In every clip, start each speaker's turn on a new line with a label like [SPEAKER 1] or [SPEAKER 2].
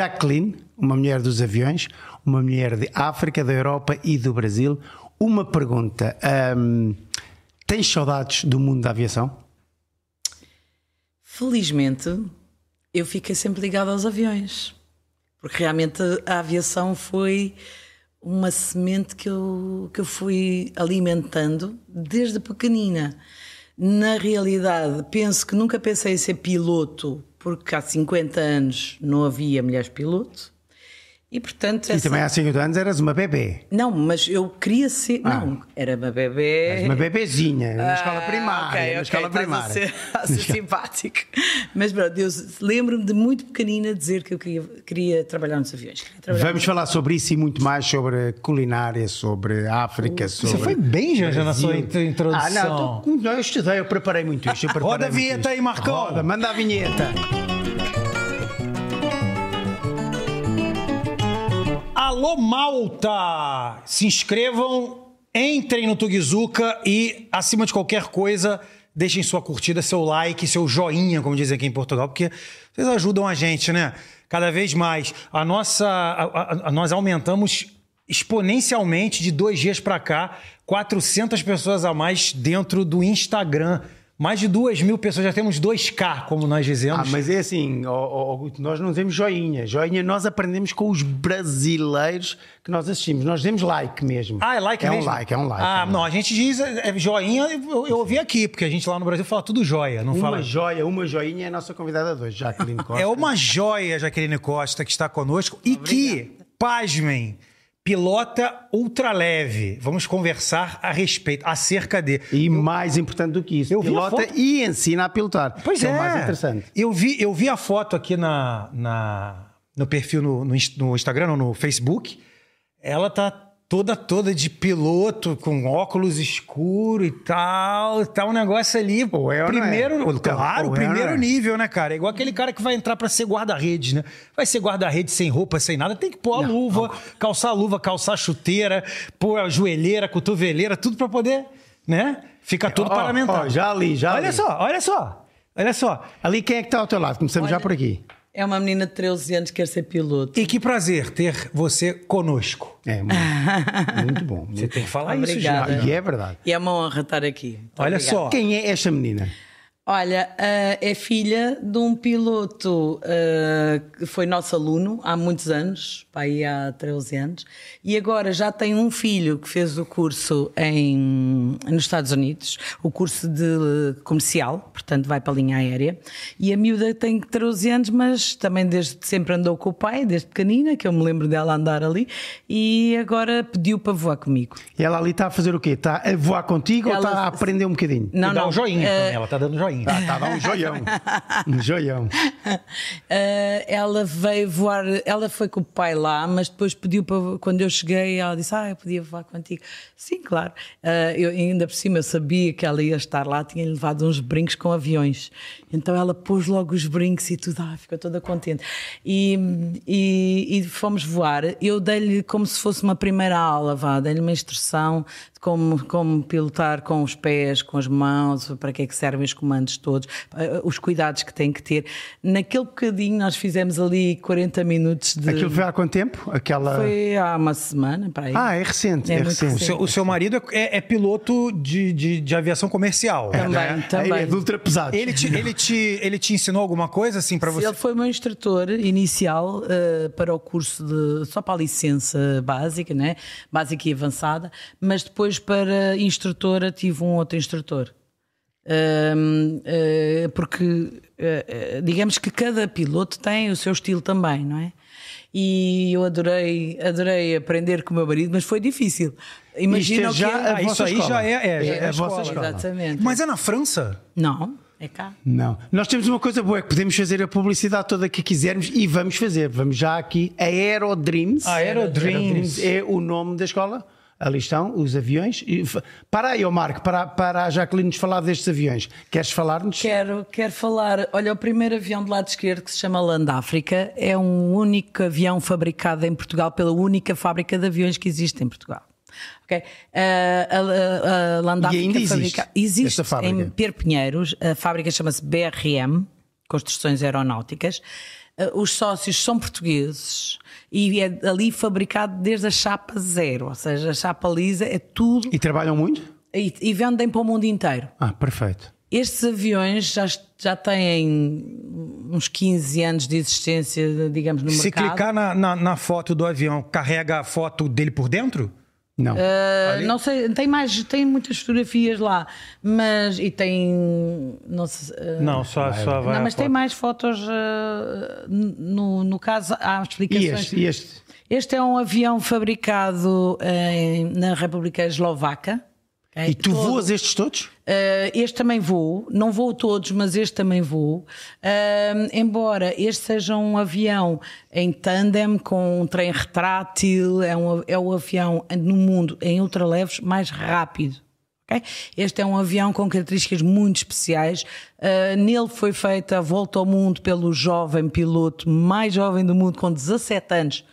[SPEAKER 1] Jacqueline, uma mulher dos aviões, uma mulher de África, da Europa e do Brasil. Uma pergunta: hum, tens saudades do mundo da aviação?
[SPEAKER 2] Felizmente, eu fiquei sempre ligada aos aviões, porque realmente a aviação foi uma semente que eu, que eu fui alimentando desde pequenina. Na realidade, penso que nunca pensei em ser piloto, porque há 50 anos não havia mulheres piloto. E portanto.
[SPEAKER 1] E também há 50 anos eras uma bebê.
[SPEAKER 2] Não, mas eu queria ser.
[SPEAKER 1] Ah.
[SPEAKER 2] Não, era uma bebê.
[SPEAKER 1] És uma bebezinha, na
[SPEAKER 2] É. Ah,
[SPEAKER 1] escola primária.
[SPEAKER 2] ok, ok,
[SPEAKER 1] na escola
[SPEAKER 2] estás
[SPEAKER 1] primária.
[SPEAKER 2] A ser, a ser simpático. Mas pronto, eu lembro-me de muito pequenina dizer que eu queria, queria trabalhar nos aviões. Queria trabalhar
[SPEAKER 1] Vamos falar sobre isso e muito mais sobre culinária, sobre África, sobre.
[SPEAKER 3] Você foi bem já, já na sua intro- introdução.
[SPEAKER 1] Ah, não, tô, não, eu estudei, eu preparei muito isto. eu preparei
[SPEAKER 3] Roda a
[SPEAKER 1] muito
[SPEAKER 3] vinheta
[SPEAKER 1] isto.
[SPEAKER 3] aí, Marcão.
[SPEAKER 1] Roda, manda a vinheta.
[SPEAKER 3] Alô, malta! Se inscrevam, entrem no Tugizuka e, acima de qualquer coisa, deixem sua curtida, seu like, seu joinha, como dizem aqui em Portugal, porque vocês ajudam a gente, né? Cada vez mais. A nossa. a- a- a- nós aumentamos exponencialmente de dois dias pra cá, 400 pessoas a mais dentro do Instagram. Mais de 2 mil pessoas, já temos 2K, como nós dizemos.
[SPEAKER 1] Ah, mas é assim, ó, ó, ó, Guto, nós não dizemos joinha. Joinha nós aprendemos com os brasileiros que nós assistimos. Nós dizemos like mesmo.
[SPEAKER 3] Ah, é like
[SPEAKER 1] é
[SPEAKER 3] mesmo?
[SPEAKER 1] um like, é um like.
[SPEAKER 3] Ah,
[SPEAKER 1] é um
[SPEAKER 3] não, a gente diz é, é joinha, eu, eu ouvi aqui, porque a gente lá no Brasil fala tudo joia, não
[SPEAKER 1] Uma
[SPEAKER 3] fala...
[SPEAKER 1] joia, uma joinha é a nossa convidada de hoje, Jacqueline Costa.
[SPEAKER 3] É uma joia, Jaqueline Costa, que está conosco e que, pasmem, pilota ultraleve. Vamos conversar a respeito, acerca de...
[SPEAKER 1] E mais importante do que isso,
[SPEAKER 3] eu vi a
[SPEAKER 1] pilota
[SPEAKER 3] foto.
[SPEAKER 1] e ensina a pilotar.
[SPEAKER 3] Pois
[SPEAKER 1] que
[SPEAKER 3] é.
[SPEAKER 1] é o mais interessante.
[SPEAKER 3] Eu vi, eu vi a foto aqui na, na- no perfil no, no Ins- no Instagram, não, no Facebook. Ela tá toda, toda de piloto, com óculos escuro e tal. Tá um negócio ali.
[SPEAKER 1] Ou é ou não é?
[SPEAKER 3] primeiro,
[SPEAKER 1] Então,
[SPEAKER 3] claro,
[SPEAKER 1] ou é ou
[SPEAKER 3] primeiro
[SPEAKER 1] não é?
[SPEAKER 3] nível, né, cara? É igual aquele cara que vai entrar pra ser guarda-redes, né? Vai ser guarda-redes sem roupa, sem nada. Tem que pôr a luva, calçar a luva, calçar a chuteira, pôr a joelheira, a cotoveleira, tudo pra poder, né? Fica tudo
[SPEAKER 1] É, Ó,
[SPEAKER 3] paramentado.
[SPEAKER 1] ó, já li, já
[SPEAKER 3] Olha
[SPEAKER 1] li.
[SPEAKER 3] só, olha só. Olha só.
[SPEAKER 1] Ali quem é que está ao teu lado? Começamos já por aqui.
[SPEAKER 2] É uma menina de 13 anos que quer ser piloto.
[SPEAKER 3] E que prazer ter você conosco.
[SPEAKER 1] É, muito, muito bom. muito
[SPEAKER 3] Você tem que falar isso,
[SPEAKER 2] Obrigada.
[SPEAKER 3] já.
[SPEAKER 1] bom. E é verdade.
[SPEAKER 2] E é uma honra estar aqui. Muito
[SPEAKER 3] Olha
[SPEAKER 2] obrigada.
[SPEAKER 3] só.
[SPEAKER 1] Quem é esta menina?
[SPEAKER 2] Olha, ah, é filha de um piloto ah, que foi nosso aluno há muitos anos, pai há 13 anos, e agora já tem um filho que fez o curso em, nos Estados Unidos, o curso de eh, comercial, portanto vai para a linha aérea, e a miúda tem 13 anos, mas também desde sempre andou com o pai, desde pequenina, que eu me lembro dela andar ali, e agora pediu para voar comigo.
[SPEAKER 1] E ela ali está a fazer o quê? Está a voar contigo ou
[SPEAKER 2] Ela-
[SPEAKER 1] está a aprender um bocadinho?
[SPEAKER 2] Não,
[SPEAKER 3] e dá
[SPEAKER 2] não,
[SPEAKER 3] um joinha
[SPEAKER 2] eh,
[SPEAKER 3] também, ela tá dando joinha.
[SPEAKER 1] Ah, está a dar um joião. Um joião.
[SPEAKER 2] Ah, ela veio voar, ela foi com o pai lá, mas depois pediu para. Quando eu cheguei, ela disse: Ah, eu podia voar contigo. Sim, claro. Ah, eu, ainda por cima eu sabia que ela ia estar lá, tinha levado uns brincos com aviões. Então ela pôs logo os brincos e tudo, ah, ficou toda contente. E, e- e fomos voar. Eu dei-lhe como se fosse uma primeira aula, vá, dei-lhe uma instrução de como, como pilotar com os pés, com as mãos, para que é que servem os comandos todos, eh, os cuidados que tem que ter. Naquele bocadinho nós fizemos ali 40 minutos de.
[SPEAKER 1] Aquilo foi há quanto tempo? Aquela.
[SPEAKER 2] Foi há uma semana para aí.
[SPEAKER 1] Ah, é recente.
[SPEAKER 2] É
[SPEAKER 1] É,
[SPEAKER 2] muito
[SPEAKER 1] recente.
[SPEAKER 3] O
[SPEAKER 2] recente.
[SPEAKER 3] seu, o seu marido é, é piloto de, de, de aviação comercial.
[SPEAKER 2] Também,
[SPEAKER 1] Né?
[SPEAKER 2] também.
[SPEAKER 1] É de ultra pesado.
[SPEAKER 3] Ele, te, ele, te, ele te ensinou alguma coisa assim pra você?
[SPEAKER 2] Ele foi meu instrutor inicial eh, para o curso de só para a licença básica, né? Básica e avançada, mas depois para instrutora tive um outro instrutor. Ahm, eh, porque eh, eh, digamos que cada piloto tem o seu estilo também, não é? E eu adorei, adorei aprender com o meu marido, mas foi difícil. Imagina
[SPEAKER 1] é
[SPEAKER 2] o que
[SPEAKER 1] já
[SPEAKER 2] é-
[SPEAKER 1] a
[SPEAKER 3] Ah, isso
[SPEAKER 1] vossa
[SPEAKER 3] aí
[SPEAKER 1] escola.
[SPEAKER 3] já é, é, já
[SPEAKER 1] É
[SPEAKER 3] é
[SPEAKER 1] a
[SPEAKER 3] a
[SPEAKER 1] vossa
[SPEAKER 3] escola.
[SPEAKER 1] escola.
[SPEAKER 2] Exatamente.
[SPEAKER 3] Mas é na França?
[SPEAKER 2] Não, é cá.
[SPEAKER 1] Não. Nós temos uma coisa boa é que podemos fazer a publicidade toda que quisermos e vamos fazer. Vamos já aqui. A Aerodreams.
[SPEAKER 2] Ah,
[SPEAKER 3] Aerodreams.
[SPEAKER 1] é o nome da escola. Ali estão os aviões. E fa- Para aí, ó Marco, para, para a Jacqueline nos falar destes aviões. Queres falar-nos?
[SPEAKER 2] Quero, quero falar. Olha, o primeiro avião do lado esquerdo que se chama Land África é um único avião fabricado em Portugal pela única fábrica de aviões que existe em Portugal. Ok? Ah, a, a- a Land
[SPEAKER 1] E
[SPEAKER 2] África
[SPEAKER 1] ainda existe
[SPEAKER 2] fabrica- existe
[SPEAKER 1] esta fábrica?
[SPEAKER 2] em Perpinheiros. A fábrica chama-se BRM, Construções Aeronáuticas. Ah, eh, os sócios são portugueses e é ali fabricado desde a chapa zero, ou seja, a chapa lisa é tudo
[SPEAKER 1] E trabalham muito?
[SPEAKER 2] e, e vendem para o mundo inteiro.
[SPEAKER 1] Ah, perfeito.
[SPEAKER 2] Estes aviões já, já têm uns 15 anos de existência, digamos, no
[SPEAKER 3] Se
[SPEAKER 2] mercado.
[SPEAKER 3] clicar na, na, na foto do avião, carrega a foto dele por dentro?
[SPEAKER 1] Não.
[SPEAKER 2] Uh, não sei, tem mais, tem muitas fotografias lá, mas e tem não sei, uh,
[SPEAKER 3] Não, só, só vai.
[SPEAKER 2] não,
[SPEAKER 3] a
[SPEAKER 2] mas tem
[SPEAKER 3] foto.
[SPEAKER 2] mais fotos uh, no, no caso há
[SPEAKER 1] e
[SPEAKER 2] explicações.
[SPEAKER 1] este? E este?
[SPEAKER 2] Este é um avião fabricado ah, em- na República Eslovaca. ok?
[SPEAKER 1] E tu
[SPEAKER 2] é Todo-
[SPEAKER 1] voas estes todos?
[SPEAKER 2] Uh, este também vou, não vou todos, mas este também vou. Um, embora este seja um avião em tandem com um trem retrátil, é, um, é o avião no mundo em ultraleves mais rápido. ok? Este é um avião com características muito especiais. Uh, nele foi feita a volta ao mundo pelo jovem piloto mais jovem do mundo, com 17 anos.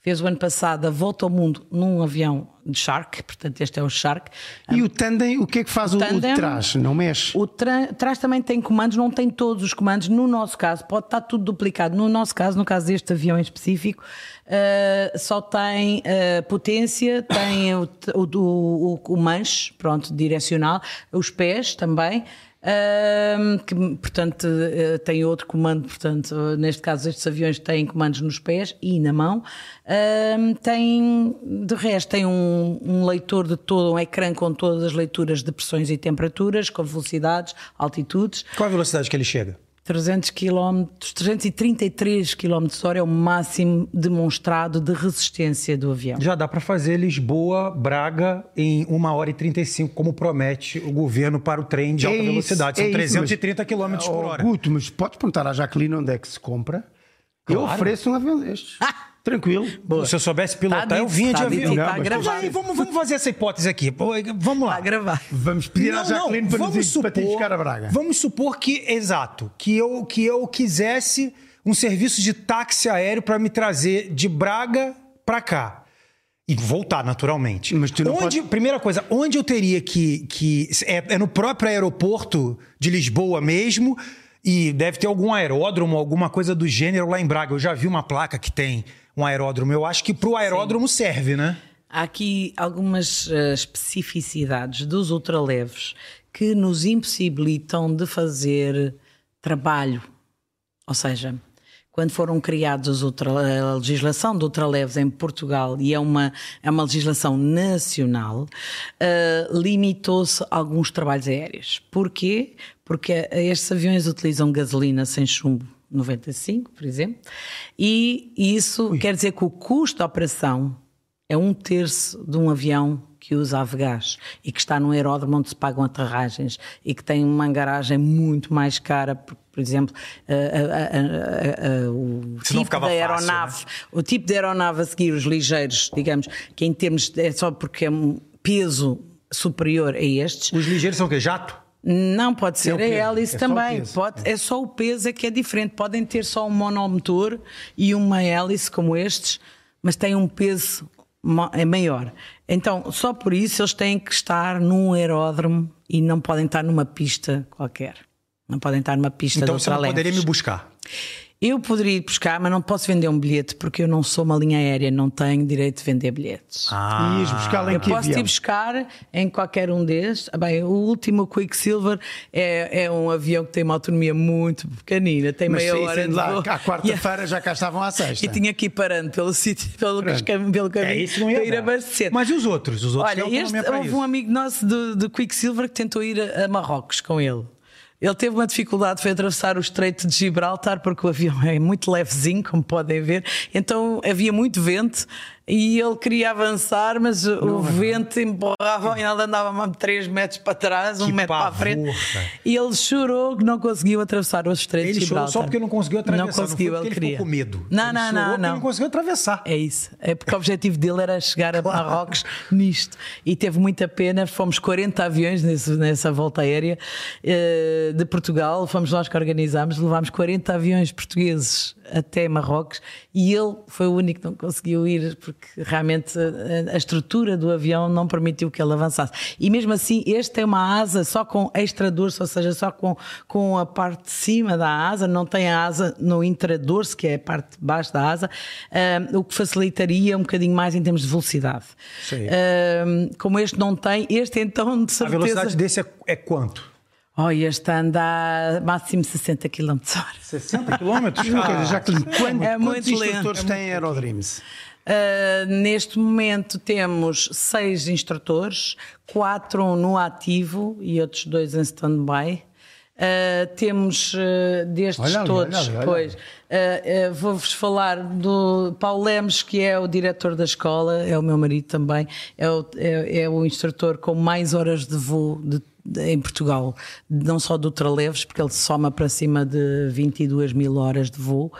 [SPEAKER 2] Fez o ano passado a volta ao mundo num avião de Shark, portanto, este é o Shark.
[SPEAKER 1] E o tandem, o que é que faz o, o de
[SPEAKER 2] tandem-
[SPEAKER 1] trás? Não mexe?
[SPEAKER 2] O tra- trás também tem comandos, não tem todos os comandos. No nosso caso, pode estar tudo duplicado. No nosso caso, no caso deste avião em específico, eh, só tem eh, potência, tem o, t- o, o, o- o manche, pronto, direcional, os pés também. ehm, que, portanto, eh, tem outro comando, portanto, eh, neste caso, estes aviões têm comandos nos pés e na mão. Ehm, tem, de resto, tem um, um leitor de todo, um ecrã com todas as leituras de pressões e temperaturas, com velocidades, altitudes.
[SPEAKER 3] Qual a velocidade que ele chega?
[SPEAKER 2] 300 km, 333 km hora é o máximo demonstrado de resistência do avião.
[SPEAKER 3] Já dá para fazer Lisboa, Braga em 1 hora e 35, como promete o governo para o trem de alta
[SPEAKER 1] isso,
[SPEAKER 3] velocidade.
[SPEAKER 1] é
[SPEAKER 3] São
[SPEAKER 1] isso,
[SPEAKER 3] 330
[SPEAKER 1] mas-
[SPEAKER 3] km por
[SPEAKER 1] Oh,
[SPEAKER 3] hora.
[SPEAKER 1] Guto, mas podes perguntar à Jaqueline onde é que se compra? Eu
[SPEAKER 3] Claro.
[SPEAKER 1] ofereço um avião destes.
[SPEAKER 2] Ah.
[SPEAKER 1] Tranquilo.
[SPEAKER 3] Se eu soubesse pilotar,
[SPEAKER 2] Tá
[SPEAKER 3] eu vinha
[SPEAKER 2] dito,
[SPEAKER 3] de
[SPEAKER 2] tá
[SPEAKER 3] avião.
[SPEAKER 2] dito,
[SPEAKER 1] tá
[SPEAKER 3] Não, mas
[SPEAKER 1] gravado.
[SPEAKER 3] tudo bem, vamos, vamos fazer essa hipótese aqui. Pô, Vamos lá.
[SPEAKER 2] Está a gravar.
[SPEAKER 1] Vamos pedir à
[SPEAKER 3] Não, não,
[SPEAKER 1] Jaqueline para, nos, ir- para te buscar a Braga.
[SPEAKER 3] Vamos supor que, exato, que eu, que eu quisesse um serviço de táxi aéreo para me trazer de Braga para cá. E voltar, naturalmente.
[SPEAKER 1] Mas tu não
[SPEAKER 3] onde, Primeira coisa, onde eu teria que. que é, é no próprio aeroporto de Lisboa mesmo. E deve ter algum aeródromo, alguma coisa do gênero lá em Braga. Eu já vi uma placa que tem um aeródromo. Eu acho que pro aeródromo serve, né?
[SPEAKER 2] Há aqui algumas eh, especificidades dos ultraleves que nos impossibilitam de fazer trabalho. Ou seja, quando foram criados os ultra- a legislação de ultraleves em Portugal, e é uma, é uma legislação nacional, eh, limitou-se a alguns trabalhos aéreos. Porquê? Porque eh, estes aviões utilizam gasolina sem chumbo 95, por exemplo, e isso quer dizer que o custo da operação é um terço de um avião que usa avegás e que está num aeródromo onde se pagam aterragens e que tem uma garagem muito mais cara, por, por exemplo, a- a- a- a- a- o
[SPEAKER 3] Senão
[SPEAKER 2] tipo
[SPEAKER 3] ficava
[SPEAKER 2] da
[SPEAKER 3] fácil, né?
[SPEAKER 2] aeronave, o tipo de aeronave a seguir, os ligeiros, digamos, que em termos de, é só porque é um peso superior a estes,
[SPEAKER 3] Os ligeiros são o quê? Jato?
[SPEAKER 2] não, pode ser
[SPEAKER 1] peso,
[SPEAKER 2] a hélice
[SPEAKER 1] é só o
[SPEAKER 2] também.
[SPEAKER 1] peso.
[SPEAKER 2] Pode- é só o peso é que é diferente. Podem ter só um monomotor e uma hélice como estes, mas têm um peso ma- é maior. Então, só por isso eles têm que estar num aeródromo e não podem estar numa pista qualquer. Não podem estar numa pista
[SPEAKER 3] Então
[SPEAKER 2] de
[SPEAKER 3] você não
[SPEAKER 2] ultraleves.
[SPEAKER 3] poderia me buscar.
[SPEAKER 2] Eu poderia ir buscar, mas não posso vender um bilhete porque eu não sou uma linha aérea, não tenho direito de vender bilhetes.
[SPEAKER 1] Ah. E ias buscar lá em
[SPEAKER 2] Eu
[SPEAKER 1] que
[SPEAKER 2] posso
[SPEAKER 1] avião?
[SPEAKER 2] ir buscar em qualquer um destes. Ah, Bem, o último Quicksilver é, é um avião que tem uma autonomia muito pequenina, tem
[SPEAKER 1] Mas
[SPEAKER 2] meia
[SPEAKER 1] sim,
[SPEAKER 2] hora
[SPEAKER 1] sendo
[SPEAKER 2] de
[SPEAKER 1] lá,
[SPEAKER 2] voo.
[SPEAKER 1] à quarta-feira já cá estavam à
[SPEAKER 2] E,
[SPEAKER 1] sexta.
[SPEAKER 2] e tinha que ir parando pelo sítio, pelo, cascam- pelo
[SPEAKER 3] É,
[SPEAKER 2] caminho
[SPEAKER 3] isso não ia
[SPEAKER 2] para ir
[SPEAKER 3] dar.
[SPEAKER 2] abastecer.
[SPEAKER 3] Mas e os outros? Os outros
[SPEAKER 2] Olha,
[SPEAKER 3] têm
[SPEAKER 2] este,
[SPEAKER 3] autonomia pra
[SPEAKER 2] houve
[SPEAKER 3] é isso.
[SPEAKER 2] um amigo nosso do, do Quicksilver que tentou ir a, a Marrocos com ele. Ele teve uma dificuldade, foi atravessar o Estreito de Gibraltar, porque o avião é muito levezinho, como podem ver. Então havia muito vento e ele queria avançar, mas o vento emborrava e ele andava 3 metros para trás, um
[SPEAKER 3] Que
[SPEAKER 2] metro para a
[SPEAKER 3] pavor,
[SPEAKER 2] frente.
[SPEAKER 3] cara.
[SPEAKER 2] E ele chorou que não conseguiu atravessar o Estreito
[SPEAKER 3] Ele
[SPEAKER 2] de
[SPEAKER 3] chorou
[SPEAKER 2] Gibraltar.
[SPEAKER 3] só porque não conseguiu atravessar.
[SPEAKER 2] Não conseguiu,
[SPEAKER 3] foi
[SPEAKER 2] ele,
[SPEAKER 3] porque
[SPEAKER 2] queria.
[SPEAKER 3] ficou com medo.
[SPEAKER 2] Não,
[SPEAKER 3] Ele
[SPEAKER 2] não,
[SPEAKER 3] chorou
[SPEAKER 2] não.
[SPEAKER 3] porque
[SPEAKER 2] não.
[SPEAKER 3] não conseguiu atravessar.
[SPEAKER 2] É isso. É porque o objetivo dele era chegar a Marrocos nisto. E teve muita pena. Fomos 40 aviões nesse- nessa volta aérea eh, de Portugal. Fomos nós que organizámos. Levámos 40 aviões portugueses até Marrocos e ele foi o único que não conseguiu ir porque realmente eh, a, a estrutura do avião não permitiu que ele avançasse. E mesmo assim, este tem uma asa só com extradorso, ou seja, só com, com a parte de cima da asa, não tem a asa no intradorso, que é a parte de baixo da asa, ah, o que facilitaria um bocadinho mais em termos de velocidade.
[SPEAKER 3] Sim.
[SPEAKER 2] Ah, como este não tem, este então de
[SPEAKER 3] A
[SPEAKER 2] certeza.
[SPEAKER 3] velocidade desse é, é quanto?
[SPEAKER 2] Oh, este anda a máximo 60 km hora.
[SPEAKER 3] 60 quilômetros?
[SPEAKER 1] Uma coisa,
[SPEAKER 3] já que
[SPEAKER 1] Jacqueline, quanto-
[SPEAKER 2] Ah. É
[SPEAKER 1] quantos
[SPEAKER 2] muito lento.
[SPEAKER 1] instrutores têm Aerodreams?
[SPEAKER 2] Uh, neste momento temos seis instrutores, quatro no ativo e outros dois em stand-by. Uh, temos uh, destes
[SPEAKER 1] Olha ali,
[SPEAKER 2] todos,
[SPEAKER 1] olha ali, olha
[SPEAKER 2] pois,
[SPEAKER 1] ali.
[SPEAKER 2] Uh, uh, Vou-vos falar do Paulo Lemos, que é o diretor da escola, é o meu marido também, é o, é- é o instrutor com mais horas de voo de- de- em Portugal, não só do Treleves, porque ele soma para cima de 22 mil horas de voo.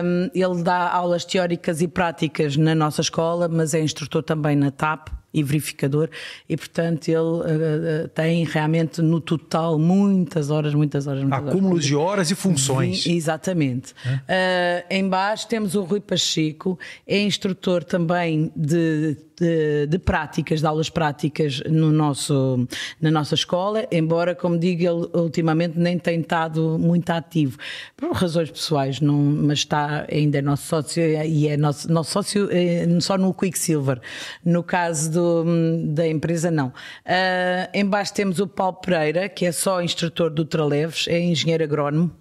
[SPEAKER 2] Um, ele dá aulas teóricas e práticas na nossa escola, mas é instrutor também na TAP e verificador, e portanto ele uh, uh, tem realmente no total muitas horas, muitas horas, muitas horas.
[SPEAKER 3] Acúmulos de horas e funções.
[SPEAKER 2] Sim, exatamente. Ah, em baixo temos o Rui Pacheco, é instrutor também de, de, de práticas, de aulas práticas no nosso, na nossa escola, embora, como digo, ele ultimamente nem tem estado muito ativo, por razões pessoais, não, mas está ainda é nosso sócio e é nosso, nosso sócio eh, só no Quicksilver. No caso do, da empresa, não. Ah, em baixo temos o Paulo Pereira, que é só instrutor do Treleves, é engenheiro agrónomo.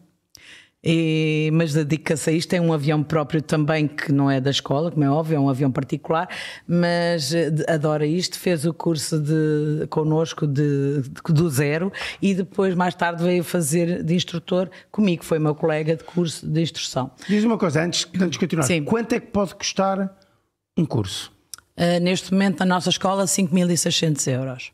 [SPEAKER 2] E- mas dedica-se a isto. Tem um avião próprio também, que não é da escola, como é óbvio, é um avião particular, mas eh, de- adora isto. Fez o curso de, connosco de, de- do zero e depois, mais tarde, veio fazer de instrutor comigo. Foi meu colega de curso de instrução.
[SPEAKER 1] Diz uma coisa, antes, antes de continuar,
[SPEAKER 2] Sim.
[SPEAKER 1] quanto é que pode custar um curso?
[SPEAKER 2] Eh, neste momento, na nossa escola, 5.600 euros.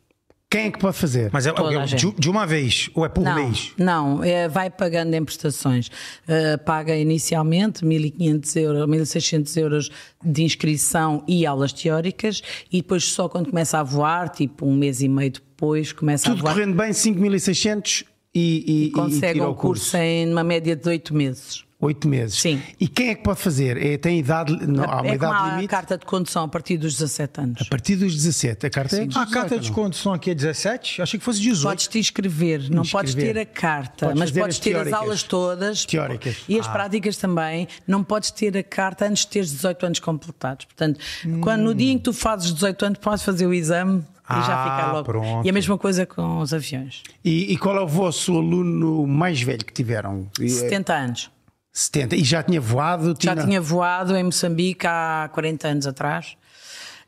[SPEAKER 1] Quem é que pode fazer?
[SPEAKER 3] Mas é,
[SPEAKER 2] Toda
[SPEAKER 3] é-
[SPEAKER 2] a
[SPEAKER 3] de,
[SPEAKER 2] gente.
[SPEAKER 3] de uma vez, ou é por
[SPEAKER 2] não,
[SPEAKER 3] mês?
[SPEAKER 2] Não, é, vai pagando em prestações. Uh, paga inicialmente 1.500 euros, 1.600 euros de inscrição e aulas teóricas e depois só quando começa a voar, tipo um mês e meio depois, começa a
[SPEAKER 1] Tudo
[SPEAKER 2] voar.
[SPEAKER 1] correndo bem, 5.600 e, e, e
[SPEAKER 2] consegue
[SPEAKER 1] tira
[SPEAKER 2] um
[SPEAKER 1] o curso.
[SPEAKER 2] curso em uma média de oito meses.
[SPEAKER 1] Oito meses.
[SPEAKER 2] Sim.
[SPEAKER 1] E quem é que pode fazer? É, tem idade, não, há uma
[SPEAKER 2] é
[SPEAKER 1] idade
[SPEAKER 2] como a
[SPEAKER 1] limite?
[SPEAKER 2] carta de condução a partir dos 17 anos.
[SPEAKER 1] A partir dos 17, a carta é dos
[SPEAKER 3] A
[SPEAKER 1] 18,
[SPEAKER 3] carta de
[SPEAKER 1] não?
[SPEAKER 3] condução aqui é 17? Achei que fosse 18.
[SPEAKER 2] Podes te inscrever, não podes
[SPEAKER 1] Inscrever.
[SPEAKER 2] ter a carta,
[SPEAKER 1] Podes
[SPEAKER 2] mas
[SPEAKER 1] fazer
[SPEAKER 2] podes
[SPEAKER 1] as
[SPEAKER 2] ter
[SPEAKER 1] teóricas.
[SPEAKER 2] as aulas todas
[SPEAKER 1] Teóricas. Ah.
[SPEAKER 2] e as práticas também. Não podes ter a carta antes de teres 18 anos completados. Portanto,
[SPEAKER 1] Hum.
[SPEAKER 2] quando, no dia em que tu fazes 18 anos, podes fazer o exame e já
[SPEAKER 3] Ah,
[SPEAKER 2] ficar logo.
[SPEAKER 3] pronto.
[SPEAKER 2] E a mesma coisa com os aviões.
[SPEAKER 1] E, e qual é o vosso aluno mais velho que tiveram? E, eh,
[SPEAKER 2] 70 anos.
[SPEAKER 1] 70. E já tinha voado?
[SPEAKER 2] Já tinha voado em Moçambique há 40 anos atrás.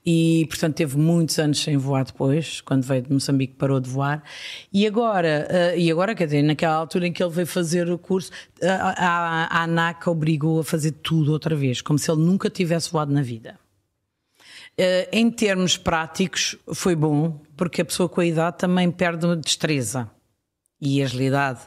[SPEAKER 2] E, portanto, teve muitos anos sem voar depois, quando veio de Moçambique parou de voar. E agora, eh, e agora quer dizer, naquela altura em que ele veio fazer o curso, eh, a, a, a ANAC obrigou a fazer tudo outra vez, como se ele nunca tivesse voado na vida. Eh, em termos práticos, foi bom, porque a pessoa com a idade também perde uma destreza e agilidade.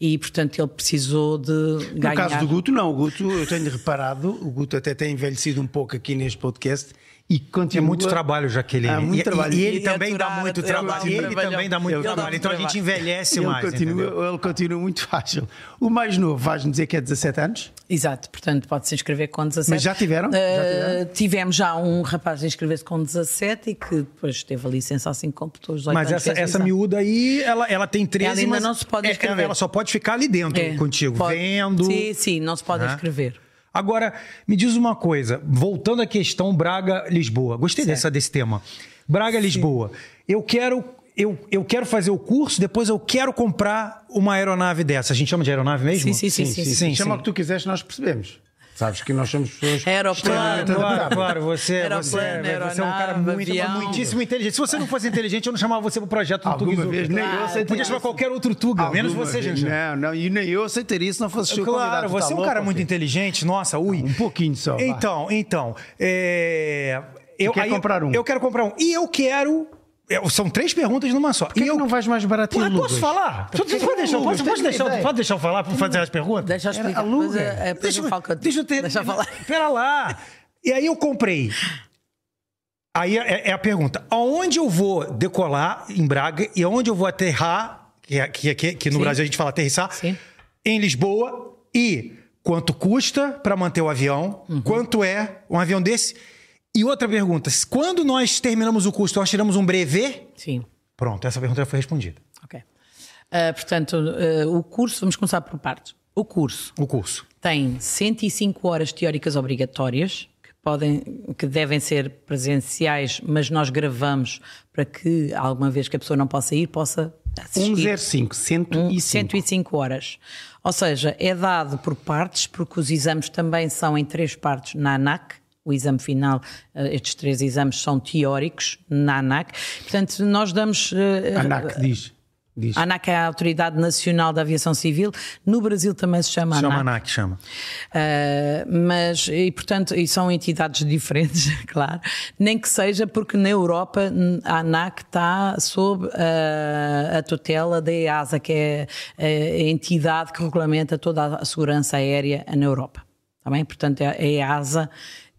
[SPEAKER 2] E, portanto, ele precisou de
[SPEAKER 1] No
[SPEAKER 2] ganhar...
[SPEAKER 1] caso do Guto, não. O Guto, eu tenho reparado, o Guto até tem envelhecido um pouco aqui neste podcast e
[SPEAKER 3] É
[SPEAKER 1] continua.
[SPEAKER 3] muito trabalho, Jaqueline.
[SPEAKER 1] Há muito
[SPEAKER 3] E- e-
[SPEAKER 1] trabalho.
[SPEAKER 3] E, ele
[SPEAKER 2] É, E
[SPEAKER 3] também dá
[SPEAKER 2] aturar,
[SPEAKER 3] muito
[SPEAKER 2] aturar
[SPEAKER 3] trabalho.
[SPEAKER 2] lá
[SPEAKER 3] E
[SPEAKER 2] o
[SPEAKER 3] ele
[SPEAKER 2] trabalhão.
[SPEAKER 3] também dá muito
[SPEAKER 2] Ele dá
[SPEAKER 3] trabalho.
[SPEAKER 2] muito
[SPEAKER 3] Então a gente
[SPEAKER 2] trabalho.
[SPEAKER 3] envelhece
[SPEAKER 1] Ele
[SPEAKER 3] mais. entendeu?
[SPEAKER 1] continua, ele continua muito fácil. O mais novo, vais nos dizer que é 17 anos?
[SPEAKER 2] Exato, portanto pode-se inscrever com 17.
[SPEAKER 1] Mas já tiveram?
[SPEAKER 2] Uh,
[SPEAKER 1] Já tiveram?
[SPEAKER 2] Tivemos já um rapaz a inscrever-se com 17 e que depois teve a licença assim que completou os 18
[SPEAKER 3] Mas
[SPEAKER 2] anos.
[SPEAKER 3] essa,
[SPEAKER 2] fez
[SPEAKER 3] essa
[SPEAKER 2] exame.
[SPEAKER 3] miúda aí, ela, ela tem 13
[SPEAKER 2] Ela ainda
[SPEAKER 3] mas
[SPEAKER 2] não se pode
[SPEAKER 3] é-
[SPEAKER 2] inscrever.
[SPEAKER 3] ela- Ela só pode ficar ali dentro
[SPEAKER 2] É,
[SPEAKER 3] contigo,
[SPEAKER 2] pode-
[SPEAKER 3] vendo.
[SPEAKER 2] Sim, sim, não se pode
[SPEAKER 3] Né?
[SPEAKER 2] inscrever.
[SPEAKER 3] Agora, me diz uma coisa, voltando à questão Braga-Lisboa. Gostei dessa, desse tema. Braga-Lisboa. Eu quero. Eu, eu quero fazer o curso, depois eu quero comprar uma aeronave dessa. A gente chama de aeronave
[SPEAKER 2] Sim,
[SPEAKER 3] mesmo?
[SPEAKER 2] sim, sim, sim, sim.
[SPEAKER 1] Chama o que tu quiseres, nós percebemos. Sabes que nós somos pessoas.
[SPEAKER 2] Aeroplano.
[SPEAKER 3] Claro,
[SPEAKER 1] extremamente
[SPEAKER 3] claro,
[SPEAKER 1] adaptáveis.
[SPEAKER 3] claro. Você,
[SPEAKER 2] Aeroplano,
[SPEAKER 3] você, você é um cara
[SPEAKER 2] aeronave,
[SPEAKER 3] muito,
[SPEAKER 2] avião.
[SPEAKER 3] muitíssimo inteligente. Se você não fosse inteligente, eu não chamava você pro projeto do
[SPEAKER 1] Alguma
[SPEAKER 3] Tuguizu.
[SPEAKER 1] vez, nem
[SPEAKER 2] Ah,
[SPEAKER 1] eu aceitei.
[SPEAKER 3] Podia chamar qualquer outro Tuga, menos
[SPEAKER 1] Alguma
[SPEAKER 3] você,
[SPEAKER 1] vez. né?
[SPEAKER 3] gente.
[SPEAKER 1] Não, não, e nem eu aceitaria se não fosse seu
[SPEAKER 3] Claro,
[SPEAKER 1] convidado.
[SPEAKER 3] você
[SPEAKER 1] Tá
[SPEAKER 3] é um
[SPEAKER 1] louco,
[SPEAKER 3] cara muito
[SPEAKER 1] filho?
[SPEAKER 3] inteligente. Nossa, ui.
[SPEAKER 1] Um pouquinho só. vá.
[SPEAKER 3] Então, então. é, Eu
[SPEAKER 1] quer
[SPEAKER 3] aí-
[SPEAKER 1] comprar um.
[SPEAKER 3] Eu quero comprar um. E eu quero. eu- São três perguntas numa só.
[SPEAKER 1] Por
[SPEAKER 3] e
[SPEAKER 1] que
[SPEAKER 3] eu
[SPEAKER 1] não vais mais barato
[SPEAKER 3] Pô,
[SPEAKER 1] em
[SPEAKER 3] eu posso
[SPEAKER 1] Lucas?
[SPEAKER 3] falar? Tu- tu-
[SPEAKER 1] que
[SPEAKER 3] Pode
[SPEAKER 1] não,
[SPEAKER 3] deixar,
[SPEAKER 1] Lucas?
[SPEAKER 3] pode, pode
[SPEAKER 1] Tem
[SPEAKER 3] deixar,
[SPEAKER 1] ideia.
[SPEAKER 3] pode deixar eu falar para fazer as perguntas?
[SPEAKER 2] Deixa eu
[SPEAKER 1] Era
[SPEAKER 2] explicar.
[SPEAKER 1] aluga.
[SPEAKER 2] depois, eh, depois eu falo contigo.
[SPEAKER 3] deixa eu ter.
[SPEAKER 2] Deixa eu falar.
[SPEAKER 3] Pera lá. E aí eu comprei. Aí é, é a pergunta: aonde eu vou decolar em Braga e aonde eu vou aterrar, que, é- que, é- que, que no
[SPEAKER 2] Sim.
[SPEAKER 3] Brasil a gente fala aterrissar,
[SPEAKER 2] Sim.
[SPEAKER 3] em Lisboa e Quanto custa para manter o avião?
[SPEAKER 2] Uhum.
[SPEAKER 3] Quanto é um avião desse? E outra pergunta: quando nós terminamos o curso, nós tiramos um brevet?
[SPEAKER 2] Sim.
[SPEAKER 3] Pronto, essa pergunta já foi respondida.
[SPEAKER 2] Ok. Ah, portanto, ah, o curso, vamos começar por partes. O curso
[SPEAKER 3] O curso.
[SPEAKER 2] tem 105 horas teóricas obrigatórias que, podem, que devem ser presenciais, mas nós gravamos para que alguma vez que a pessoa não possa ir, possa assistir.
[SPEAKER 1] 105, 105.
[SPEAKER 2] 105 horas. Ou seja, é dado por partes, porque os exames também são em três partes na ANAC. O exame final, eh, estes três exames são teóricos na ANAC. Portanto, nós damos. eh,
[SPEAKER 1] ANAC diz. diz.
[SPEAKER 2] A ANAC é a Autoridade Nacional da Aviação Civil. No Brasil também se chama,
[SPEAKER 3] Chama
[SPEAKER 2] ANAC.
[SPEAKER 3] ANAC, chama.
[SPEAKER 2] Ah, mas, e portanto, e são entidades diferentes, claro. Nem que seja porque na Europa hum, a ANAC está sob ah, a tutela da EASA, que é ah, a entidade que regulamenta toda a segurança aérea na Europa. Tá bem? Portanto, a EASA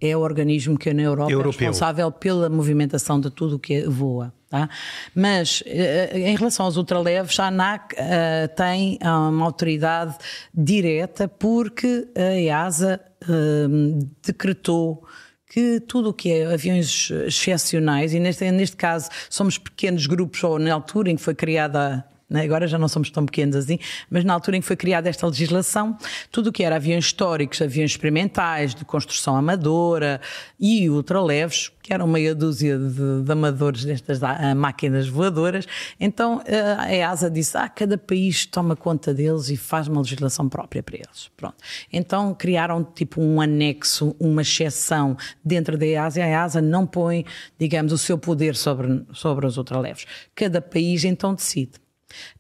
[SPEAKER 2] é o organismo que na Europa
[SPEAKER 3] Europeu.
[SPEAKER 2] é responsável pela movimentação de tudo o que voa. Tá? Mas eh, em relação aos ultraleves, a ANAC eh, tem ah, uma autoridade direta porque a EASA eh, decretou que tudo o que é aviões excepcionais, e neste, neste caso somos pequenos grupos, ou na altura em que foi criada né, Agora já não somos tão pequenos assim, mas na altura em que foi criada esta legislação, tudo o que era aviões históricos, aviões experimentais, de construção amadora e ultraleves, que eram meia dúzia de, de amadores destas ah, máquinas voadoras, então eh, a EASA disse: ah, cada país toma conta deles e faz uma legislação própria para eles. Pronto. Então criaram tipo um anexo, uma exceção dentro da EASA e a EASA não põe, digamos, o seu poder sobre, sobre os ultraleves. Cada país então decide.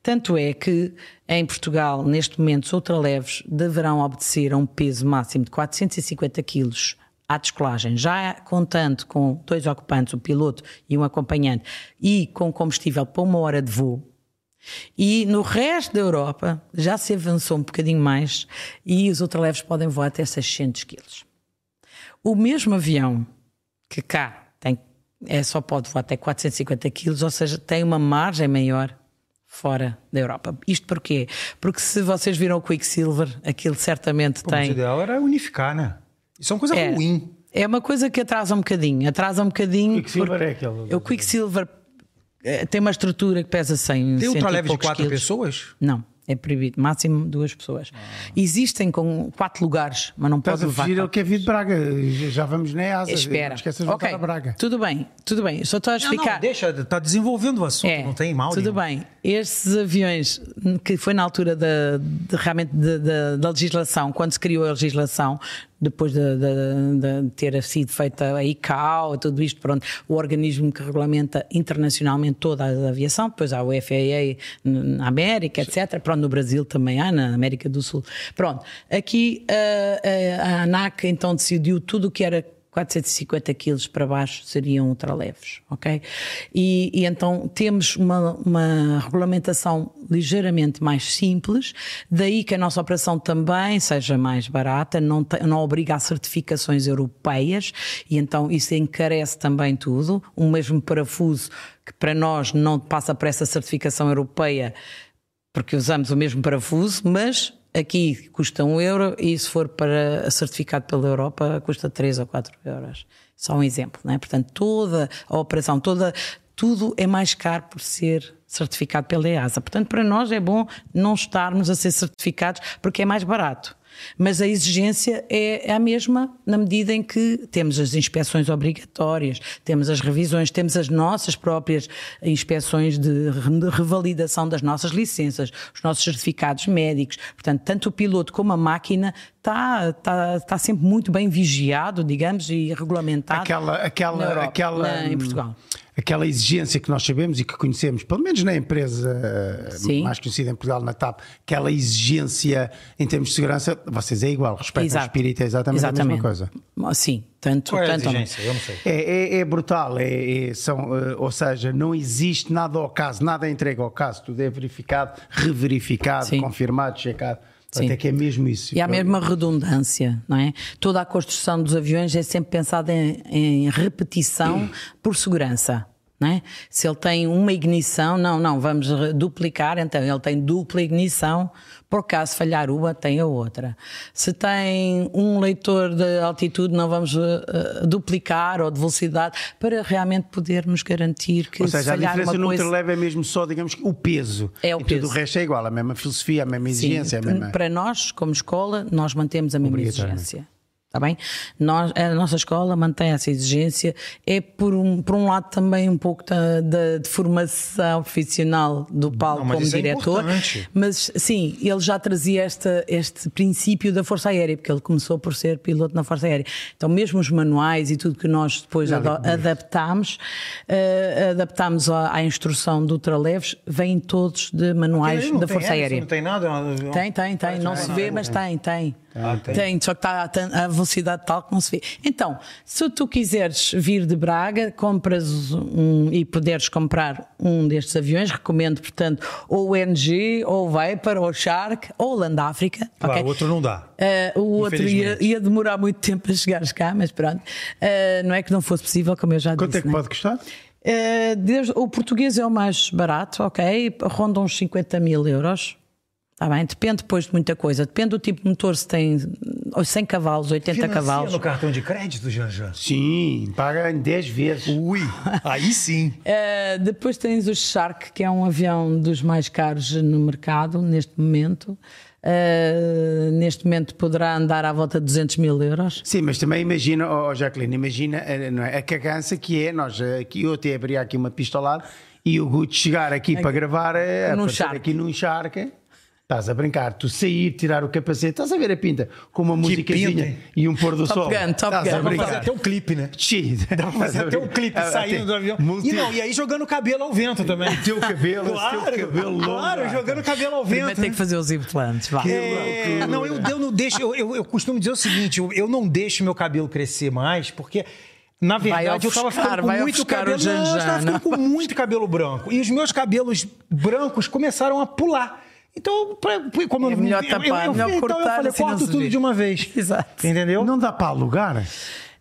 [SPEAKER 2] Tanto é que em Portugal, neste momento, os ultraleves deverão obedecer a um peso máximo de 450 quilos à descolagem, já contando com dois ocupantes, um piloto e um acompanhante, e com combustível para uma hora de voo. E no resto da Europa já se avançou um bocadinho mais e os ultraleves podem voar até 600 quilos. O mesmo avião que cá tem, é, só pode voar até 450 quilos, ou seja, tem uma margem maior fora da Europa. Isto porquê? Porque se vocês viram o Quicksilver, aquilo certamente
[SPEAKER 3] Bom, Mas o
[SPEAKER 2] tem.
[SPEAKER 3] ideal era unificar, né? Isso é uma coisa
[SPEAKER 2] É.
[SPEAKER 3] ruim.
[SPEAKER 2] É uma coisa que atrasa um bocadinho. Atrasa um bocadinho.
[SPEAKER 1] Quicksilver é aquele-
[SPEAKER 2] É O Quicksilver eh, tem uma estrutura que pesa 100
[SPEAKER 3] Tem
[SPEAKER 2] cento e
[SPEAKER 3] ultraleve de
[SPEAKER 2] poucos
[SPEAKER 3] quatro
[SPEAKER 2] quilos.
[SPEAKER 3] pessoas? Ah.
[SPEAKER 2] Não, é proibido. Máximo duas pessoas. Existem com quatro lugares, mas não
[SPEAKER 1] Estás
[SPEAKER 2] pode
[SPEAKER 1] a
[SPEAKER 2] levar.
[SPEAKER 1] fugir, ele
[SPEAKER 2] quatro.
[SPEAKER 1] quer vir de Braga. Já vamos na EASA.
[SPEAKER 2] Espera.
[SPEAKER 1] Não esqueças de voltar
[SPEAKER 2] Ok,
[SPEAKER 1] a Braga.
[SPEAKER 2] tudo bem, tudo bem. Só estou a
[SPEAKER 3] Não,
[SPEAKER 2] explicar.
[SPEAKER 3] não, deixa, tá desenvolvendo o assunto,
[SPEAKER 2] É,
[SPEAKER 3] não tem mal.
[SPEAKER 2] Tudo
[SPEAKER 3] nenhum.
[SPEAKER 2] bem. Estes aviões, que foi na altura da, de- realmente da- da- da legislação, quando se criou a legislação, depois de, de- de ter sido feita a ICAO, tudo isto, pronto, o organismo que regulamenta internacionalmente toda a aviação, depois há o FAA na América, etc. Pronto, no Brasil também há, na América do Sul. Pronto, aqui ah, ah, a ANAC então decidiu tudo o que era 450 quilos para baixo seriam ultraleves, ok? E, e então temos uma, uma regulamentação ligeiramente mais simples, daí que a nossa operação também seja mais barata, não, te- não obriga a certificações europeias, e então isso encarece também tudo. O mesmo parafuso que para nós não passa por essa certificação europeia, porque usamos o mesmo parafuso, mas aqui custa um euro e se for para certificado pela Europa custa 3 ou 4 euros. Só um exemplo, não é? Portanto, toda a operação, toda, tudo é mais caro por ser certificado pela EASA. Portanto, para nós é bom não estarmos a ser certificados porque é mais barato. Mas a exigência é é a mesma na medida em que temos as inspeções obrigatórias, temos as revisões, temos as nossas próprias inspeções de re- de revalidação das nossas licenças, os nossos certificados médicos. Portanto, tanto o piloto como a máquina está tá, tá sempre muito bem vigiado, digamos, e
[SPEAKER 3] Tá
[SPEAKER 2] regulamentado.
[SPEAKER 1] Aquela, aquela,
[SPEAKER 2] na Europa,
[SPEAKER 1] aquela,
[SPEAKER 2] na- em
[SPEAKER 1] hum,
[SPEAKER 2] Portugal.
[SPEAKER 1] Aquela exigência que nós sabemos e que conhecemos, pelo menos na empresa eh,
[SPEAKER 2] Sim.
[SPEAKER 1] mais conhecida em Portugal, na TAP, aquela exigência em termos de segurança, vocês é igual, respeito ao
[SPEAKER 2] Exato.
[SPEAKER 1] espírito é exatamente, a mesma coisa.
[SPEAKER 2] Sim, tanto,
[SPEAKER 3] Qual é a
[SPEAKER 2] tanto
[SPEAKER 3] exigência? Eu não sei.
[SPEAKER 1] É, é- é brutal, é- é- são, eh, ou seja, não existe nada ao caso, nada é entregue ao caso, tudo é verificado, reverificado,
[SPEAKER 2] Sim.
[SPEAKER 1] confirmado, checado.
[SPEAKER 2] Sim.
[SPEAKER 1] Até que é mesmo isso.
[SPEAKER 2] E há mesmo a redundância, não é? Toda a construção dos aviões é sempre pensada em, em repetição por segurança. né? Se ele tem uma ignição, não, não, vamos re- duplicar, então ele tem dupla ignição, por caso falhar uma, tem a outra. Se tem um leitor de altitude, não vamos eh, eh, duplicar ou de velocidade, para realmente podermos garantir que
[SPEAKER 1] Ou
[SPEAKER 2] se
[SPEAKER 1] seja, a
[SPEAKER 2] falhar
[SPEAKER 1] diferença
[SPEAKER 2] uma
[SPEAKER 1] no
[SPEAKER 2] coisa...
[SPEAKER 1] ultraleve é mesmo só, digamos, que o peso.
[SPEAKER 2] É o
[SPEAKER 1] e tudo
[SPEAKER 2] peso.
[SPEAKER 1] o resto é igual, a mesma filosofia, a mesma
[SPEAKER 2] Sim,
[SPEAKER 3] é
[SPEAKER 1] exigência, a mesma...
[SPEAKER 2] Para nós, como escola, nós mantemos a mesma
[SPEAKER 1] Obrigatoriamente.
[SPEAKER 2] exigência. Está bem? Nós, a nossa escola mantém essa exigência. É por um, por um lado também um pouco da, da- de formação profissional do Paulo
[SPEAKER 3] Não, mas
[SPEAKER 2] como
[SPEAKER 3] isso é
[SPEAKER 2] diretor.
[SPEAKER 3] importante.
[SPEAKER 2] mas sim, ele já trazia esta, este princípio da Força Aérea, porque ele começou por ser piloto na Força Aérea. Então, mesmo os manuais e tudo que nós depois ado- adaptámos, eh, adaptámos à, à instrução do Ultraleves, vêm todos de
[SPEAKER 3] Aquilo ali
[SPEAKER 2] manuais
[SPEAKER 3] não
[SPEAKER 2] da
[SPEAKER 3] tem
[SPEAKER 2] Força
[SPEAKER 3] hélice,
[SPEAKER 2] Aérea.
[SPEAKER 3] Não tem nada. é uma- é um-
[SPEAKER 2] Tem, tem, tem. Não
[SPEAKER 3] tem,
[SPEAKER 2] se
[SPEAKER 3] não,
[SPEAKER 2] vê,
[SPEAKER 3] não,
[SPEAKER 2] mas tem, tem.
[SPEAKER 3] Ah, tem.
[SPEAKER 2] Tem, só que está a tan- a velocidade tal que não se vê. Então, se tu quiseres vir de Braga, compras um e puderes comprar um destes aviões, recomendo, portanto, ou o NG, ou o Vapor, ou o Shark, ou o Land África.
[SPEAKER 3] Claro,
[SPEAKER 2] ok?
[SPEAKER 3] o outro não dá.
[SPEAKER 2] Eh, o outro ia,
[SPEAKER 3] Infelizmente.
[SPEAKER 2] ia demorar muito tempo a chegares cá, mas pronto. Eh, não é que não fosse possível, como eu já
[SPEAKER 1] Quanto
[SPEAKER 2] disse.
[SPEAKER 1] é que
[SPEAKER 2] né?
[SPEAKER 1] pode custar?
[SPEAKER 2] Eh, desde- o português é o mais barato, ok? Ronda uns 50 mil euros. Tá bem? Depende depois de muita coisa. Depende do tipo de motor, se tem ou 100 cavalos, 80
[SPEAKER 3] Financia
[SPEAKER 2] cavalos.
[SPEAKER 3] no cartão de crédito, Janjan.
[SPEAKER 1] Sim, paga em 10 vezes.
[SPEAKER 3] Ui, aí sim.
[SPEAKER 2] Eh, depois tens o Shark, que é um avião dos mais caros no mercado neste momento. Eh, neste momento poderá andar à volta de 200 mil euros.
[SPEAKER 1] Sim, mas também imagina, oh, oh, Jacqueline, imagina eh, não é, a cagança que é nós eh, aqui, eu até abri aqui uma pistolada e o Guto chegar aqui para gravar, eh,
[SPEAKER 2] Num
[SPEAKER 1] aparecer
[SPEAKER 2] charque.
[SPEAKER 1] aqui num charque. Estás a brincar, tu sair, tirar o capacete, estás a ver a pinta com uma musicazinha
[SPEAKER 3] pinta, hein?
[SPEAKER 1] e um pôr do
[SPEAKER 2] Top
[SPEAKER 1] sol.
[SPEAKER 2] Gun, Top
[SPEAKER 1] Estás
[SPEAKER 2] Gun.
[SPEAKER 1] a
[SPEAKER 2] Dá pra
[SPEAKER 3] Dá pra fazer
[SPEAKER 1] brincar.
[SPEAKER 3] até um clipe, né?
[SPEAKER 1] Sim, dá para
[SPEAKER 3] Fazer até um clipe saindo do avião. E não, e aí jogando o cabelo ao vento também.
[SPEAKER 1] O teu cabelo, o teu cabelo longo.
[SPEAKER 3] Claro, jogando o cabelo ao
[SPEAKER 2] Primeiro
[SPEAKER 3] vento.
[SPEAKER 2] tem
[SPEAKER 3] né?
[SPEAKER 2] que fazer os implantes. Vá.
[SPEAKER 3] É, não, eu, eu não deixo. Eu, eu, eu costumo dizer o seguinte: eu, eu não deixo meu cabelo crescer mais, porque. Na
[SPEAKER 2] Vai
[SPEAKER 3] verdade, eu tava
[SPEAKER 2] ofuscar,
[SPEAKER 3] ficando com
[SPEAKER 2] vai
[SPEAKER 3] muito
[SPEAKER 2] ofuscar o né?
[SPEAKER 3] cabelo. não, eu tava
[SPEAKER 2] Janjana.
[SPEAKER 3] ficando com muito cabelo branco. E os meus cabelos brancos começaram a pular. Então, pra- como eu
[SPEAKER 2] É
[SPEAKER 3] não-
[SPEAKER 2] melhor
[SPEAKER 3] eu,
[SPEAKER 2] tapar,
[SPEAKER 3] eu, eu,
[SPEAKER 2] melhor
[SPEAKER 3] então eu
[SPEAKER 2] cortar,
[SPEAKER 3] falei,
[SPEAKER 2] assim não
[SPEAKER 3] corto
[SPEAKER 2] se
[SPEAKER 3] tudo
[SPEAKER 2] vê.
[SPEAKER 3] de uma vez.
[SPEAKER 2] Exato.
[SPEAKER 3] Entendeu?
[SPEAKER 1] Não dá para alugar?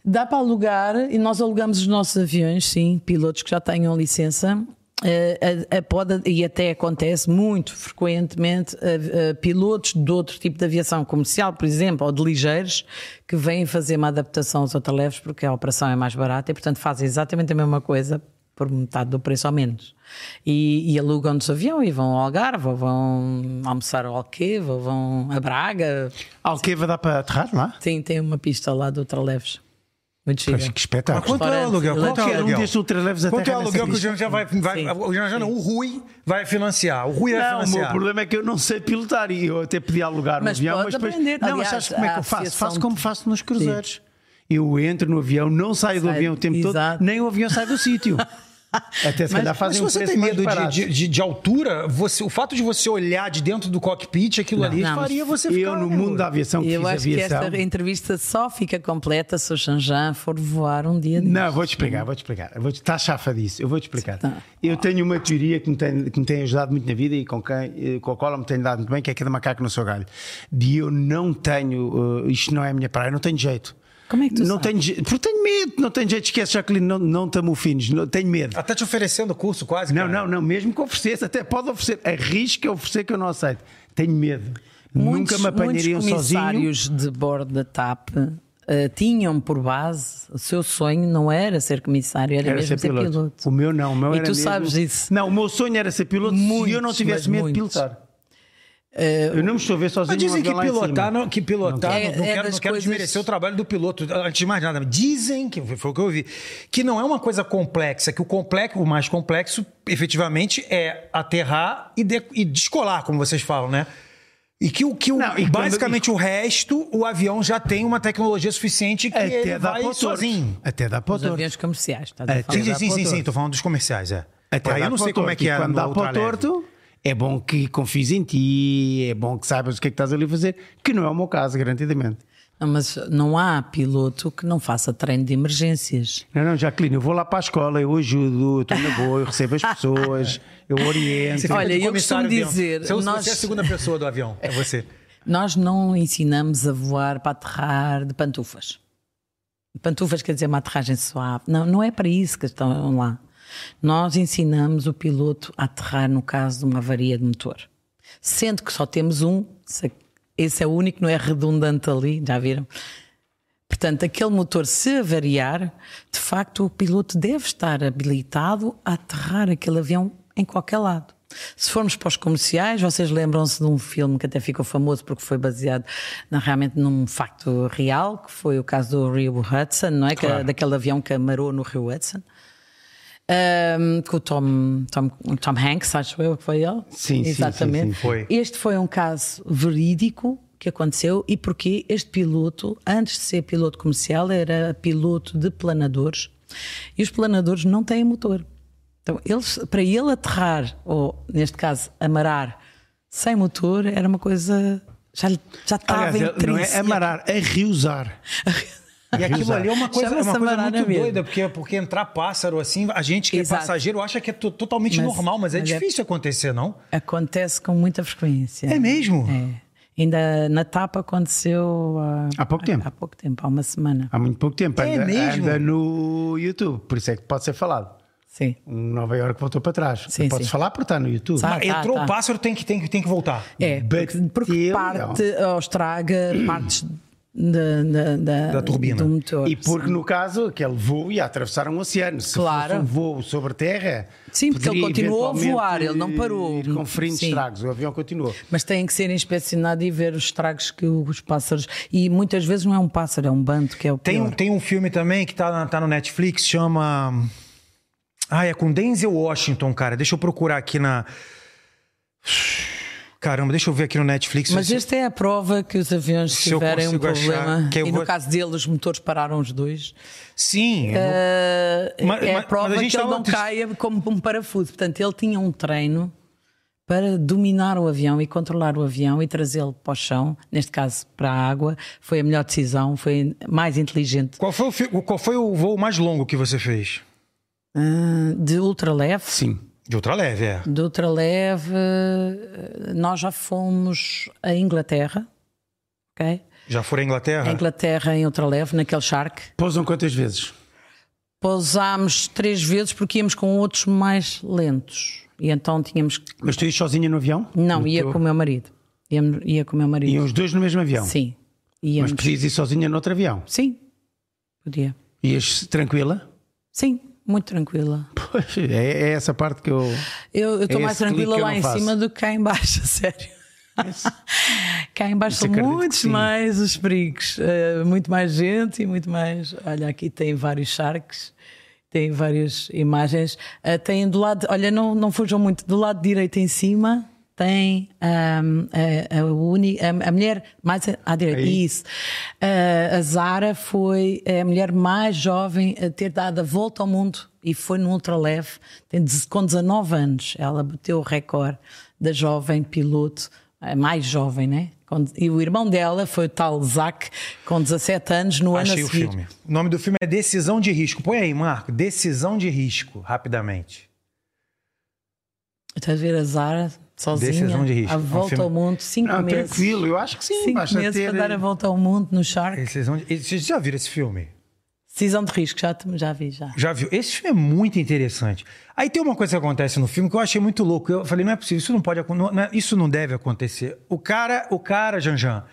[SPEAKER 2] Dá para alugar e nós alugamos os nossos aviões, sim, pilotos que já tenham licença. Eh, a- a poda- e até acontece muito frequentemente eh, eh, pilotos de outro tipo de aviação comercial, por exemplo, ou de ligeiros, que vêm fazer uma adaptação aos autoleves porque a operação é mais barata e, portanto, fazem exatamente a mesma coisa por metade do preço ou menos. E, e alugam-nos avião e vão ao Algarve, ou vão almoçar ao Alqueva, ou vão a Braga.
[SPEAKER 1] Alqueva dá para aterrar lá?
[SPEAKER 2] Tem, tem uma pista lá do Ultraleves. Muito gira.
[SPEAKER 1] Mas que espetáculo.
[SPEAKER 3] Mas quanto é o aluguel? Quanto é o
[SPEAKER 1] Qualquer um
[SPEAKER 3] aluguel?
[SPEAKER 1] destes ultraleves até
[SPEAKER 3] Quanto é o aluguel que o Jean já vai. vai
[SPEAKER 2] Sim.
[SPEAKER 3] o Jean já não, o Rui vai financiar. O Rui vai
[SPEAKER 1] Não, o meu
[SPEAKER 3] financiar.
[SPEAKER 1] problema é que eu não sei pilotar e eu até podia alugar
[SPEAKER 2] Mas
[SPEAKER 1] um avião,
[SPEAKER 2] pode
[SPEAKER 1] mas depois.
[SPEAKER 2] aprender.
[SPEAKER 1] Não, mas
[SPEAKER 2] Aliás,
[SPEAKER 1] sabes como é que
[SPEAKER 2] a
[SPEAKER 1] eu faço?
[SPEAKER 2] aviação-
[SPEAKER 1] Faço como faço nos cruzeiros. Eu entro no avião, não saio do
[SPEAKER 2] Sai-
[SPEAKER 1] avião o tempo
[SPEAKER 2] Exato.
[SPEAKER 1] todo, nem o avião sai do sítio. Até se calhar
[SPEAKER 3] Mas
[SPEAKER 1] fazem
[SPEAKER 3] se
[SPEAKER 1] um
[SPEAKER 3] você
[SPEAKER 1] preço
[SPEAKER 3] tem
[SPEAKER 1] mais
[SPEAKER 3] medo de,
[SPEAKER 1] barato.
[SPEAKER 3] de, de- de altura, você- o fato de você olhar de dentro do cockpit, aquilo ali,
[SPEAKER 2] não, mas
[SPEAKER 3] faria você ficar.
[SPEAKER 1] Eu, no mundo da aviação, que
[SPEAKER 2] Eu
[SPEAKER 1] fiz
[SPEAKER 2] acho que
[SPEAKER 1] um aviação.
[SPEAKER 2] esta entrevista só fica completa se o Xanjan for voar um dia. desses.
[SPEAKER 1] Não, vou te explicar, vou te explicar. Eu Vou te, tá chafa disso, eu vou te explicar.
[SPEAKER 2] Tá.
[SPEAKER 1] Eu tenho uma teoria que me tem, que me tem ajudado muito na vida e com, quem, eh, com a qual eu me tenho dado muito bem, que é cada macaco no seu galho. De eu não tenho, eh, isto não é a minha praia, eu não tenho jeito.
[SPEAKER 2] Como é que tu
[SPEAKER 1] não
[SPEAKER 2] sabes?
[SPEAKER 1] tenho jeito, porque tenho medo, não tenho jeito, esquece, Jacqueline, não, não tamufines, não, tenho medo.
[SPEAKER 3] Até tá te oferecendo curso quase.
[SPEAKER 1] Não,
[SPEAKER 3] cara.
[SPEAKER 1] não, não, mesmo que oferecesse, até pode oferecer, arrisca oferecer que eu não aceito. Tenho medo.
[SPEAKER 2] Muitos-
[SPEAKER 1] Nunca me apanhariam
[SPEAKER 2] muitos
[SPEAKER 1] sozinho.
[SPEAKER 2] comissários de bordo da TAP eh, tinham por base o seu sonho não era ser comissário, era,
[SPEAKER 1] Era
[SPEAKER 2] mesmo
[SPEAKER 1] ser piloto. O meu não, o meu
[SPEAKER 2] E
[SPEAKER 1] era
[SPEAKER 2] tu
[SPEAKER 1] mesmo-
[SPEAKER 2] sabes isso.
[SPEAKER 1] Não, o meu sonho era ser piloto se eu não
[SPEAKER 2] Muitos, mas
[SPEAKER 1] tivesse medo de
[SPEAKER 2] muitos.
[SPEAKER 1] pilotar. eu não me estou a ver sozinho.
[SPEAKER 3] Mas dizem
[SPEAKER 1] um
[SPEAKER 3] que
[SPEAKER 1] avião lá em
[SPEAKER 3] pilotar,
[SPEAKER 1] cima.
[SPEAKER 3] não, que pilotar,
[SPEAKER 2] É-
[SPEAKER 3] não, não
[SPEAKER 2] é
[SPEAKER 3] quero,
[SPEAKER 2] das
[SPEAKER 3] não quero
[SPEAKER 2] coisas-
[SPEAKER 3] desmerecer o trabalho do piloto, antes de mais nada. mas Dizem, que foi o que eu vi, que não é uma coisa complexa, que o complexo, o mais complexo, efetivamente, é aterrar e, de- e descolar, como vocês falam, né? E que o que o-
[SPEAKER 1] Não, e quando-
[SPEAKER 3] basicamente o resto, o avião já tem uma tecnologia suficiente que ele
[SPEAKER 1] Até dá
[SPEAKER 3] é vai
[SPEAKER 1] para o torto.
[SPEAKER 3] sozinho.
[SPEAKER 1] Até dá para o
[SPEAKER 2] Os
[SPEAKER 1] torto.
[SPEAKER 2] aviões comerciais, estás a
[SPEAKER 1] É,
[SPEAKER 2] falar.
[SPEAKER 3] Sim, sim,
[SPEAKER 1] dá
[SPEAKER 3] sim,
[SPEAKER 1] para o
[SPEAKER 3] sim, sim,
[SPEAKER 1] torto.
[SPEAKER 3] tô falando dos comerciais, é.
[SPEAKER 1] Até
[SPEAKER 3] Aí
[SPEAKER 1] dá
[SPEAKER 3] eu não
[SPEAKER 1] para o
[SPEAKER 3] sei como é
[SPEAKER 1] torto.
[SPEAKER 3] que
[SPEAKER 1] E
[SPEAKER 3] é
[SPEAKER 1] Quando
[SPEAKER 3] no
[SPEAKER 1] dá para o
[SPEAKER 3] ultraleve.
[SPEAKER 1] torto, é bom que confies em ti, é bom que saibas o que é que estás ali a fazer, que não é o meu caso, garantidamente.
[SPEAKER 2] Não, mas não há piloto que não faça treino de emergências.
[SPEAKER 1] Não, não, Jacqueline, eu vou lá para a escola, eu ajudo, eu estou na boa, eu recebo as pessoas, eu oriento.
[SPEAKER 3] Você fica
[SPEAKER 2] Olha,
[SPEAKER 3] de
[SPEAKER 2] eu
[SPEAKER 3] comissário
[SPEAKER 2] costumo
[SPEAKER 3] dentro.
[SPEAKER 2] dizer,
[SPEAKER 3] Você,
[SPEAKER 2] nós-
[SPEAKER 3] você é a segunda pessoa do avião, é você.
[SPEAKER 2] Nós não ensinamos a voar para aterrar de pantufas. Pantufas quer dizer uma aterragem suave. Não, não é para isso que estão lá. Nós ensinamos o piloto a aterrar no caso de uma avaria de motor. Sendo que só temos um, esse é o único, não é redundante ali, já viram? Portanto, aquele motor, se avariar, de facto o piloto deve estar habilitado a aterrar aquele avião em qualquer lado. Se formos para os comerciais, vocês lembram-se de um filme que até ficou famoso porque foi baseado na, realmente num facto real, que foi o caso do Rio Hudson, não é? Claro. Que, daquele avião que amarou no Rio Hudson. Um, com o Tom, Tom, Tom Hanks, acho eu que foi ele.
[SPEAKER 1] Sim,
[SPEAKER 2] Exatamente.
[SPEAKER 1] Sim, sim, sim, foi.
[SPEAKER 2] Este foi um caso verídico que aconteceu e porque este piloto, antes de ser piloto comercial, era piloto de planadores e os planadores não têm motor. Então, eles, para ele aterrar, ou neste caso, amarar sem motor, era uma coisa. Já, já estava Aliás,
[SPEAKER 1] Não é amarar, é reusar.
[SPEAKER 3] E aquilo ali é uma coisa, é uma coisa
[SPEAKER 2] amarar,
[SPEAKER 3] muito
[SPEAKER 2] não é mesmo?
[SPEAKER 3] doida, porque, porque entrar pássaro assim, a gente que é
[SPEAKER 2] Exato.
[SPEAKER 3] passageiro acha que é to- totalmente
[SPEAKER 2] Mas-
[SPEAKER 3] normal, mas é
[SPEAKER 2] mas é-
[SPEAKER 3] difícil acontecer, não?
[SPEAKER 2] Acontece com muita frequência.
[SPEAKER 3] É mesmo?
[SPEAKER 2] É. Ainda na TAP aconteceu ah,
[SPEAKER 1] Há pouco tempo. Ah.
[SPEAKER 2] Há pouco tempo, há uma semana.
[SPEAKER 1] Há muito pouco tempo.
[SPEAKER 3] É
[SPEAKER 1] Anda,
[SPEAKER 3] mesmo?
[SPEAKER 1] anda no YouTube, por isso é que pode ser falado.
[SPEAKER 2] Sim.
[SPEAKER 1] Um Nova York voltou para trás.
[SPEAKER 2] Sim,
[SPEAKER 1] Podes
[SPEAKER 2] sim.
[SPEAKER 1] falar porque está no YouTube.
[SPEAKER 2] Tá. Ah,
[SPEAKER 3] Entrou
[SPEAKER 2] tá.
[SPEAKER 3] o pássaro, tem que, tem, que- tem que voltar.
[SPEAKER 2] É, porque, porque
[SPEAKER 1] Bateu,
[SPEAKER 2] parte ou estraga partes da, da, da-
[SPEAKER 3] Da turbina.
[SPEAKER 2] do motor.
[SPEAKER 1] E porque no caso, aquele voo ia atravessar um oceano. Se
[SPEAKER 2] Claro.
[SPEAKER 1] fosse um voo sobre terra.
[SPEAKER 2] Sim, porque ele
[SPEAKER 1] poderia
[SPEAKER 2] continuou a
[SPEAKER 1] eventualmente
[SPEAKER 2] voar, ele não parou.
[SPEAKER 1] ir Com ferindo
[SPEAKER 2] Sim.
[SPEAKER 1] estragos, o avião continuou.
[SPEAKER 2] Mas têm que ser inspecionados e ver os estragos que os pássaros. E muitas vezes não é um pássaro, é um bando que é o
[SPEAKER 3] Tem, um-
[SPEAKER 2] pior.
[SPEAKER 3] tem um filme também que tá, na- tá no Netflix, chama. Ah, é com Denzel Washington, cara. Deixa eu procurar aqui na. Caramba, deixa eu ver aqui no Netflix.
[SPEAKER 2] Mas esta é a prova que os aviões
[SPEAKER 3] Se eu
[SPEAKER 2] tiverem um
[SPEAKER 3] consigo achar
[SPEAKER 2] problema.
[SPEAKER 3] que eu
[SPEAKER 2] E
[SPEAKER 3] vou-
[SPEAKER 2] no caso dele, os motores pararam os dois.
[SPEAKER 3] Sim. eu não-
[SPEAKER 2] Eh,
[SPEAKER 3] Mas-
[SPEAKER 2] é
[SPEAKER 3] mas-
[SPEAKER 2] a prova
[SPEAKER 3] mas a
[SPEAKER 2] que
[SPEAKER 3] gente
[SPEAKER 2] ele
[SPEAKER 3] tava-
[SPEAKER 2] não caia como um parafuso. Portanto, ele tinha um treino para dominar o avião e controlar o avião e trazê-lo para o chão, neste caso para a água. Foi a melhor decisão, foi mais inteligente.
[SPEAKER 3] Qual, foi o, fi- qual foi o voo mais longo que você fez?
[SPEAKER 2] Ah, de ultraleve.
[SPEAKER 1] Sim.
[SPEAKER 3] De ultraleve, é.
[SPEAKER 2] De ultraleve, eh, nós já fomos à Inglaterra, ok?
[SPEAKER 3] Já foram à
[SPEAKER 2] A
[SPEAKER 3] Inglaterra?
[SPEAKER 2] É, Inglaterra em ultraleve, naquele Shark.
[SPEAKER 1] Pousam quantas vezes?
[SPEAKER 2] Pousámos três vezes porque íamos com outros mais lentos. E então tínhamos que.
[SPEAKER 1] Mas tu ias sozinha no avião?
[SPEAKER 2] Não,
[SPEAKER 1] No
[SPEAKER 2] ia
[SPEAKER 1] teu-
[SPEAKER 2] com o meu marido. Ia, ia com o meu marido.
[SPEAKER 1] Iam os dois no mesmo avião?
[SPEAKER 2] Sim.
[SPEAKER 1] Mas
[SPEAKER 2] Íamos.
[SPEAKER 1] podias ir sozinha noutro avião?
[SPEAKER 2] Sim. Podia.
[SPEAKER 1] Ias tranquila?
[SPEAKER 2] Sim, muito tranquila.
[SPEAKER 1] Pois, é, é essa parte que eu...
[SPEAKER 2] Eu estou
[SPEAKER 1] É
[SPEAKER 2] mais
[SPEAKER 1] esse clique
[SPEAKER 2] tranquila
[SPEAKER 1] que eu
[SPEAKER 2] lá
[SPEAKER 1] não
[SPEAKER 2] em
[SPEAKER 1] faço.
[SPEAKER 2] cima do que cá em baixo, a sério. cá em baixo
[SPEAKER 1] Isso
[SPEAKER 2] são
[SPEAKER 1] acredito que
[SPEAKER 2] muitos
[SPEAKER 1] sim.
[SPEAKER 2] mais os perigos, eh, muito mais gente e muito mais. Olha, aqui tem vários sharks, tem várias imagens. Eh, tem do lado, olha, não, não fujam muito, do lado direito em cima. Tem ahm, a, a, uni- a- a mulher mais à direita.
[SPEAKER 1] Aí.
[SPEAKER 2] Isso. Eh, a Zara foi a mulher mais jovem a ter dado a volta ao mundo e foi no ultraleve. Tem deze- com 19 anos, ela bateu o recorde da jovem piloto, a é, mais jovem, né? Com- E o irmão dela foi o tal Zac, com 17 anos, no ano
[SPEAKER 3] Achei
[SPEAKER 2] a
[SPEAKER 3] o
[SPEAKER 2] seguir.
[SPEAKER 3] filme. O nome do filme é Decisão de Risco. Põe aí, Marco. Decisão de Risco, rapidamente.
[SPEAKER 2] Estás a ver a Zara sozinha,
[SPEAKER 3] Decisão de risco.
[SPEAKER 2] a
[SPEAKER 3] É um
[SPEAKER 2] volta
[SPEAKER 3] filme-
[SPEAKER 2] ao mundo, 5
[SPEAKER 1] Não,
[SPEAKER 2] meses.
[SPEAKER 1] tranquilo, eu acho que sim.
[SPEAKER 2] 5
[SPEAKER 1] basta
[SPEAKER 2] meses
[SPEAKER 1] ter... É.
[SPEAKER 2] para dar a volta ao mundo no Shark.
[SPEAKER 3] Decisão de... Vocês já viram esse filme?
[SPEAKER 2] Decisão de risco, já, te- já vi, já.
[SPEAKER 3] Já viu? Esse filme é muito interessante. Aí tem uma coisa que acontece no filme que eu achei muito louco. Eu falei, não é possível, isso não pode acon- não- não é- isso não deve acontecer. O cara, o cara, Janjan,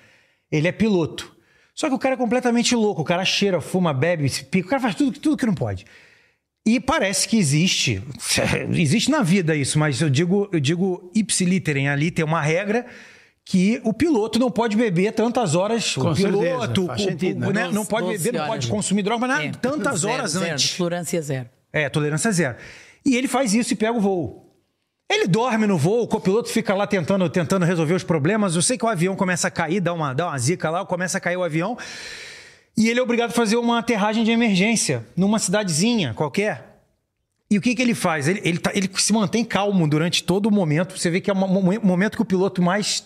[SPEAKER 3] ele é piloto. Só que o cara é completamente louco. O cara cheira, fuma, bebe, se pica. O cara faz tudo, tudo que não pode. E parece que existe, existe na vida isso, mas eu digo, eu digo ipsiliterem ali, tem uma regra que o piloto não pode beber tantas horas,
[SPEAKER 1] Com
[SPEAKER 3] o piloto,
[SPEAKER 1] certeza, faz
[SPEAKER 3] o- o-
[SPEAKER 1] sentido, né?
[SPEAKER 3] né? não
[SPEAKER 2] 12
[SPEAKER 3] pode beber, não
[SPEAKER 2] horas.
[SPEAKER 3] pode consumir droga, mas nada,
[SPEAKER 2] É,
[SPEAKER 3] tantas
[SPEAKER 2] zero,
[SPEAKER 3] horas
[SPEAKER 2] zero,
[SPEAKER 3] antes.
[SPEAKER 2] Tolerância zero.
[SPEAKER 3] É, tolerância zero. E ele faz isso e pega o voo. Ele dorme no voo, o copiloto fica lá tentando, tentando resolver os problemas. Eu sei que o avião começa a cair, dá uma, dá uma zica lá, começa a cair o avião. E ele é obrigado a fazer uma aterragem de emergência numa cidadezinha qualquer. E o que, que ele faz? Ele, ele tá- ele se mantém calmo durante todo o momento. Você vê que é um mo- momento que o piloto mais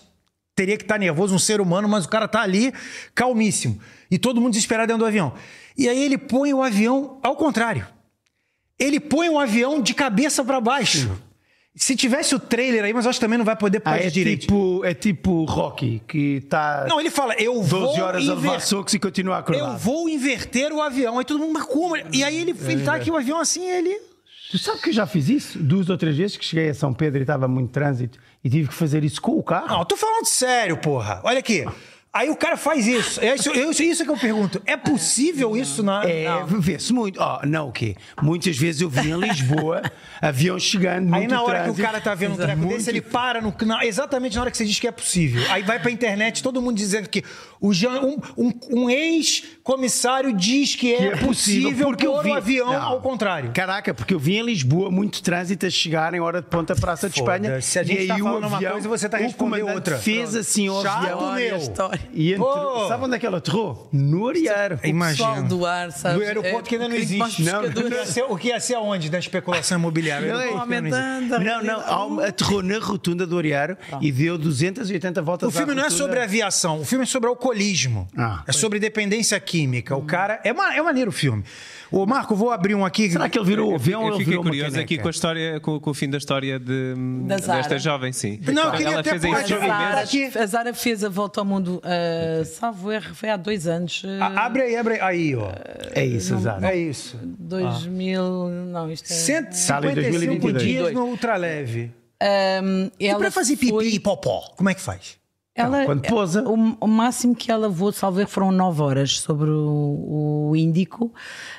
[SPEAKER 3] teria que estar nervoso, um ser humano, mas o cara tá ali calmíssimo. E todo mundo desesperado dentro do avião. E aí ele põe o avião ao contrário. Ele põe o avião de cabeça para baixo. Se tivesse o trailer aí, mas eu acho que também não vai poder por
[SPEAKER 1] Ah,
[SPEAKER 3] causa
[SPEAKER 1] é,
[SPEAKER 3] de direito.
[SPEAKER 1] tipo, é tipo o Rocky, que está
[SPEAKER 3] Não, ele fala, eu
[SPEAKER 1] 12
[SPEAKER 3] vou
[SPEAKER 1] horas a levar
[SPEAKER 3] inverter.
[SPEAKER 1] socos e continua acordado.
[SPEAKER 3] Eu vou inverter o avião. Aí todo mundo, mas como? E aí ele, ele tá aqui o avião assim, ele.
[SPEAKER 1] Tu sabe que eu já fiz isso duas ou três vezes que cheguei a São Pedro e estava muito trânsito e tive que fazer isso com o carro.
[SPEAKER 3] Não, eu tô falando sério, porra. Olha aqui. Aí o cara faz isso. É isso, eu- isso é que eu pergunto. É possível isso na.
[SPEAKER 1] É, vê-se muito. Oh, não, o quê? Muitas vezes eu vim em Lisboa, avião chegando, muito
[SPEAKER 3] Aí na hora que o
[SPEAKER 1] trânsito,
[SPEAKER 3] cara tá vendo um treco
[SPEAKER 1] muito-
[SPEAKER 3] desse, ele para no, na- exatamente na hora que você diz que é possível. Aí vai pra internet todo mundo dizendo que o Jean- um, um- um ex-comissário diz
[SPEAKER 1] que
[SPEAKER 3] que, é, possível porque pôr
[SPEAKER 1] um
[SPEAKER 3] o avião
[SPEAKER 1] Não.
[SPEAKER 3] ao contrário.
[SPEAKER 1] Caraca, porque eu vim em Lisboa muito trânsito a chegar em hora de ponta Praça de
[SPEAKER 3] Foda-se,
[SPEAKER 1] Espanha.
[SPEAKER 3] se a gente
[SPEAKER 1] e aí
[SPEAKER 3] tá
[SPEAKER 1] o
[SPEAKER 3] falando uma
[SPEAKER 1] avião,
[SPEAKER 3] coisa, você tá
[SPEAKER 1] o
[SPEAKER 3] respondendo
[SPEAKER 1] comandante
[SPEAKER 3] outra.
[SPEAKER 1] fez assim o
[SPEAKER 3] Chato
[SPEAKER 1] avião
[SPEAKER 2] Olha a
[SPEAKER 3] meu.
[SPEAKER 2] história.
[SPEAKER 1] e entrou.
[SPEAKER 3] Pô.
[SPEAKER 1] Sabe onde é que ela aterrou? No Oriaro.
[SPEAKER 2] O pessoal do ar, sabe? É,
[SPEAKER 3] Do aeroporto que ainda não existe.
[SPEAKER 1] Não,
[SPEAKER 3] O que ia ser- O que ia ser aonde? Da especulação imobiliária.
[SPEAKER 1] Não,
[SPEAKER 3] Aeroporto que ainda não existe.
[SPEAKER 2] Aumentando. a
[SPEAKER 1] Não, não, há uma- aterrou na rotunda do Oriaro e deu 280 voltas
[SPEAKER 3] O filme
[SPEAKER 1] à
[SPEAKER 3] não é
[SPEAKER 1] rotunda.
[SPEAKER 3] sobre aviação, o filme é sobre alcoolismo.
[SPEAKER 1] Ah. Hum.
[SPEAKER 3] é sobre dependência química. O cara. É, ma- é maneiro o filme. Ô, Marco, vou abrir um aqui.
[SPEAKER 1] Será que ele virou o avião ou
[SPEAKER 4] Eu
[SPEAKER 1] ele
[SPEAKER 4] fiquei
[SPEAKER 1] virou uma
[SPEAKER 4] curioso aqui
[SPEAKER 1] caneca?
[SPEAKER 4] com a história, com, com o fim da história de,
[SPEAKER 2] Da Zara.
[SPEAKER 4] desta jovem, sim.
[SPEAKER 3] Não, eu queria
[SPEAKER 4] ela
[SPEAKER 3] até
[SPEAKER 4] fez
[SPEAKER 3] pôr
[SPEAKER 4] a
[SPEAKER 2] A
[SPEAKER 3] Deixa eu
[SPEAKER 2] Zara,
[SPEAKER 3] ver aqui.
[SPEAKER 2] a Zara fez a volta ao mundo, ah, salvo erro, foi há dois anos. eh,
[SPEAKER 3] A- abre aí, abre aí, ó.
[SPEAKER 1] É isso, exato.
[SPEAKER 3] É isso.
[SPEAKER 2] 2000. Não, isto é.
[SPEAKER 1] Sala Tá em
[SPEAKER 3] 155
[SPEAKER 1] 2022.
[SPEAKER 3] dias no ultraleve.
[SPEAKER 2] Ahm,
[SPEAKER 3] E
[SPEAKER 2] ela
[SPEAKER 3] pra fazer pipi
[SPEAKER 2] foi-
[SPEAKER 3] e popó, como é que faz?
[SPEAKER 2] Ela,
[SPEAKER 1] quando pousa.
[SPEAKER 2] O, o máximo que ela voou, salvo erro, foram 9 horas sobre o, o Índico,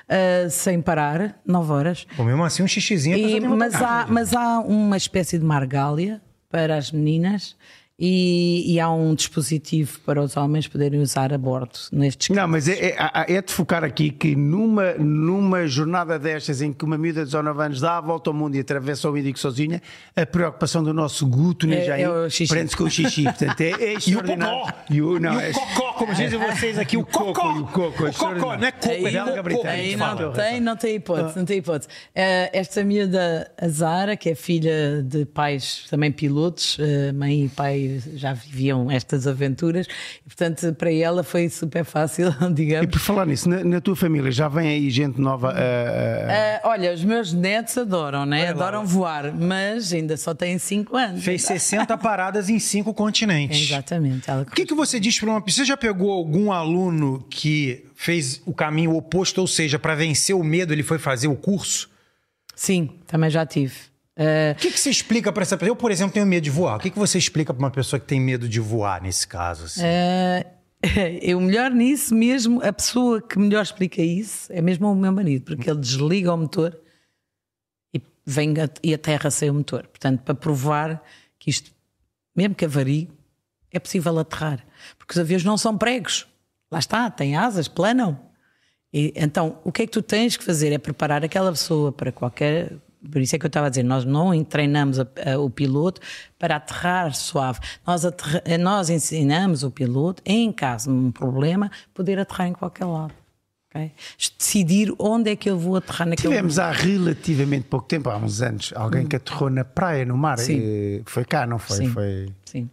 [SPEAKER 2] ah, sem parar, 9 horas.
[SPEAKER 3] Pô, mesmo assim, um xixizinho. a
[SPEAKER 2] E-
[SPEAKER 3] pessoa tem vontade Ah,
[SPEAKER 2] mas,
[SPEAKER 3] de
[SPEAKER 2] há,
[SPEAKER 3] fazer.
[SPEAKER 2] mas há uma espécie de margália para as meninas e, e há um dispositivo para os homens poderem usar a bordo nestes
[SPEAKER 1] Não, mas é, é- é- é de focar aqui que numa, numa jornada destas em que uma miúda de 19 anos dá a volta ao mundo e atravessa o Índico sozinha, a preocupação do nosso Guto
[SPEAKER 2] É-
[SPEAKER 1] Nejaim
[SPEAKER 2] é o xixi.
[SPEAKER 1] prende-se com o xixi. Portanto, é, é
[SPEAKER 3] E o
[SPEAKER 1] extraordinário.
[SPEAKER 3] popó.
[SPEAKER 1] E o- não,
[SPEAKER 3] E
[SPEAKER 1] é-
[SPEAKER 3] o cocó, como dizem vocês aqui. O
[SPEAKER 1] coco,
[SPEAKER 3] cocó.
[SPEAKER 1] e o coco, é
[SPEAKER 3] O cocó, não é
[SPEAKER 1] extraordinário.
[SPEAKER 3] coco, é Ah.
[SPEAKER 2] Aí não-
[SPEAKER 3] belga britânica.
[SPEAKER 2] Aí
[SPEAKER 3] que
[SPEAKER 2] não
[SPEAKER 3] fala.
[SPEAKER 2] tem, não tem hipótese, não tem hipótese. Eh, esta miúda a Zara, que é filha de pais também pilotos, eh, mãe e pai já viviam estas aventuras, e, portanto para ela foi super fácil,
[SPEAKER 1] E
[SPEAKER 2] digamos.
[SPEAKER 1] por falar nisso, na, na tua família já vem aí gente nova a.
[SPEAKER 2] Eh, olha, os meus netos adoram, né? Adoram voar, mas ainda só têm 5 anos.
[SPEAKER 3] Fez 60 paradas em cinco continentes.
[SPEAKER 2] Exatamente. Ela...
[SPEAKER 3] O que, que você diz para uma pessoa? Você já pegou algum aluno que fez o caminho oposto, ou seja, para vencer o medo, ele foi fazer o curso?
[SPEAKER 2] Sim, também já tive. Eh,
[SPEAKER 3] O que, que você explica para essa pessoa? Eu, por exemplo, tenho medo de voar. O que, que você explica para uma pessoa que tem medo de voar nesse caso? assim?
[SPEAKER 2] Ah, Eu melhor nisso mesmo, a pessoa que melhor explica isso é mesmo o meu marido, porque ele desliga o motor e, vem a, e aterra sem o motor. Portanto, para provar que isto, mesmo que avarie, é possível aterrar. Porque os aviões não são pregos. Lá está, têm asas, planam. E, então, o que é que tu tens que fazer? É preparar aquela pessoa para qualquer. Por isso é que eu estava a dizer, nós não treinamos a- a- o piloto para aterrar suave. Nós, aterra- eh, nós ensinamos o piloto, em caso de um problema, poder aterrar em qualquer lado. ok? Decidir onde é que eu vou aterrar naquele
[SPEAKER 1] Tivemos há relativamente pouco tempo, há uns anos, alguém que aterrou na praia, no mar.
[SPEAKER 2] Sim.
[SPEAKER 1] Eh, Foi cá, não foi?
[SPEAKER 2] Sim.
[SPEAKER 1] Foi,
[SPEAKER 2] Sim.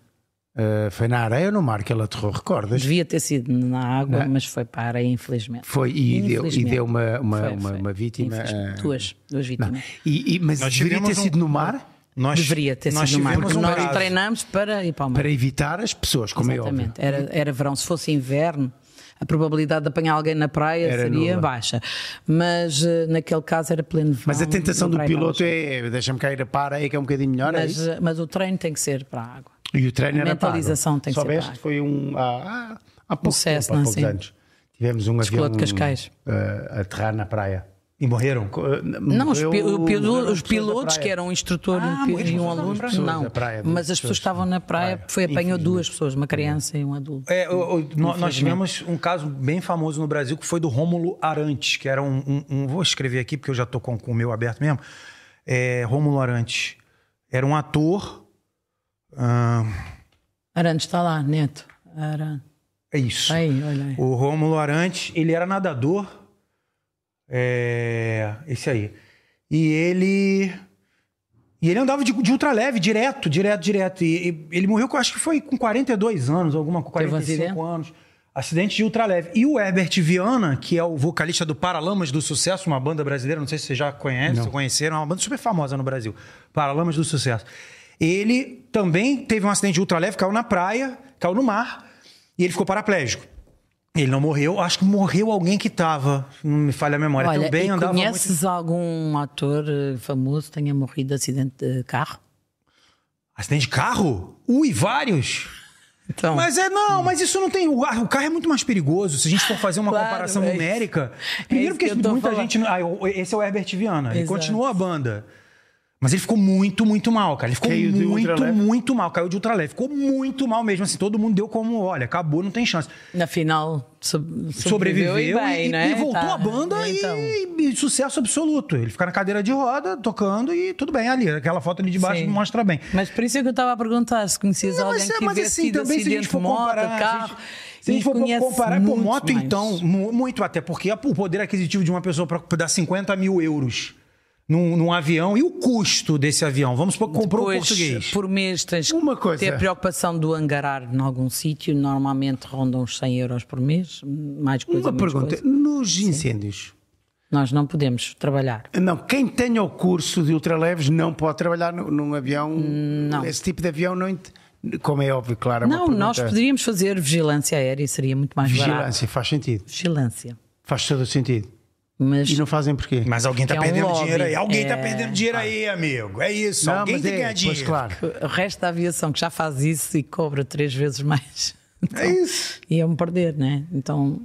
[SPEAKER 1] eh, foi na areia ou no mar que ele aterrou, recordas?
[SPEAKER 2] Devia ter sido na água, mas foi para a areia, infelizmente.
[SPEAKER 1] Foi é? e deu, e
[SPEAKER 2] Infelizmente.
[SPEAKER 1] deu uma, uma,
[SPEAKER 2] Foi,
[SPEAKER 1] uma,
[SPEAKER 2] foi.
[SPEAKER 1] uma vítima.
[SPEAKER 2] Infelizmente.
[SPEAKER 1] eh,
[SPEAKER 2] Duas, duas vítimas.
[SPEAKER 1] E, e- mas
[SPEAKER 3] Nós
[SPEAKER 1] deveria ter
[SPEAKER 3] tivemos um-
[SPEAKER 1] sido no mar
[SPEAKER 3] Nós-
[SPEAKER 2] Deveria ter
[SPEAKER 3] nós
[SPEAKER 2] sido no mar,
[SPEAKER 3] tivemos
[SPEAKER 2] porque
[SPEAKER 3] um
[SPEAKER 2] nós
[SPEAKER 3] caso.
[SPEAKER 2] treinamos para ir para o mar.
[SPEAKER 1] para evitar as pessoas, como é óbvio.
[SPEAKER 2] Exatamente. Era, era verão. Se fosse inverno, a probabilidade de apanhar alguém na praia
[SPEAKER 1] Era
[SPEAKER 2] seria
[SPEAKER 1] nula.
[SPEAKER 2] baixa. Mas eh, naquele caso era pleno verão.
[SPEAKER 1] Mas a tentação
[SPEAKER 2] na
[SPEAKER 1] do
[SPEAKER 2] praia
[SPEAKER 1] piloto
[SPEAKER 2] estava
[SPEAKER 1] é deixa-me cair a para aí que é um bocadinho melhor. é
[SPEAKER 2] cheia.
[SPEAKER 1] isso?
[SPEAKER 2] Mas, eh, mas o treino tem que ser para a água.
[SPEAKER 1] e o treino
[SPEAKER 2] a
[SPEAKER 1] era pago.
[SPEAKER 2] mentalização tem que ser
[SPEAKER 1] Soubeste,
[SPEAKER 2] paga.
[SPEAKER 1] foi um há, há- há pouco
[SPEAKER 2] Cessna,
[SPEAKER 1] tempo, há poucos
[SPEAKER 2] sim.
[SPEAKER 1] anos. Tivemos um avião
[SPEAKER 2] Escola é assim? de Cascais.
[SPEAKER 1] eh, aterrar na praia.
[SPEAKER 3] E morreram?
[SPEAKER 2] Não, os, pi-
[SPEAKER 1] Morreu-
[SPEAKER 2] o piloto-
[SPEAKER 1] morreram pessoas
[SPEAKER 2] os
[SPEAKER 1] da
[SPEAKER 2] pilotos,
[SPEAKER 1] praia.
[SPEAKER 2] que eram um instrutor
[SPEAKER 3] Ah,
[SPEAKER 2] e um pi-
[SPEAKER 3] morreram
[SPEAKER 2] e um
[SPEAKER 3] pessoas da
[SPEAKER 2] aluno,
[SPEAKER 1] praia. Pessoas
[SPEAKER 2] não.
[SPEAKER 1] da praia, duas
[SPEAKER 2] mas as pessoas
[SPEAKER 1] pessoas.
[SPEAKER 2] estavam na praia,
[SPEAKER 1] Praia.
[SPEAKER 2] foi apanhou duas pessoas, uma criança e um adulto.
[SPEAKER 3] É, o- o- nó- nós tivemos um caso bem famoso no Brasil que foi do Rômulo Arantes, que era um, um- um- Vou escrever aqui porque eu já tô com, com o meu aberto mesmo. É, Rômulo Arantes era um ator. ah,
[SPEAKER 2] Arantes está lá, neto. Arantes.
[SPEAKER 3] é isso.
[SPEAKER 2] Aí, olha aí.
[SPEAKER 3] O Rômulo Arantes, ele era nadador. É. Esse aí. E ele. E ele andava de, de ultraleve, direto, direto, direto. E, e ele morreu, com- acho que foi com 42 anos, alguma com
[SPEAKER 2] Teve um
[SPEAKER 3] 45 anos. Acidente de ultraleve. E o Herbert Viana, que é o vocalista do Paralamas do Sucesso, uma banda brasileira, não sei se vocês já conhecem, se conheceram, é uma banda super famosa no Brasil. Paralamas do Sucesso. Ele também teve um acidente de ultraleve, caiu na praia, caiu no mar, e ele ficou paraplégico. Ele não morreu, acho que morreu alguém que estava. Não me falha a memória.
[SPEAKER 2] Olha,
[SPEAKER 3] Também
[SPEAKER 2] e
[SPEAKER 3] andava muito.
[SPEAKER 2] conheces algum ator eh, famoso que tenha morrido de acidente de carro?
[SPEAKER 3] Acidente de carro? Ui, vários.
[SPEAKER 2] Então,
[SPEAKER 3] Mas é, não, mas isso não tem. O ar- o carro é muito mais perigoso. Se a gente for fazer uma
[SPEAKER 2] Claro,
[SPEAKER 3] comparação
[SPEAKER 2] é isso.
[SPEAKER 3] numérica.
[SPEAKER 2] É
[SPEAKER 3] Primeiro,
[SPEAKER 2] isso que
[SPEAKER 3] porque
[SPEAKER 2] eu tô
[SPEAKER 3] muita
[SPEAKER 2] falando.
[SPEAKER 3] gente. não- Ah, o- esse é o Herbert Viana. Ele
[SPEAKER 2] Exato.
[SPEAKER 3] continuou a banda. Mas ele ficou muito, muito mal, cara. Ele ficou
[SPEAKER 1] Caiu de
[SPEAKER 3] muito,
[SPEAKER 1] ultraleve.
[SPEAKER 3] muito mal. Caiu de ultraleve. Ficou muito mal mesmo. Assim, todo mundo deu como: olha, acabou, não tem chance.
[SPEAKER 2] na final sob- sobreviveu,
[SPEAKER 3] Sobreviveu,
[SPEAKER 2] e bem,
[SPEAKER 3] e,
[SPEAKER 2] não é?
[SPEAKER 3] e voltou
[SPEAKER 2] Tá.
[SPEAKER 3] à banda
[SPEAKER 2] Então,
[SPEAKER 3] e, e sucesso absoluto. Ele fica na cadeira de roda, tocando e tudo bem ali. Aquela foto ali de baixo
[SPEAKER 2] Sim.
[SPEAKER 3] mostra bem.
[SPEAKER 2] Mas por isso é que eu estava a perguntar se conheces
[SPEAKER 3] Não,
[SPEAKER 2] alguém
[SPEAKER 3] mas, é-
[SPEAKER 2] que
[SPEAKER 3] mas
[SPEAKER 2] tivesse
[SPEAKER 3] assim,
[SPEAKER 2] tido
[SPEAKER 3] também se a gente
[SPEAKER 2] acidente
[SPEAKER 3] for
[SPEAKER 2] de moto,
[SPEAKER 3] comparar, se a
[SPEAKER 2] carro.
[SPEAKER 3] gente, se a gente for
[SPEAKER 2] conhece
[SPEAKER 3] comparar por
[SPEAKER 2] muito
[SPEAKER 3] moto,
[SPEAKER 2] mais.
[SPEAKER 3] então, mu- muito até, porque a- o poder aquisitivo de uma pessoa para dar 50 mil euros num, num avião e o custo desse avião, vamos supor que comprou
[SPEAKER 2] Depois,
[SPEAKER 3] o português.
[SPEAKER 2] Por mês tens
[SPEAKER 1] Uma
[SPEAKER 2] que
[SPEAKER 1] coisa.
[SPEAKER 2] ter a preocupação do angarar em algum sítio, normalmente rondam os 100 euros por mês, mais coisa.
[SPEAKER 1] Uma
[SPEAKER 2] menos
[SPEAKER 1] pergunta.
[SPEAKER 2] coisa.
[SPEAKER 1] Nos incêndios,
[SPEAKER 2] Nós não podemos trabalhar.
[SPEAKER 1] não, quem tenha o curso de ultraleves não pode trabalhar nu- num avião. Esse tipo de avião não. ent- Como é óbvio, claro. é uma
[SPEAKER 2] Hum, Não, nós
[SPEAKER 1] pergunta-
[SPEAKER 2] poderíamos fazer vigilância aérea e seria muito mais barato.
[SPEAKER 1] Vigilância, faz sentido.
[SPEAKER 2] Vigilância.
[SPEAKER 1] Faz todo o sentido.
[SPEAKER 2] Mas
[SPEAKER 1] E não fazem porquê?
[SPEAKER 3] Mas alguém tá
[SPEAKER 2] É um
[SPEAKER 3] perdendo
[SPEAKER 2] lobby,
[SPEAKER 3] dinheiro aí. Alguém tá
[SPEAKER 2] é.
[SPEAKER 3] perdendo dinheiro aí, amigo. É isso.
[SPEAKER 1] Não,
[SPEAKER 3] alguém
[SPEAKER 1] mas
[SPEAKER 3] tem
[SPEAKER 1] é,
[SPEAKER 3] que ganhar dinheiro.
[SPEAKER 1] Pois, claro.
[SPEAKER 2] o resto da aviação que já faz isso e cobra três vezes mais.
[SPEAKER 3] É isso.
[SPEAKER 2] Ia-me perder, né? Então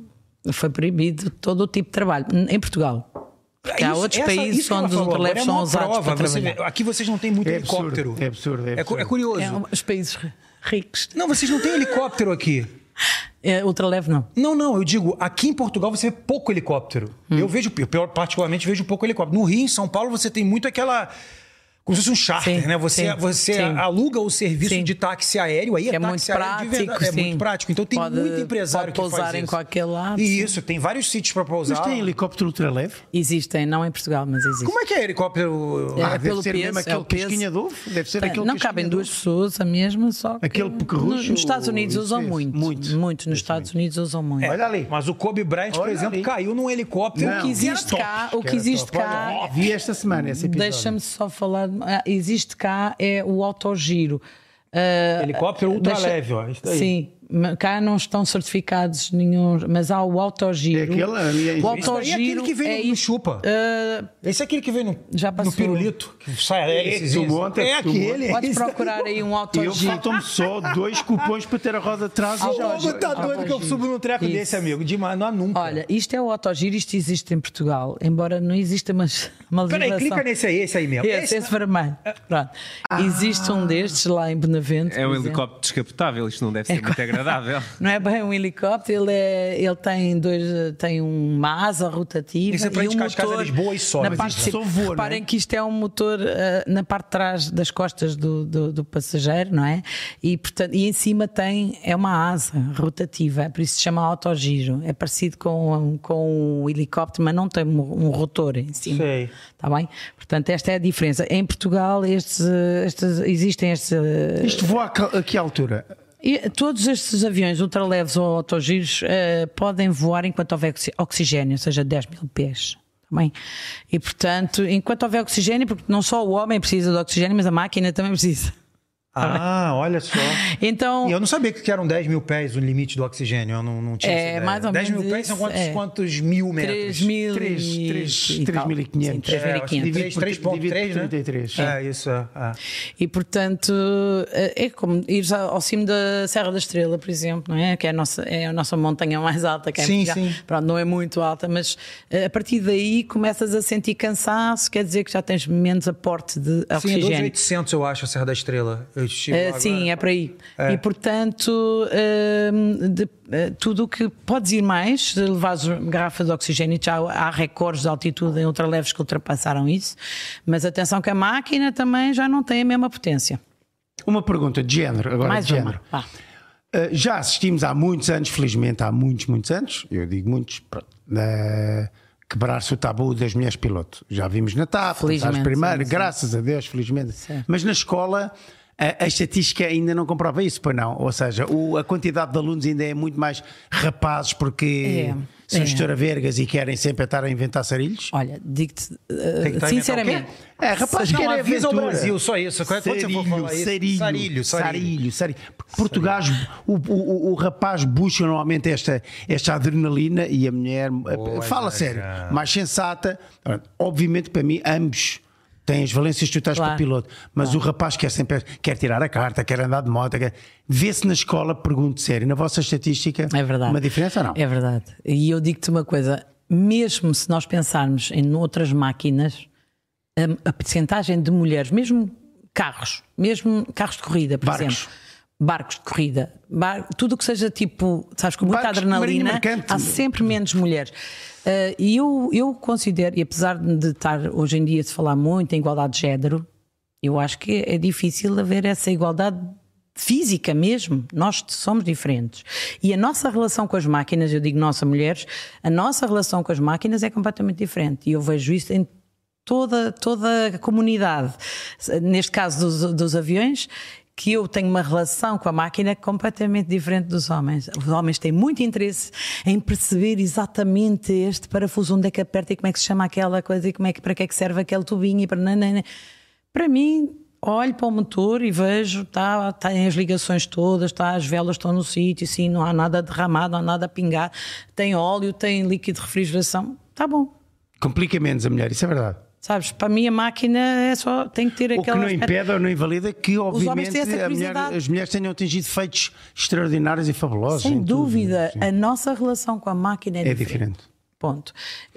[SPEAKER 2] foi proibido todo o tipo de trabalho. Em Portugal. Porque há
[SPEAKER 3] É Isso-
[SPEAKER 2] outros
[SPEAKER 3] essa-
[SPEAKER 2] países
[SPEAKER 3] isso que ela
[SPEAKER 2] onde os
[SPEAKER 3] falou agora
[SPEAKER 2] ultraleves
[SPEAKER 3] é uma
[SPEAKER 2] são usados
[SPEAKER 3] prova,
[SPEAKER 2] para
[SPEAKER 3] você vê.
[SPEAKER 2] trabalhar.
[SPEAKER 3] Aqui vocês não têm muito
[SPEAKER 1] É absurdo,
[SPEAKER 3] helicóptero.
[SPEAKER 1] é absurdo, é
[SPEAKER 3] cu-
[SPEAKER 1] absurdo.
[SPEAKER 3] curioso.
[SPEAKER 2] É, os países ri- ricos.
[SPEAKER 3] Não, vocês não têm helicóptero aqui.
[SPEAKER 2] É, ultraleve não.
[SPEAKER 3] Não, não, eu digo, aqui em Portugal você vê pouco helicóptero.
[SPEAKER 2] Hum.
[SPEAKER 3] Eu vejo, eu pior- particularmente vejo pouco helicóptero. No Rio, em São Paulo, você tem muito aquela. Como se fosse um charter,
[SPEAKER 2] Sim,
[SPEAKER 3] né? Você,
[SPEAKER 2] sim,
[SPEAKER 3] você
[SPEAKER 2] sim.
[SPEAKER 3] aluga o serviço
[SPEAKER 2] Sim.
[SPEAKER 3] de táxi aéreo, aí
[SPEAKER 2] Que
[SPEAKER 3] é,
[SPEAKER 2] é muito
[SPEAKER 3] táxi aéreo de
[SPEAKER 2] prático,
[SPEAKER 3] verdade. É muito
[SPEAKER 2] sim.
[SPEAKER 3] prático. Então tem
[SPEAKER 2] Pode-
[SPEAKER 3] muito empresário
[SPEAKER 2] pode
[SPEAKER 3] que faz
[SPEAKER 2] pousar em
[SPEAKER 3] isso.
[SPEAKER 2] qualquer lado,
[SPEAKER 3] E
[SPEAKER 2] sim.
[SPEAKER 3] isso, tem vários sítios para pousar.
[SPEAKER 1] Mas tem helicóptero ultraleve?
[SPEAKER 2] Existem, não em Portugal, mas existem.
[SPEAKER 3] Como é que é helicóptero?
[SPEAKER 2] É
[SPEAKER 1] Ah, deve
[SPEAKER 2] pelo
[SPEAKER 1] ser
[SPEAKER 2] peso,
[SPEAKER 1] mesmo
[SPEAKER 2] é
[SPEAKER 1] aquele
[SPEAKER 2] o peso.
[SPEAKER 1] casquinha de ovo? Deve ser
[SPEAKER 2] Bem,
[SPEAKER 1] aquele
[SPEAKER 2] não
[SPEAKER 1] casquinha
[SPEAKER 2] cabem
[SPEAKER 1] de
[SPEAKER 2] duas
[SPEAKER 1] ovo?
[SPEAKER 2] pessoas a mesma, só que
[SPEAKER 1] Aquele
[SPEAKER 2] nos,
[SPEAKER 1] pequerrucho,
[SPEAKER 2] nos Estados Unidos
[SPEAKER 1] isso,
[SPEAKER 2] usam
[SPEAKER 1] isso.
[SPEAKER 2] muito.
[SPEAKER 1] Muito.
[SPEAKER 2] Muito. nos Estados Unidos usam muito.
[SPEAKER 1] É.
[SPEAKER 3] É,
[SPEAKER 1] Olha ali.
[SPEAKER 3] Mas o Kobe Bryant, por
[SPEAKER 1] Olha
[SPEAKER 3] exemplo,
[SPEAKER 1] ali.
[SPEAKER 3] caiu num helicóptero
[SPEAKER 1] Não,
[SPEAKER 2] o que existe
[SPEAKER 3] era
[SPEAKER 2] cá,
[SPEAKER 3] top.
[SPEAKER 2] o que existe cá,
[SPEAKER 1] Vi esta semana esse episódio.
[SPEAKER 2] deixa-me só falar, ah, existe cá é o autogiro. Ah,
[SPEAKER 3] Helicóptero ultra
[SPEAKER 2] deixa-
[SPEAKER 3] leve, ó. é Isso daí.
[SPEAKER 2] Sim, ma- cá não estão certificados nenhum, mas há o autogiro.
[SPEAKER 1] É aquele ali, é isso.
[SPEAKER 2] o
[SPEAKER 3] Isso daí é aquele
[SPEAKER 2] autogiro
[SPEAKER 3] que vem
[SPEAKER 2] é
[SPEAKER 3] no, no
[SPEAKER 2] isto.
[SPEAKER 3] chupa.
[SPEAKER 2] Ah,
[SPEAKER 3] Esse é aquele que vem no,
[SPEAKER 2] Já
[SPEAKER 3] no
[SPEAKER 2] passou.
[SPEAKER 3] pirulito. Que sai a hélice.
[SPEAKER 1] Esse do monte,
[SPEAKER 3] É
[SPEAKER 1] esse do monte.
[SPEAKER 3] aquele.
[SPEAKER 2] Podes procurar aí um
[SPEAKER 1] Eu
[SPEAKER 2] autogiro.
[SPEAKER 1] faltam-me só dois cupons para ter a roda atrás e já.
[SPEAKER 3] O Hugo tá
[SPEAKER 2] Ah,
[SPEAKER 3] doido que eu
[SPEAKER 2] imagina.
[SPEAKER 3] subo num treco
[SPEAKER 2] Isso.
[SPEAKER 3] desse, amigo. Demais, não há nunca.
[SPEAKER 2] Olha, isto é o autogiro, isto existe em Portugal, embora não exista uma, uma
[SPEAKER 3] Peraí,
[SPEAKER 2] legislação.
[SPEAKER 3] clica nesse Ah. aí, esse aí mesmo.
[SPEAKER 2] Esse, esse vermelho. Pronto. Existe um destes lá em Benavente.
[SPEAKER 4] É um
[SPEAKER 2] por exemplo.
[SPEAKER 4] helicóptero descapotável, isto não deve
[SPEAKER 2] É.
[SPEAKER 4] ser muito agradável.
[SPEAKER 2] Não é bem um helicóptero, ele, é, ele tem, dois, tem uma asa rotativa
[SPEAKER 3] Isso é para
[SPEAKER 2] e um
[SPEAKER 3] descascar
[SPEAKER 2] motor
[SPEAKER 3] as Lisboa e sobe.
[SPEAKER 2] na
[SPEAKER 3] Mas
[SPEAKER 2] parte
[SPEAKER 1] isto
[SPEAKER 2] de
[SPEAKER 1] só
[SPEAKER 2] cima.
[SPEAKER 1] voa, não é?
[SPEAKER 2] Reparem que isto é um motor eh, na parte de trás das costas do, do, do passageiro, não é? E, portanto, e em cima tem, é uma asa rotativa, é por isso se chama autogiro. É parecido com, com o helicóptero, mas não tem um um rotor em cima.
[SPEAKER 3] Sei.
[SPEAKER 2] Está bem? Portanto, esta é a diferença. Em Portugal estes, eh, estes, existem estes eh,
[SPEAKER 1] Isto voa a que- a que altura?
[SPEAKER 2] e todos estes aviões ultraleves ou autogiros eh, podem voar enquanto houver oxi- oxigênio, ou seja, 10 mil pés. Também. E portanto, enquanto houver oxigênio, porque não só o homem precisa de oxigênio, mas a máquina também precisa.
[SPEAKER 3] Ah, olha só.
[SPEAKER 2] Então,
[SPEAKER 3] E eu não sabia que eram 10 mil pés o limite do oxigênio. Eu não, não tinha
[SPEAKER 2] É,
[SPEAKER 3] essa ideia.
[SPEAKER 2] mais ou
[SPEAKER 3] 10 mil
[SPEAKER 2] menos
[SPEAKER 3] pés são
[SPEAKER 2] isso,
[SPEAKER 3] quantos,
[SPEAKER 2] é.
[SPEAKER 3] quantos mil metros?
[SPEAKER 2] 3 mil.
[SPEAKER 1] Três-
[SPEAKER 2] e-
[SPEAKER 1] três-
[SPEAKER 2] e tal.
[SPEAKER 1] 3.500.
[SPEAKER 2] Sim,
[SPEAKER 3] É, eu acho que
[SPEAKER 2] 3.500.
[SPEAKER 3] divide por 3.3, né?
[SPEAKER 1] 33.
[SPEAKER 3] É, isso. É, é.
[SPEAKER 2] E portanto, é é como ir ao cimo da Serra da Estrela, por exemplo, não é? Que é a nossa, é a nossa montanha mais alta, que é em
[SPEAKER 3] Sim,
[SPEAKER 2] Portugal.
[SPEAKER 3] sim.
[SPEAKER 2] Pronto, não é muito alta, mas eh, a partir daí começas a sentir cansaço, quer dizer que já tens menos aporte de
[SPEAKER 3] Sim, é
[SPEAKER 2] oxigênio.
[SPEAKER 3] 2.800 eu acho, a Serra da Estrela. Eu estive
[SPEAKER 2] Eh,
[SPEAKER 3] lá
[SPEAKER 2] sim,
[SPEAKER 3] agora.
[SPEAKER 2] é para aí. E portanto, ehm, de- eh, tudo o que podes ir mais, se levares garrafa de oxigênio, já há recordes de altitude em ultraleves que ultrapassaram isso, mas atenção que a máquina também já não tem a mesma potência.
[SPEAKER 1] Uma pergunta de género, agora
[SPEAKER 2] Mais
[SPEAKER 1] de
[SPEAKER 2] uma.
[SPEAKER 1] género.
[SPEAKER 2] Vá.
[SPEAKER 1] Uh, já assistimos há muitos anos, felizmente há muitos, muitos anos, eu digo muitos, pronto, uh, quebrar-se o tabu das mulheres piloto. Já vimos na TAP,
[SPEAKER 2] Felizmente,
[SPEAKER 1] as primeiras,
[SPEAKER 2] sim, sim.
[SPEAKER 1] graças a Deus, felizmente. Mas na escola eh, A, a estatística ainda não comprova isso, pois não? Ou seja, o- a quantidade de alunos ainda é muito mais rapazes porque
[SPEAKER 2] É,
[SPEAKER 1] são
[SPEAKER 2] é.
[SPEAKER 1] estouravergas e querem sempre estar a inventar sarilhos.
[SPEAKER 2] Olha, digo-te eh,
[SPEAKER 3] que estar a inventar o quê?
[SPEAKER 2] sinceramente.
[SPEAKER 1] É, rapaz,
[SPEAKER 3] Não,
[SPEAKER 1] quer é
[SPEAKER 3] avisa o
[SPEAKER 1] aventura.
[SPEAKER 3] Brasil, só isso. Quando é você for
[SPEAKER 1] sarilho,
[SPEAKER 3] falar isso-
[SPEAKER 1] sarilho,
[SPEAKER 3] sarilho, sarilho.
[SPEAKER 1] sarilho, sarilho, Porque Portugais, o, o- o- o rapaz busca normalmente esta, esta adrenalina e a mulher, eh, fala
[SPEAKER 3] Zeca.
[SPEAKER 1] sério, mais sensata. Obviamente, para mim, ambos têm as valências que tu estás
[SPEAKER 2] Claro.
[SPEAKER 1] para piloto, mas o rapaz quer sempre quer tirar a carta, quer andar de moto. Quer... Vê-se na escola, pergunto sério, na vossa estatística,
[SPEAKER 2] É verdade.
[SPEAKER 1] uma diferença ou não?
[SPEAKER 2] É verdade. E eu digo-te uma coisa: mesmo se nós pensarmos em outras máquinas, a, a percentagem de mulheres, mesmo carros, mesmo carros de corrida, por
[SPEAKER 1] Barcos.
[SPEAKER 2] exemplo. Barcos de corrida, bar- tudo o que seja tipo, sabes, com muita
[SPEAKER 1] Barcos de marinha
[SPEAKER 2] adrenalina,
[SPEAKER 1] mercante.
[SPEAKER 2] há sempre menos mulheres. Eh, E eu, eu considero, e apesar de estar hoje em dia se falar muito em igualdade de género, eu acho que é difícil haver essa igualdade física mesmo. Nós somos diferentes. E a nossa relação com as máquinas, eu digo nossa mulheres, a nossa relação com as máquinas é completamente diferente. E eu vejo isso em toda, toda a comunidade. Neste caso dos, dos aviões, que eu tenho uma relação com a máquina completamente diferente dos homens. Os homens têm muito interesse em perceber exatamente este parafuso, onde é que aperta e como é que se chama aquela coisa e como é que, para que é que serve aquele tubinho e para. nananã. Para mim, olho para o motor e vejo, tá, tem as ligações todas, tá, as velas estão no sítio, sim, não há nada derramado, não há nada a pingar, tem óleo, tem líquido de refrigeração, está bom.
[SPEAKER 1] Complica menos a mulher, isso é verdade.
[SPEAKER 2] Sabes, para mim a máquina é só, tem que ter
[SPEAKER 1] O que
[SPEAKER 2] aquela. é
[SPEAKER 1] não impede ou não invalida que,
[SPEAKER 2] homens
[SPEAKER 1] obviamente,
[SPEAKER 2] têm essa
[SPEAKER 1] a mulher-
[SPEAKER 2] curiosidade.
[SPEAKER 1] as mulheres tenham atingido feitos extraordinários e fabulosos. em tudo,
[SPEAKER 2] Sem
[SPEAKER 1] né?
[SPEAKER 2] dúvida,
[SPEAKER 1] sim.
[SPEAKER 2] a nossa relação com a máquina é,
[SPEAKER 1] É
[SPEAKER 2] diferente.
[SPEAKER 1] diferente.
[SPEAKER 2] Ponto.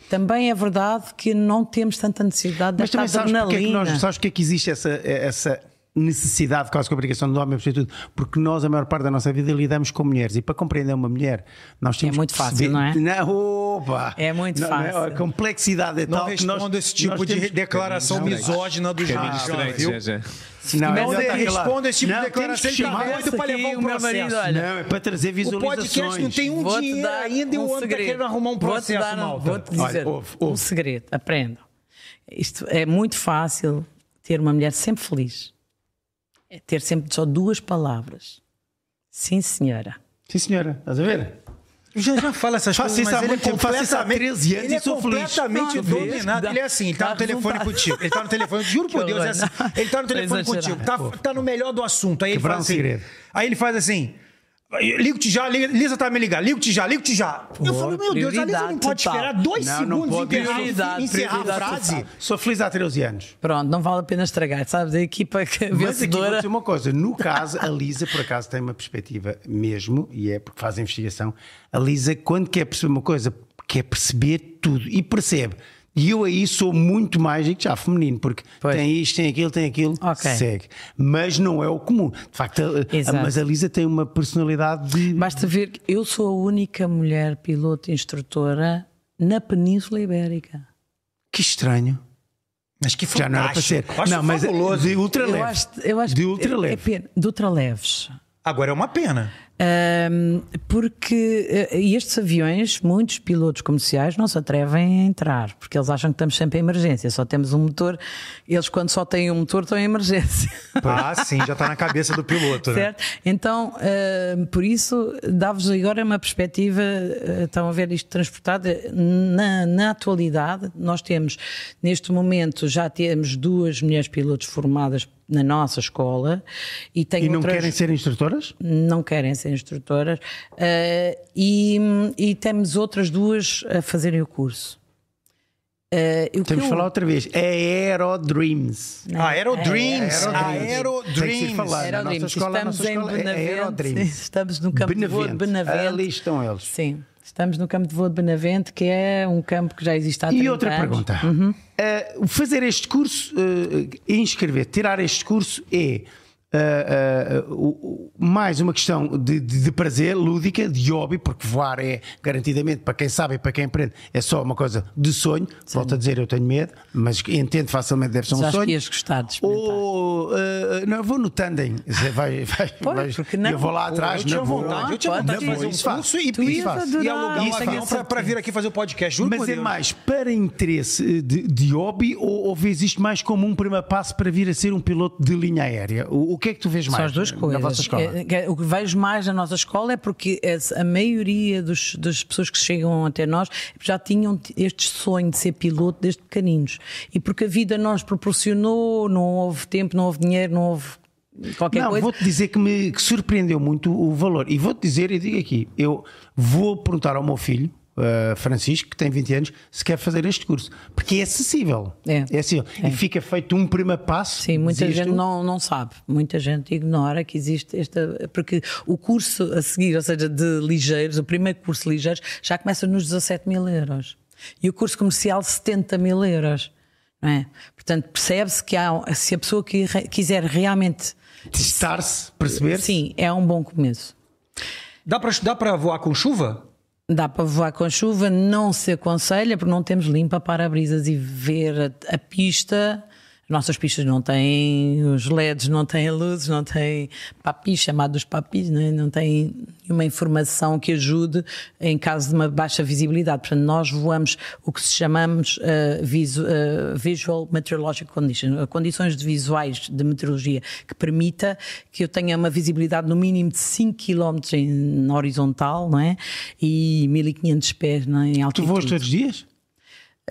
[SPEAKER 2] Também é verdade que não temos tanta necessidade
[SPEAKER 1] Mas
[SPEAKER 2] desta
[SPEAKER 1] também sabes porque, é que
[SPEAKER 2] adrenalina.
[SPEAKER 1] nós, sabes porque é que existe essa, essa necessidade, quase que a obrigação do homem, sobretudo? Porque nós, a maior parte da nossa vida, lidamos com mulheres. E para compreender uma mulher, nós temos
[SPEAKER 2] muito
[SPEAKER 1] que
[SPEAKER 2] fácil,
[SPEAKER 1] perceber-
[SPEAKER 2] não é?
[SPEAKER 1] Não, opa!
[SPEAKER 2] É muito
[SPEAKER 1] Não, não é?
[SPEAKER 2] fácil.
[SPEAKER 1] A complexidade é
[SPEAKER 3] Não
[SPEAKER 1] tal que nós.
[SPEAKER 3] respondo esse tipo
[SPEAKER 1] nós
[SPEAKER 3] de
[SPEAKER 1] temos-
[SPEAKER 3] declaração misógina dos
[SPEAKER 4] Caminhos
[SPEAKER 3] jovens,
[SPEAKER 4] estreitos,
[SPEAKER 3] viu?
[SPEAKER 4] já, já.
[SPEAKER 1] é. Não,
[SPEAKER 3] Não
[SPEAKER 1] é-
[SPEAKER 3] de-
[SPEAKER 1] tá aquela-
[SPEAKER 3] responda esse tipo de
[SPEAKER 1] Não, temos que
[SPEAKER 3] declaração. Ele tá
[SPEAKER 1] chamar-
[SPEAKER 3] doido para
[SPEAKER 2] aqui
[SPEAKER 3] levar um
[SPEAKER 2] o meu
[SPEAKER 3] processo.
[SPEAKER 2] marido, olha.
[SPEAKER 1] Não, é para trazer
[SPEAKER 3] O
[SPEAKER 1] visualizações.
[SPEAKER 3] podcast não tem um
[SPEAKER 2] Vou-te
[SPEAKER 3] dinheiro
[SPEAKER 2] dar
[SPEAKER 3] ainda e o
[SPEAKER 2] um
[SPEAKER 3] outro está
[SPEAKER 2] segredo.
[SPEAKER 3] querendo arrumar um
[SPEAKER 2] Vou-te
[SPEAKER 3] processo,
[SPEAKER 2] dar um-
[SPEAKER 3] malta.
[SPEAKER 2] Vou-te dizer
[SPEAKER 1] Olha, ouve, ouve.
[SPEAKER 2] um segredo, aprendam. Isto é muito fácil ter uma mulher sempre feliz. É ter sempre só duas palavras. Sim, senhora.
[SPEAKER 1] Sim, senhora, estás a ver?
[SPEAKER 3] Eu Já, já fala essas
[SPEAKER 1] Faço
[SPEAKER 3] coisas,
[SPEAKER 1] isso há
[SPEAKER 3] mas ele é
[SPEAKER 1] muito tempo, faço isso há
[SPEAKER 3] completamente-
[SPEAKER 1] 13 anos
[SPEAKER 3] ele
[SPEAKER 1] e
[SPEAKER 3] é
[SPEAKER 1] sou feliz.
[SPEAKER 3] completamente
[SPEAKER 2] Não, não vê,
[SPEAKER 3] dominado.
[SPEAKER 2] dá-
[SPEAKER 3] Ele é assim, ele tá
[SPEAKER 2] dá
[SPEAKER 3] no telefone
[SPEAKER 2] resultado.
[SPEAKER 3] contigo. Ele tá no telefone, juro por
[SPEAKER 2] Que
[SPEAKER 3] Deus, é
[SPEAKER 2] horror,
[SPEAKER 3] assim. Ele tá no
[SPEAKER 2] não.
[SPEAKER 3] telefone
[SPEAKER 2] Tô
[SPEAKER 3] contigo, tá,
[SPEAKER 2] exagerando,
[SPEAKER 3] tá no melhor do assunto. Aí ele
[SPEAKER 1] Quebrar
[SPEAKER 3] faz
[SPEAKER 1] um
[SPEAKER 3] assim.
[SPEAKER 1] segredo.
[SPEAKER 3] Aí ele faz assim. Ligo-te já, liga- Lisa tá me ligar, ligo-te já, ligo-te já. Eu
[SPEAKER 2] Pô,
[SPEAKER 3] falo, meu Deus, a Lisa não
[SPEAKER 2] prioridade
[SPEAKER 3] pode
[SPEAKER 2] total.
[SPEAKER 3] esperar dois
[SPEAKER 1] Não, não
[SPEAKER 3] segundos
[SPEAKER 1] pode.
[SPEAKER 3] encerrar,
[SPEAKER 2] Prioridade,
[SPEAKER 3] encerrar a
[SPEAKER 2] prioridade
[SPEAKER 3] frase.
[SPEAKER 2] total.
[SPEAKER 1] Sou feliz há 13 anos.
[SPEAKER 2] Pronto, não vale a pena estragar, sabes? A equipa que-
[SPEAKER 1] Mas aqui vou
[SPEAKER 2] vencedora.
[SPEAKER 1] dizer uma coisa: no caso, a Lisa, por acaso, tem uma perspectiva mesmo, e é porque faz a investigação. A Lisa, quando quer perceber uma coisa, quer perceber tudo e percebe. E eu aí sou muito mais digo já feminino, porque
[SPEAKER 2] Pois.
[SPEAKER 1] tem isto, tem aquilo, tem aquilo,
[SPEAKER 2] Ok.
[SPEAKER 1] segue. Mas não é o comum. De facto, a- a-
[SPEAKER 2] Exato.
[SPEAKER 1] mas a Lisa tem uma personalidade de.
[SPEAKER 2] Basta ver que eu sou a única mulher piloto e instrutora na Península Ibérica.
[SPEAKER 1] Que estranho.
[SPEAKER 3] Mas que fantástico.
[SPEAKER 1] Já não era para ser.
[SPEAKER 3] Acho
[SPEAKER 1] não, mas é
[SPEAKER 3] fabuloso.
[SPEAKER 1] de ultra leve.
[SPEAKER 2] Eu acho, eu acho
[SPEAKER 1] de
[SPEAKER 2] é-
[SPEAKER 1] ultra
[SPEAKER 2] é
[SPEAKER 1] leve.
[SPEAKER 2] pena- de ultraleves.
[SPEAKER 3] Agora é uma pena.
[SPEAKER 2] Ahm, porque eh, estes aviões, muitos pilotos comerciais não se atrevem a entrar, porque eles acham que estamos sempre em emergência, só temos um motor, eles quando só têm um motor estão em emergência.
[SPEAKER 3] Ah, sim, já tá na cabeça do piloto, né?
[SPEAKER 2] Certo? Então, eh, por isso, dá-vos agora uma perspectiva, eh, estão a ver isto transportado. Na, na atualidade, nós temos, neste momento, já temos duas mulheres pilotos formadas na nossa escola e tem
[SPEAKER 1] E não
[SPEAKER 2] outras-
[SPEAKER 1] querem ser instrutoras?
[SPEAKER 2] é, não querem ser instrutoras eh, e, e temos outras duas a fazerem o curso. Eh, o que
[SPEAKER 1] Temos de
[SPEAKER 2] eu-
[SPEAKER 1] falar outra vez. É Aerodreams.
[SPEAKER 3] Ah,
[SPEAKER 1] É,
[SPEAKER 3] Aerodreams,
[SPEAKER 1] Aerodreams. Tem que ser
[SPEAKER 3] Aerodreams.
[SPEAKER 1] falado.
[SPEAKER 2] Era
[SPEAKER 1] na nossa
[SPEAKER 2] Dreams.
[SPEAKER 1] escola, a
[SPEAKER 2] estamos
[SPEAKER 1] nossa escola é-
[SPEAKER 2] em
[SPEAKER 1] é
[SPEAKER 2] Benavente.
[SPEAKER 1] Aerodreams.
[SPEAKER 2] estamos no campo de voo de Benavente.
[SPEAKER 1] Ali estão eles.
[SPEAKER 2] Sim, estamos no campo de voo de Benavente, que é um campo que já existe há 30
[SPEAKER 1] E outra
[SPEAKER 2] anos.
[SPEAKER 1] pergunta.
[SPEAKER 2] Uhum.
[SPEAKER 1] Eh, fazer este curso, eh, inscrever, tirar este curso é eh, eh, o- o- mais uma questão de, de- de prazer, lúdica, de hobby, porque voar é garantidamente para quem sabe e para quem aprende, é só uma coisa de sonho. Volto a dizer, eu tenho medo, mas entendo facilmente, deve ser um
[SPEAKER 2] Mas acho
[SPEAKER 1] sonho.
[SPEAKER 2] que ias gostar de experimentar.
[SPEAKER 1] Ou eh, não, eu vou no tandem. Você Vai, vai,
[SPEAKER 2] Pois,
[SPEAKER 1] vai-
[SPEAKER 2] porque não?
[SPEAKER 1] eu vou lá
[SPEAKER 2] Eu
[SPEAKER 1] atrás,
[SPEAKER 3] Eu tinha
[SPEAKER 1] não vou.
[SPEAKER 3] vontade, eu tinha
[SPEAKER 2] Não,
[SPEAKER 3] vontade de
[SPEAKER 2] pode
[SPEAKER 3] fazer um
[SPEAKER 1] isso faz.
[SPEAKER 3] curso e,
[SPEAKER 1] Tu
[SPEAKER 3] e,
[SPEAKER 1] ias adorar.
[SPEAKER 3] e alugar um
[SPEAKER 1] Isso
[SPEAKER 3] avião
[SPEAKER 1] faz.
[SPEAKER 3] pra, pra vir aqui fazer o podcast. Juro por
[SPEAKER 1] Mas é
[SPEAKER 3] Deus.
[SPEAKER 1] mais para interesse eh, de, de hobby ou, ou vês isto mais como um primeiro passo para vir a ser um piloto de linha aérea? O, o o que é que tu vês mais
[SPEAKER 2] São as duas
[SPEAKER 1] na,
[SPEAKER 2] coisas.
[SPEAKER 1] na vossa escola?
[SPEAKER 2] É, que- O que vejo mais na nossa escola é porque esse- a maioria dos, das pessoas que chegam até nós já tinham t- este sonho de ser piloto desde pequeninos. E porque a vida não os proporcionou, não houve tempo, não houve dinheiro, não houve qualquer
[SPEAKER 1] não,
[SPEAKER 2] coisa.
[SPEAKER 1] vou-te dizer que me que surpreendeu muito o valor. E vou-te dizer, e digo aqui, eu vou perguntar ao meu filho, eh, Francisco, que tem 20 anos, se quer fazer este curso. Porque é acessível.
[SPEAKER 2] É.
[SPEAKER 1] acessível. E fica feito um primeiro passo.
[SPEAKER 2] Sim, muita
[SPEAKER 1] dizias
[SPEAKER 2] gente
[SPEAKER 1] tu.
[SPEAKER 2] não, não sabe, muita gente ignora que existe esta. Porque o curso a seguir, ou seja, de ligeiros, o primeiro curso de ligeiros, já começa nos 17 mil euros. E o curso comercial, 70 mil euros. Não é? Portanto, percebe-se que há, se a pessoa que re- quiser realmente.
[SPEAKER 1] Testar-se, perceber.
[SPEAKER 2] Sim, é um bom começo.
[SPEAKER 3] Dá pra, dá pra voar com chuva?
[SPEAKER 2] Dá para voar com chuva, não se aconselha, porque não temos limpa para-brisas e ver a, a pista. As nossas pistas não têm os LEDs, não têm luzes, não têm papis, chamados papis, né? não têm nenhuma informação que ajude em caso de uma baixa visibilidade. Portanto, nós voamos o que se chamamos eh, visu- eh, Visual Meteorological Conditions, eh, condições de visuais de meteorologia que permita que eu tenha uma visibilidade no mínimo de 5 km em, na horizontal não é? e 1500 pés não é? em
[SPEAKER 1] Tu
[SPEAKER 2] altitude.
[SPEAKER 1] voas todos os dias?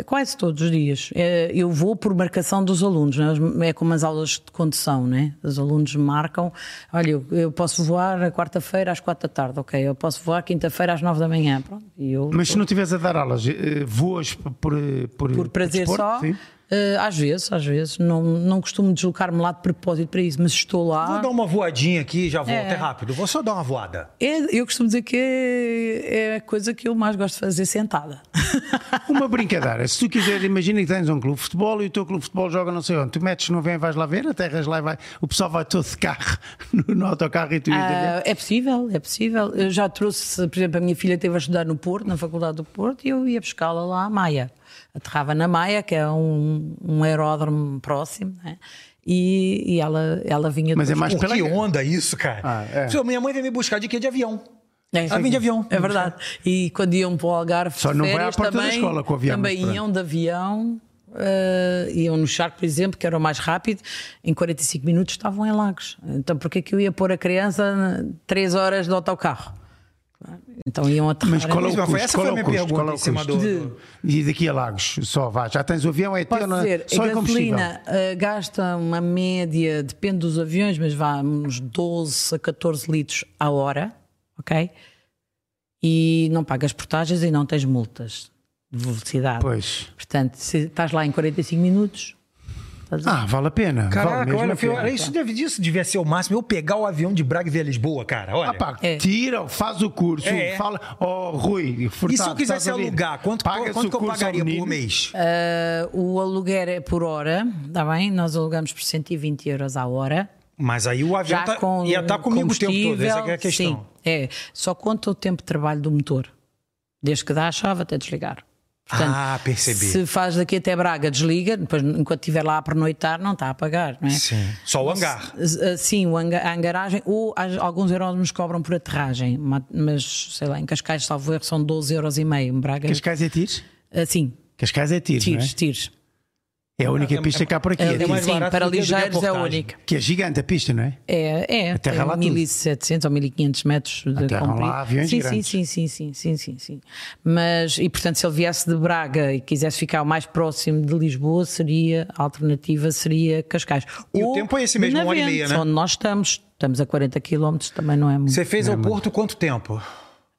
[SPEAKER 2] Quase todos os dias. Eh, Eu vou por marcação dos alunos, né? Os- é como as aulas de condução, né? Os alunos marcam, olha, eu- eu posso voar a quarta-feira às quatro da tarde, ok? Eu posso voar quinta-feira às nove da manhã, pronto. E eu
[SPEAKER 1] Mas se não estiveres a dar aulas, eh, voas por, por,
[SPEAKER 2] por prazer
[SPEAKER 1] desporto?
[SPEAKER 2] só.
[SPEAKER 1] Sim.
[SPEAKER 2] Eh, às vezes, às vezes. Não, não costumo deslocar-me lá de propósito para isso, mas estou
[SPEAKER 3] Vou
[SPEAKER 1] Ah.
[SPEAKER 2] lá.
[SPEAKER 3] dar uma voadinha aqui, já volto,
[SPEAKER 2] É.
[SPEAKER 3] é rápido. Vou só dar uma voada.
[SPEAKER 1] um
[SPEAKER 2] É- eu costumo dizer que é, é a coisa que eu mais gosto de fazer sentada.
[SPEAKER 1] Uma brincadeira. Se tu quiseres, imagina que tens um clube de futebol e o teu clube de futebol joga não sei onde. Tu metes, não vem, vais lá ver, aterras lá e vai. O pessoal vai todo de carro no, no autocarro e tu ias a ver.
[SPEAKER 2] Ah, é possível, é possível. Eu já trouxe, por exemplo, a minha filha teve a estudar no Porto, na Faculdade do Porto, e eu ia buscá-la lá à Maia. Aterrava na Maia, que é um, um aeródromo próximo, né? e, e ela, ela vinha
[SPEAKER 1] Mas é
[SPEAKER 2] depois-
[SPEAKER 1] mais
[SPEAKER 3] Pô,
[SPEAKER 1] pela
[SPEAKER 3] que
[SPEAKER 1] guerra.
[SPEAKER 3] onda isso, cara.
[SPEAKER 1] Ah, é.
[SPEAKER 3] Seu, minha mãe veio me buscar de quê? De avião.
[SPEAKER 2] É,
[SPEAKER 3] Ela vinha de avião.
[SPEAKER 2] É verdade. E quando iam para o Algarve,
[SPEAKER 1] Só
[SPEAKER 2] de
[SPEAKER 1] não vai à
[SPEAKER 2] férias,
[SPEAKER 1] porta da
[SPEAKER 2] também,
[SPEAKER 1] escola com o avião,
[SPEAKER 2] Também
[SPEAKER 1] mas pronto.
[SPEAKER 2] iam de avião, eh, iam no Charco, por exemplo, que era o mais rápido, em 45 minutos estavam em Lagos. Então, porquê que eu ia pôr a criança na- três horas de autocarro? Então iam aterrar.
[SPEAKER 1] Mas qual é o
[SPEAKER 3] Mas foi-
[SPEAKER 1] custo?
[SPEAKER 3] essa
[SPEAKER 1] Qual
[SPEAKER 3] foi
[SPEAKER 1] é
[SPEAKER 3] a
[SPEAKER 1] o
[SPEAKER 3] minha
[SPEAKER 1] custo?
[SPEAKER 3] pergunta
[SPEAKER 1] Qual é o
[SPEAKER 3] em cima
[SPEAKER 1] custo?
[SPEAKER 2] do-
[SPEAKER 1] E daqui a Lagos, só vai. Já tens o avião, é teu,
[SPEAKER 2] Posso
[SPEAKER 1] não
[SPEAKER 2] dizer,
[SPEAKER 1] é? Só
[SPEAKER 2] a
[SPEAKER 1] é combustível.
[SPEAKER 2] gasolina eh, gasta uma média, depende dos aviões, mas vá uns 12 a 14 litros a hora, ok? E não pagas portagens e não tens multas de velocidade.
[SPEAKER 1] Pois.
[SPEAKER 2] Portanto, se estás lá em 45 minutos, estás
[SPEAKER 1] Ah, vale a pena. vale
[SPEAKER 3] Caraca,
[SPEAKER 1] mesmo
[SPEAKER 3] olha,
[SPEAKER 1] a pena.
[SPEAKER 3] filho, isso, deve, isso devia ser o máximo. Eu pegar o avião de Braga e ver Lisboa, cara. Olha.
[SPEAKER 1] Ah, pá,
[SPEAKER 2] É.
[SPEAKER 1] tira, faz o curso,
[SPEAKER 3] É, é.
[SPEAKER 1] fala. Ó, Rui, Furtado,
[SPEAKER 3] e se eu quisesse
[SPEAKER 1] estás a ver?
[SPEAKER 3] alugar, quanto,
[SPEAKER 1] Paga-se
[SPEAKER 3] quanto
[SPEAKER 1] o
[SPEAKER 3] que eu
[SPEAKER 1] curso ao
[SPEAKER 3] pagaria por
[SPEAKER 1] menino.
[SPEAKER 3] mês?
[SPEAKER 1] É.
[SPEAKER 2] Ah, o aluguer é por hora, está bem? Nós alugamos por 120 euros a hora.
[SPEAKER 3] Mas aí o avião
[SPEAKER 2] Já
[SPEAKER 3] tá,
[SPEAKER 2] com
[SPEAKER 3] ia estar comigo o tempo todo. Essa que é a
[SPEAKER 2] combustível,
[SPEAKER 3] questão.
[SPEAKER 2] Sim, é. Só conta o tempo de trabalho do motor. Desde que dá a chave até desligar.
[SPEAKER 3] Ah, percebi.
[SPEAKER 2] Se faz daqui até Braga, desliga, depois enquanto estiver lá a pernoitar, não está a pagar, não é?
[SPEAKER 3] Sim. Só o hangar.
[SPEAKER 2] S- ah, Sim, o hanga- a hangaragem, ou as- alguns aeródromos cobram por aterragem, ma- mas sei lá, em Cascais, salvo erro, são 12 euros e meio, em Braga.
[SPEAKER 1] Cascais é tiros?
[SPEAKER 2] Ah, Sim,
[SPEAKER 1] Cascais é tiros. não
[SPEAKER 2] tiros, tiros.
[SPEAKER 1] É? é a única pista cá por aqui.
[SPEAKER 2] Ah,
[SPEAKER 1] É, tiros.
[SPEAKER 3] mais
[SPEAKER 2] Sim,
[SPEAKER 3] barato
[SPEAKER 2] para
[SPEAKER 3] do que a de
[SPEAKER 2] ligeiros é a
[SPEAKER 3] reportagem.
[SPEAKER 2] única.
[SPEAKER 1] Que é gigante a pista, não é?
[SPEAKER 2] É, é,
[SPEAKER 1] Aterra lá
[SPEAKER 2] tem
[SPEAKER 1] tudo.
[SPEAKER 2] 1700 ou 1500 metros de
[SPEAKER 1] Aterram
[SPEAKER 2] comprimento.
[SPEAKER 1] lá aviões
[SPEAKER 2] sim, sim,
[SPEAKER 1] grandes.
[SPEAKER 2] sim, sim, sim, sim, sim, sim. Mas, e portanto, se ele viesse de Braga e quisesse ficar o mais próximo de Lisboa, seria, a alternativa seria Cascais.
[SPEAKER 3] E o tempo é esse mesmo, uma hora e meia,
[SPEAKER 2] Benavente,
[SPEAKER 3] né?
[SPEAKER 2] Onde nós estamos, estamos a 40 km, também não é muito.
[SPEAKER 3] Você fez ao Porto quanto tempo?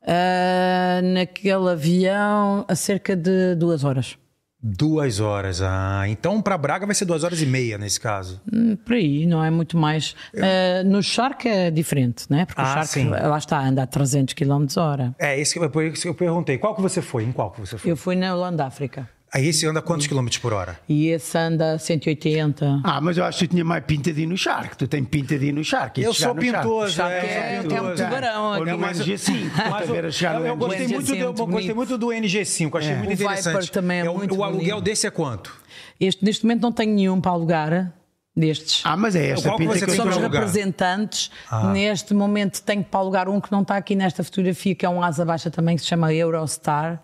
[SPEAKER 2] Ah, naquele avião, a cerca de duas horas.
[SPEAKER 3] Duas horas. Ah, então pra Braga vai ser duas horas e meia nesse caso.
[SPEAKER 2] Hum, Por aí, não é muito mais. Ah, no Shark é diferente, né? Porque
[SPEAKER 3] Ah,
[SPEAKER 2] o Shark,
[SPEAKER 3] sim.
[SPEAKER 2] lá está, anda a 300 km hora.
[SPEAKER 3] É, esse que eu, por isso que eu perguntei. Qual que você foi? Em qual que você foi?
[SPEAKER 2] Eu fui na Holanda, África.
[SPEAKER 3] Aí esse anda quantos quilômetros por hora?
[SPEAKER 2] E esse anda 180.
[SPEAKER 1] Ah, mas eu acho que tu tinha mais pinta de ir no charco. Tu tem pinta de ir no charco. e
[SPEAKER 3] Eu
[SPEAKER 1] de chegar
[SPEAKER 3] sou
[SPEAKER 1] no Então, charco.
[SPEAKER 3] pintoso,
[SPEAKER 2] Sabe que
[SPEAKER 3] é,
[SPEAKER 2] é,
[SPEAKER 3] eu
[SPEAKER 2] que
[SPEAKER 3] sou
[SPEAKER 2] é um
[SPEAKER 3] pintoso.
[SPEAKER 2] tubarão.
[SPEAKER 1] Ou
[SPEAKER 2] aquele.
[SPEAKER 1] no NG5.
[SPEAKER 3] Mas
[SPEAKER 1] tu
[SPEAKER 3] eu,
[SPEAKER 1] a chegar
[SPEAKER 3] eu,
[SPEAKER 1] é. no
[SPEAKER 3] eu gostei,
[SPEAKER 2] NG5
[SPEAKER 3] muito do, eu
[SPEAKER 2] muito
[SPEAKER 3] gostei
[SPEAKER 2] bonito.
[SPEAKER 3] muito do NG5, achei muito
[SPEAKER 2] O Viper
[SPEAKER 3] interessante.
[SPEAKER 2] também é
[SPEAKER 3] o-
[SPEAKER 2] muito
[SPEAKER 3] o aluguel
[SPEAKER 2] bonito.
[SPEAKER 3] desse é quanto?
[SPEAKER 2] Este, neste momento não tenho nenhum para alugar destes.
[SPEAKER 1] Ah, mas é esta
[SPEAKER 3] Qual que
[SPEAKER 1] pinta que
[SPEAKER 3] você
[SPEAKER 1] eu
[SPEAKER 3] tem
[SPEAKER 1] estou
[SPEAKER 2] Somos
[SPEAKER 1] a
[SPEAKER 3] alugar?
[SPEAKER 2] representantes. Neste momento tenho para alugar um que não está aqui nesta fotografia, que é um asa baixa também, que se chama Eurostar.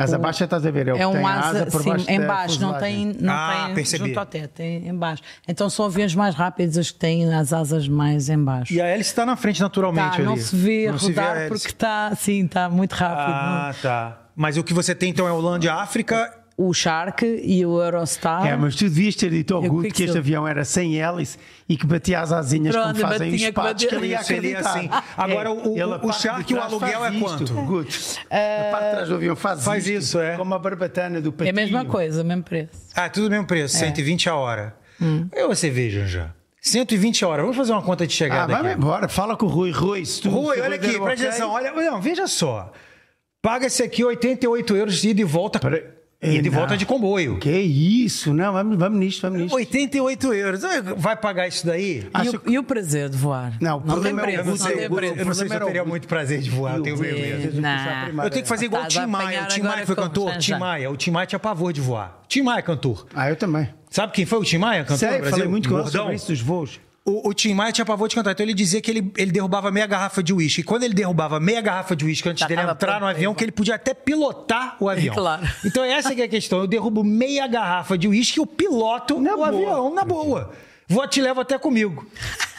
[SPEAKER 1] Asa baixa, estás a ver? É, o que
[SPEAKER 2] É
[SPEAKER 1] tem
[SPEAKER 2] um
[SPEAKER 1] a asa,
[SPEAKER 2] asa,
[SPEAKER 1] por
[SPEAKER 2] sim,
[SPEAKER 1] baixo da
[SPEAKER 2] em baixo, não tem,
[SPEAKER 1] fuselagem.
[SPEAKER 2] não
[SPEAKER 3] Ah,
[SPEAKER 2] tem
[SPEAKER 3] percebi.
[SPEAKER 2] junto ao teto, é em baixo. Então são aviões mais rápidos os que têm as asas mais em baixo.
[SPEAKER 3] E a hélice está na frente naturalmente
[SPEAKER 2] Tá,
[SPEAKER 3] ali.
[SPEAKER 2] não se vê
[SPEAKER 3] Não se vê a
[SPEAKER 2] rodar
[SPEAKER 3] hélice.
[SPEAKER 2] porque está, sim, está muito rápido.
[SPEAKER 3] Ah, tá. Mas o que você tem então é Holândia, África.
[SPEAKER 2] O Shark e o Eurostar.
[SPEAKER 1] É, mas tu devias ter dito ao
[SPEAKER 2] Eu
[SPEAKER 1] Guto que este
[SPEAKER 2] Quicksilver.
[SPEAKER 1] avião era sem hélice e que batia as asinhas
[SPEAKER 2] Pronto,
[SPEAKER 1] como fazem os
[SPEAKER 2] batia com a
[SPEAKER 1] patos, que ele ia
[SPEAKER 3] de- Seria
[SPEAKER 1] acreditar.
[SPEAKER 3] assim. Agora, o-
[SPEAKER 1] ele, a
[SPEAKER 3] o
[SPEAKER 1] parte de
[SPEAKER 3] Shark,
[SPEAKER 1] trás
[SPEAKER 3] o aluguel
[SPEAKER 1] faz
[SPEAKER 3] é
[SPEAKER 1] isto,
[SPEAKER 3] quanto?
[SPEAKER 1] Guto, a parte de trás do avião faz,
[SPEAKER 3] Faz
[SPEAKER 1] isto,
[SPEAKER 3] isso, é.
[SPEAKER 1] Como a barbatana do patinho.
[SPEAKER 2] É a mesma coisa, mesmo preço.
[SPEAKER 3] Ah, tudo mesmo preço, 120 a hora. Aí você vê, Janja. 120 a hora. Vamos fazer uma conta de
[SPEAKER 1] Ah,
[SPEAKER 3] chegada
[SPEAKER 1] vai
[SPEAKER 3] aqui.
[SPEAKER 1] embora, fala com o Rui. Rui, se tu
[SPEAKER 3] Rui,
[SPEAKER 1] se o
[SPEAKER 3] olha
[SPEAKER 1] der
[SPEAKER 3] aqui,
[SPEAKER 1] o
[SPEAKER 3] presta
[SPEAKER 1] ok-
[SPEAKER 3] atenção. Olha, não, veja só. Paga-se aqui 88 euros de ida e volta.
[SPEAKER 1] Pera-
[SPEAKER 3] Ida e
[SPEAKER 1] Não.
[SPEAKER 3] volta de comboio.
[SPEAKER 1] Que isso, não, vamos, vamos nisto, vamos nisto.
[SPEAKER 3] 88 euros. Vai pagar isso daí?
[SPEAKER 2] E
[SPEAKER 1] Acho
[SPEAKER 2] o, e o prazer de voar?
[SPEAKER 1] Não, o
[SPEAKER 2] tem
[SPEAKER 1] problema é o
[SPEAKER 2] preço,
[SPEAKER 1] gosto,
[SPEAKER 2] não
[SPEAKER 1] é
[SPEAKER 2] tem
[SPEAKER 1] o gosto.
[SPEAKER 2] preço.
[SPEAKER 3] Eu não sei se eu teria muito prazer de
[SPEAKER 1] Ah, um
[SPEAKER 3] voar, eu tenho meio medo.
[SPEAKER 1] Jesus,
[SPEAKER 2] Não.
[SPEAKER 1] isso é a primeira.
[SPEAKER 3] Eu tenho que fazer igual o
[SPEAKER 2] Tá,
[SPEAKER 3] Tim
[SPEAKER 2] vai
[SPEAKER 3] Maia. O
[SPEAKER 2] apanhar
[SPEAKER 3] Tim Maia
[SPEAKER 2] agora
[SPEAKER 3] foi
[SPEAKER 2] com
[SPEAKER 3] cantor?
[SPEAKER 2] confiança.
[SPEAKER 3] Tim Maia. O Tim Maia tinha pavor de voar. Tim Maia é cantor.
[SPEAKER 1] Ah, eu também.
[SPEAKER 2] um
[SPEAKER 3] Sabe quem foi o Tim Maia, cantor
[SPEAKER 1] Sei,
[SPEAKER 3] do Brasil?
[SPEAKER 1] falei muito com ele
[SPEAKER 3] Gordão.
[SPEAKER 1] sobre isso dos voos.
[SPEAKER 3] O, o Tim Maia tinha pavor de cantar. Então ele dizia que ele, ele derrubava meia garrafa de uísque. E quando ele derrubava meia garrafa de uísque antes
[SPEAKER 2] Já
[SPEAKER 3] dele
[SPEAKER 2] tava
[SPEAKER 3] entrar no
[SPEAKER 2] pronto,
[SPEAKER 3] avião,
[SPEAKER 2] aí,
[SPEAKER 3] que ele podia até pilotar o avião.
[SPEAKER 2] Claro.
[SPEAKER 3] Então essa que é a questão. Eu derrubo meia garrafa de uísque e eu piloto o
[SPEAKER 1] boa.
[SPEAKER 3] avião, na boa. Vou, te levo até comigo.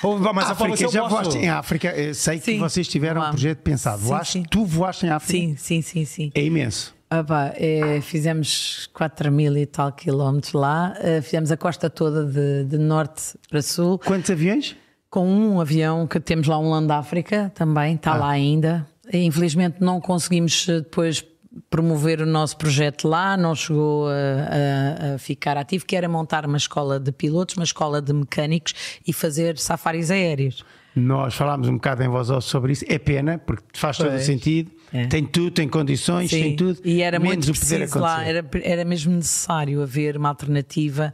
[SPEAKER 3] Ou, mas eu falo,
[SPEAKER 1] África,
[SPEAKER 3] você eu
[SPEAKER 1] já
[SPEAKER 3] posso...
[SPEAKER 1] voaste em África, eu sei que
[SPEAKER 2] Sim.
[SPEAKER 1] vocês tiveram um
[SPEAKER 2] Voamos.
[SPEAKER 1] projeto pensado.
[SPEAKER 2] Sim,
[SPEAKER 1] Voaste,
[SPEAKER 2] sim.
[SPEAKER 1] Tu voaste em África?
[SPEAKER 2] Sim, sim, sim, sim.
[SPEAKER 1] É imenso.
[SPEAKER 2] Ah pá, é, fizemos 4 mil e tal quilómetros lá, eh, fizemos a costa toda de, de norte para sul,
[SPEAKER 1] Quantos aviões?
[SPEAKER 2] com um avião que temos lá, um Land África também,
[SPEAKER 1] Ah.
[SPEAKER 2] está lá ainda. E, infelizmente não conseguimos eh, depois promover o nosso projeto lá, não chegou a, a- a ficar ativo, que era montar uma escola de pilotos, uma escola de mecânicos e fazer safaris aéreos.
[SPEAKER 1] Nós falámos um bocado em voz alta sobre isso. É pena, porque faz todo o
[SPEAKER 2] Pois.
[SPEAKER 1] sentido.
[SPEAKER 2] É.
[SPEAKER 1] Tem tudo, tem condições, tem tudo.
[SPEAKER 2] E era
[SPEAKER 1] menos
[SPEAKER 2] muito
[SPEAKER 1] o poder
[SPEAKER 2] preciso
[SPEAKER 1] acontecer.
[SPEAKER 2] lá, era, era mesmo necessário haver uma alternativa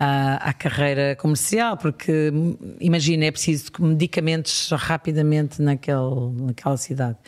[SPEAKER 2] ah, à, à carreira comercial, porque hum, imagina, é preciso medicamentos rapidamente naquele, naquela cidade.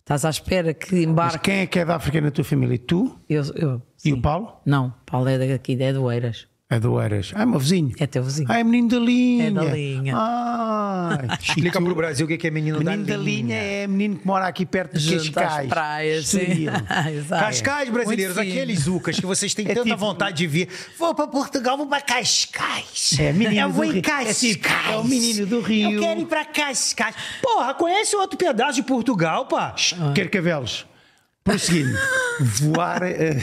[SPEAKER 2] Estás à espera que
[SPEAKER 1] Mas
[SPEAKER 2] embarque.
[SPEAKER 1] quem é que é da África na tua família? Tu
[SPEAKER 2] Eu, eu-
[SPEAKER 1] e
[SPEAKER 2] sim.
[SPEAKER 1] o Paulo?
[SPEAKER 2] Não, Paulo é daqui, é do Eiras.
[SPEAKER 1] É do Eiras. Ah, é meu vizinho.
[SPEAKER 2] É teu vizinho.
[SPEAKER 1] Ah, é menino da linha.
[SPEAKER 2] É da linha.
[SPEAKER 1] Ah,
[SPEAKER 3] Explica pro Brasil o que que é menino,
[SPEAKER 1] menino da linha é menino que mora aqui perto de
[SPEAKER 2] Junto às
[SPEAKER 1] Cascais.
[SPEAKER 2] praias. sim.
[SPEAKER 1] Estoril. Ah,
[SPEAKER 2] Exato.
[SPEAKER 3] Cascais
[SPEAKER 1] é.
[SPEAKER 3] brasileiros,
[SPEAKER 2] Muito fino.
[SPEAKER 3] aqueles Zucas que vocês têm tanta
[SPEAKER 1] tipo-
[SPEAKER 3] vontade de vir. Vou pra Portugal, vou pra Cascais.
[SPEAKER 1] É, menino
[SPEAKER 3] Eu
[SPEAKER 1] do
[SPEAKER 3] vou em
[SPEAKER 1] Rio. É
[SPEAKER 3] Cascais.
[SPEAKER 1] tipo, é o menino do Rio.
[SPEAKER 3] Eu quero ir pra Cascais. Porra, conhece um outro pedaço de Portugal, pá?
[SPEAKER 1] Ah. Carcavelos. Prosseguindo, voar eh,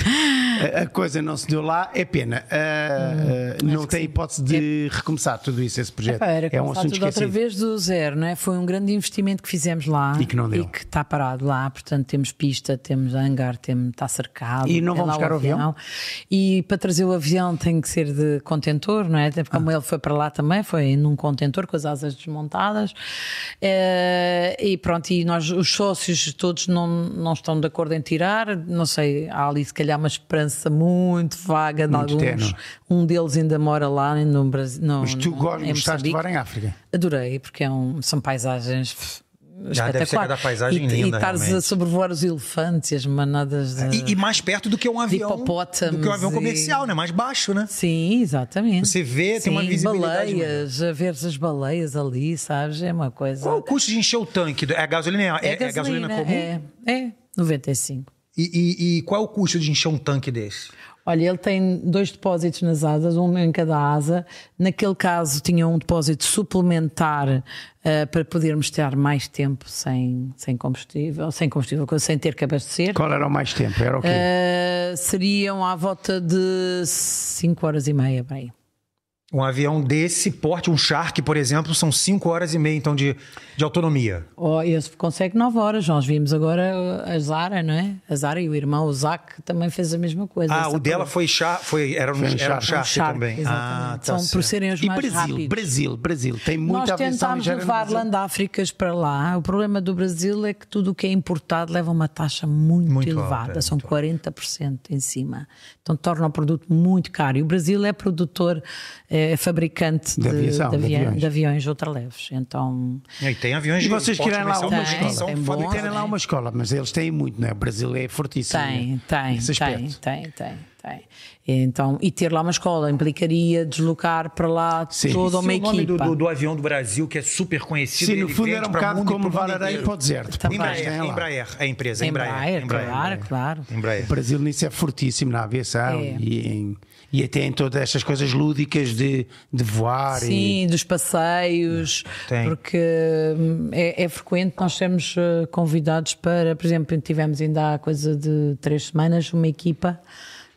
[SPEAKER 1] a, a coisa não se deu lá, é pena. Ah,
[SPEAKER 2] Hum,
[SPEAKER 1] ah, não tem hipótese de recomeçar tudo isso, esse projeto.
[SPEAKER 2] Pá, É. era
[SPEAKER 1] é um
[SPEAKER 2] começar
[SPEAKER 1] assunto
[SPEAKER 2] tudo outra
[SPEAKER 1] esquecido.
[SPEAKER 2] vez do zero, não é? Foi um grande investimento que fizemos lá
[SPEAKER 1] E que não deu.
[SPEAKER 2] que está parado lá, portanto temos pista, temos hangar, temos, está cercado.
[SPEAKER 1] E não
[SPEAKER 2] tem
[SPEAKER 1] vão
[SPEAKER 2] lá
[SPEAKER 1] buscar o avião?
[SPEAKER 2] E para trazer o avião tem que ser de contentor, não é? Até porque
[SPEAKER 1] Ah.
[SPEAKER 2] Como ele foi para lá também, foi num contentor com as asas desmontadas. Eh, e pronto, e nós, os sócios todos não, não estão de acordo em tirar, não sei, há ali se calhar uma esperança muito vaga de
[SPEAKER 1] Muito
[SPEAKER 2] alguns.
[SPEAKER 1] ténue.
[SPEAKER 2] Um deles ainda mora lá no Brasil. no-
[SPEAKER 1] Mas tu
[SPEAKER 2] no-
[SPEAKER 1] gostas,
[SPEAKER 2] É em
[SPEAKER 1] gostaste de
[SPEAKER 2] Moçambique.
[SPEAKER 1] voar em África?
[SPEAKER 2] Adorei, porque é um- são paisagens. pff,
[SPEAKER 3] Já deve ser
[SPEAKER 2] espetaculares.
[SPEAKER 3] cada paisagem
[SPEAKER 2] e,
[SPEAKER 3] linda,
[SPEAKER 2] E estares a
[SPEAKER 3] realmente. Ah,
[SPEAKER 2] sobrevoar os elefantes e as manadas. De...
[SPEAKER 3] E, e mais perto do que um avião.
[SPEAKER 2] hipopótamos
[SPEAKER 3] Do que um avião
[SPEAKER 2] e-
[SPEAKER 3] comercial, né? Mais baixo, né?
[SPEAKER 2] Sim, exatamente.
[SPEAKER 3] Você vê, tem uma
[SPEAKER 2] Sim,
[SPEAKER 3] visibilidade
[SPEAKER 2] Baleias, a ver as baleias ali, sabes? É uma coisa.
[SPEAKER 3] Qual o custo de encher o tanque? É gasolina, é, é gasolina comum?
[SPEAKER 2] É, é, 95.
[SPEAKER 3] E, e- e qual é o custo de encher um tanque desse?
[SPEAKER 2] Olha, ele tem dois depósitos nas asas, um em cada asa. Naquele caso, tinha um depósito suplementar eh, para podermos estar mais tempo sem, sem combustível, sem combustível, sem ter que abastecer.
[SPEAKER 1] Qual era o mais tempo? Era o quê?
[SPEAKER 2] Uh, seriam à volta de 5 horas e meia, para aí.
[SPEAKER 3] Um avião desse porte, um Shark, por exemplo, são 5 horas e meia então de, de autonomia.
[SPEAKER 2] Oh, esse consegue 9 horas. Nós vimos agora a Zara, não é? A Zara e o irmão, o Zac, também fez a mesma coisa.
[SPEAKER 3] Ah,
[SPEAKER 2] Essa
[SPEAKER 3] o dela
[SPEAKER 2] prova.
[SPEAKER 3] foi, char, foi era um,
[SPEAKER 1] Foi um
[SPEAKER 3] era um
[SPEAKER 1] Shark.
[SPEAKER 3] Shark
[SPEAKER 2] Shark,
[SPEAKER 3] também.
[SPEAKER 2] exatamente.
[SPEAKER 3] Ah, tá
[SPEAKER 2] São por
[SPEAKER 3] certo.
[SPEAKER 2] serem os
[SPEAKER 1] E
[SPEAKER 2] mais
[SPEAKER 1] Brasil,
[SPEAKER 2] rápidos.
[SPEAKER 1] Brasil, Brasil. Tem
[SPEAKER 2] Nós
[SPEAKER 1] muita aviação
[SPEAKER 2] tentámos
[SPEAKER 1] ligeira no
[SPEAKER 2] levar
[SPEAKER 1] Brasil.
[SPEAKER 2] Landáfricas para lá. O problema do Brasil é que tudo o que é importado leva uma taxa muito,
[SPEAKER 3] Muito
[SPEAKER 2] elevada,
[SPEAKER 3] alta, é,
[SPEAKER 2] são
[SPEAKER 3] muito
[SPEAKER 2] 40% em cima. Então torna o produto muito caro. E o Brasil é produtor, é fabricante
[SPEAKER 1] De
[SPEAKER 2] de,
[SPEAKER 1] aviação,
[SPEAKER 2] de
[SPEAKER 1] de
[SPEAKER 2] avião-
[SPEAKER 1] aviões.
[SPEAKER 2] de aviões ultraleves. Então
[SPEAKER 3] E tem aviões
[SPEAKER 1] E
[SPEAKER 3] de
[SPEAKER 1] vocês
[SPEAKER 3] porte
[SPEAKER 1] querem lá
[SPEAKER 3] comercial
[SPEAKER 1] uma
[SPEAKER 3] também,
[SPEAKER 1] escola?
[SPEAKER 3] são
[SPEAKER 2] Tem bons,
[SPEAKER 3] fabricantes.
[SPEAKER 1] Terem lá uma escola, mas eles têm muito, não é? O Brasil é fortíssimo.
[SPEAKER 2] tem,
[SPEAKER 1] né?
[SPEAKER 2] tem,
[SPEAKER 1] Nesse
[SPEAKER 2] tem,
[SPEAKER 1] aspecto.
[SPEAKER 2] tem, tem. Tem. Então, e ter lá uma escola implicaria deslocar para lá
[SPEAKER 1] Sim.
[SPEAKER 2] toda uma
[SPEAKER 3] o nome do,
[SPEAKER 2] equipa.
[SPEAKER 3] do- do avião do Brasil, que é super conhecido.
[SPEAKER 1] Sim, no
[SPEAKER 3] ele
[SPEAKER 1] fundo
[SPEAKER 3] vende
[SPEAKER 1] era um
[SPEAKER 3] pra
[SPEAKER 1] bocado
[SPEAKER 3] mundo e
[SPEAKER 1] como
[SPEAKER 3] pro mundo
[SPEAKER 1] levar areia
[SPEAKER 3] inteiro.
[SPEAKER 1] para o deserto.
[SPEAKER 2] Também.
[SPEAKER 1] porque eles
[SPEAKER 3] Embraer,
[SPEAKER 1] têm lá.
[SPEAKER 3] Embraer, é a empresa.
[SPEAKER 2] Embraer,
[SPEAKER 3] Embraer,
[SPEAKER 2] claro, claro.
[SPEAKER 1] O
[SPEAKER 3] Embraer.
[SPEAKER 1] Brasil nisso é fortíssimo na aviação
[SPEAKER 2] É.
[SPEAKER 1] e, em- e até em todas estas coisas lúdicas de, de voar. E,
[SPEAKER 2] Sim, dos passeios,
[SPEAKER 3] Tem.
[SPEAKER 2] porque hum, é, é frequente nós sermos eh, convidados para, por exemplo, tivemos ainda há coisa de três semanas uma equipa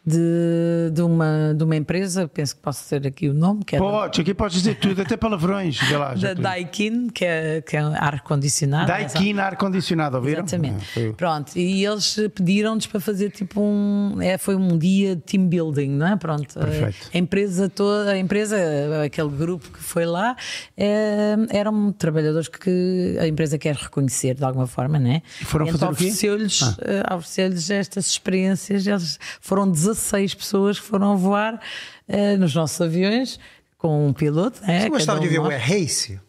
[SPEAKER 2] de, de, uma, de uma empresa, penso que posso ter aqui o nome, que é da-
[SPEAKER 1] podes, aqui podes dizer tudo, até palavrões. vê lá, já
[SPEAKER 2] da
[SPEAKER 1] tu-
[SPEAKER 2] Daikin, que é, que é ar-condicionado. é,
[SPEAKER 1] Daikin ar-condicionado, ouviram?
[SPEAKER 3] É,
[SPEAKER 2] Exatamente.
[SPEAKER 1] Ah, foi-
[SPEAKER 2] Pronto, e eles pediram-nos para fazer tipo um. É, foi um dia de team building, não é? Pronto.
[SPEAKER 1] Perfeito.
[SPEAKER 2] A empresa toda, a empresa, aquele grupo que foi lá, eh, eram trabalhadores que a empresa quer reconhecer de alguma forma, não é?
[SPEAKER 1] E foram
[SPEAKER 2] E então
[SPEAKER 1] fazer o quê?
[SPEAKER 2] ofereceu-lhes
[SPEAKER 3] Ah.
[SPEAKER 2] eh, ofereceu-lhes estas experiências. Eles, foram 16 pessoas que foram voar eh, nos nossos aviões com um piloto. não é?
[SPEAKER 3] Você gostava
[SPEAKER 2] Cada
[SPEAKER 3] de ver
[SPEAKER 2] um
[SPEAKER 3] o
[SPEAKER 2] lá.
[SPEAKER 3] Air Race?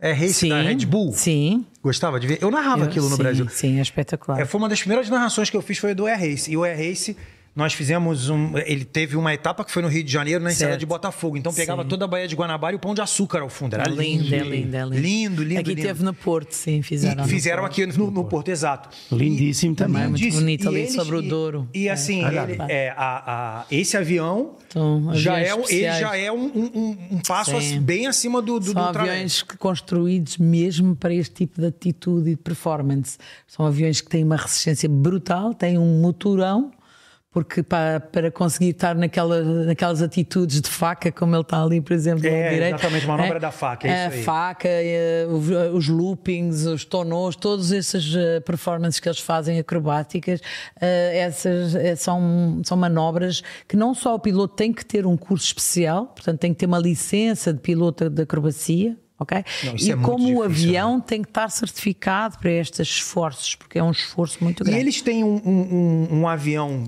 [SPEAKER 3] Air Race
[SPEAKER 2] Sim,
[SPEAKER 3] da Red Bull?
[SPEAKER 2] Sim.
[SPEAKER 3] Gostava de ver? Eu narrava
[SPEAKER 2] Eu-
[SPEAKER 3] aquilo no
[SPEAKER 2] sim,
[SPEAKER 3] Brasil.
[SPEAKER 2] Sim, é espetacular.
[SPEAKER 3] É, foi uma das primeiras narrações que eu fiz foi do Air Race. E o Air Race, nós fizemos um. Ele teve uma etapa que foi no Rio de Janeiro, na enseada
[SPEAKER 2] Certo.
[SPEAKER 3] de Botafogo. Então pegava
[SPEAKER 2] Sim.
[SPEAKER 3] toda a Baía de Guanabara e o pão de açúcar ao fundo. Era
[SPEAKER 2] É
[SPEAKER 3] lindo,
[SPEAKER 2] lindo, é lindo, é lindo.
[SPEAKER 3] Lindo, lindo,
[SPEAKER 2] Aqui
[SPEAKER 3] lindo.
[SPEAKER 2] teve no Porto, sim, fizeram. é?
[SPEAKER 3] E fizeram aqui no, no Porto, exato.
[SPEAKER 1] Lindíssimo também.
[SPEAKER 2] muito
[SPEAKER 3] Lindíssimo.
[SPEAKER 2] bonito ali
[SPEAKER 3] eles-
[SPEAKER 2] sobre o Douro.
[SPEAKER 3] E, e
[SPEAKER 2] É.
[SPEAKER 3] assim,
[SPEAKER 1] Olha
[SPEAKER 3] ele-
[SPEAKER 2] lá.
[SPEAKER 3] é, a- a- esse avião
[SPEAKER 2] Então,
[SPEAKER 3] já
[SPEAKER 2] aviões
[SPEAKER 3] é, um- ele
[SPEAKER 2] especiais.
[SPEAKER 3] já é um, um- um passo
[SPEAKER 2] Sim.
[SPEAKER 3] assim, bem acima do, do, do
[SPEAKER 2] São
[SPEAKER 3] ultraléu.
[SPEAKER 2] aviões que construídos mesmo para este tipo de atitude e de performance. São aviões que têm uma resistência brutal, têm um motorão, porque para, para conseguir estar naquela, naquelas atitudes de faca, como ele está ali, por exemplo,
[SPEAKER 3] É,
[SPEAKER 2] do lado direito.
[SPEAKER 3] exatamente, manobra da faca, é
[SPEAKER 2] A
[SPEAKER 3] isso aí.
[SPEAKER 2] faca, eh, o- os loopings, os tonôs, todas essas eh, performances que eles fazem acrobáticas, eh, essas eh, são, são manobras que não só o piloto tem que ter um curso especial, portanto tem que ter uma licença de piloto de acrobacia, ok?
[SPEAKER 3] Não, isso
[SPEAKER 2] e
[SPEAKER 3] é muito
[SPEAKER 2] como o
[SPEAKER 3] difícil, é?
[SPEAKER 2] avião tem que estar certificado para estes esforços, porque é um esforço muito
[SPEAKER 3] E
[SPEAKER 2] grande.
[SPEAKER 3] eles têm um, um- um- um avião,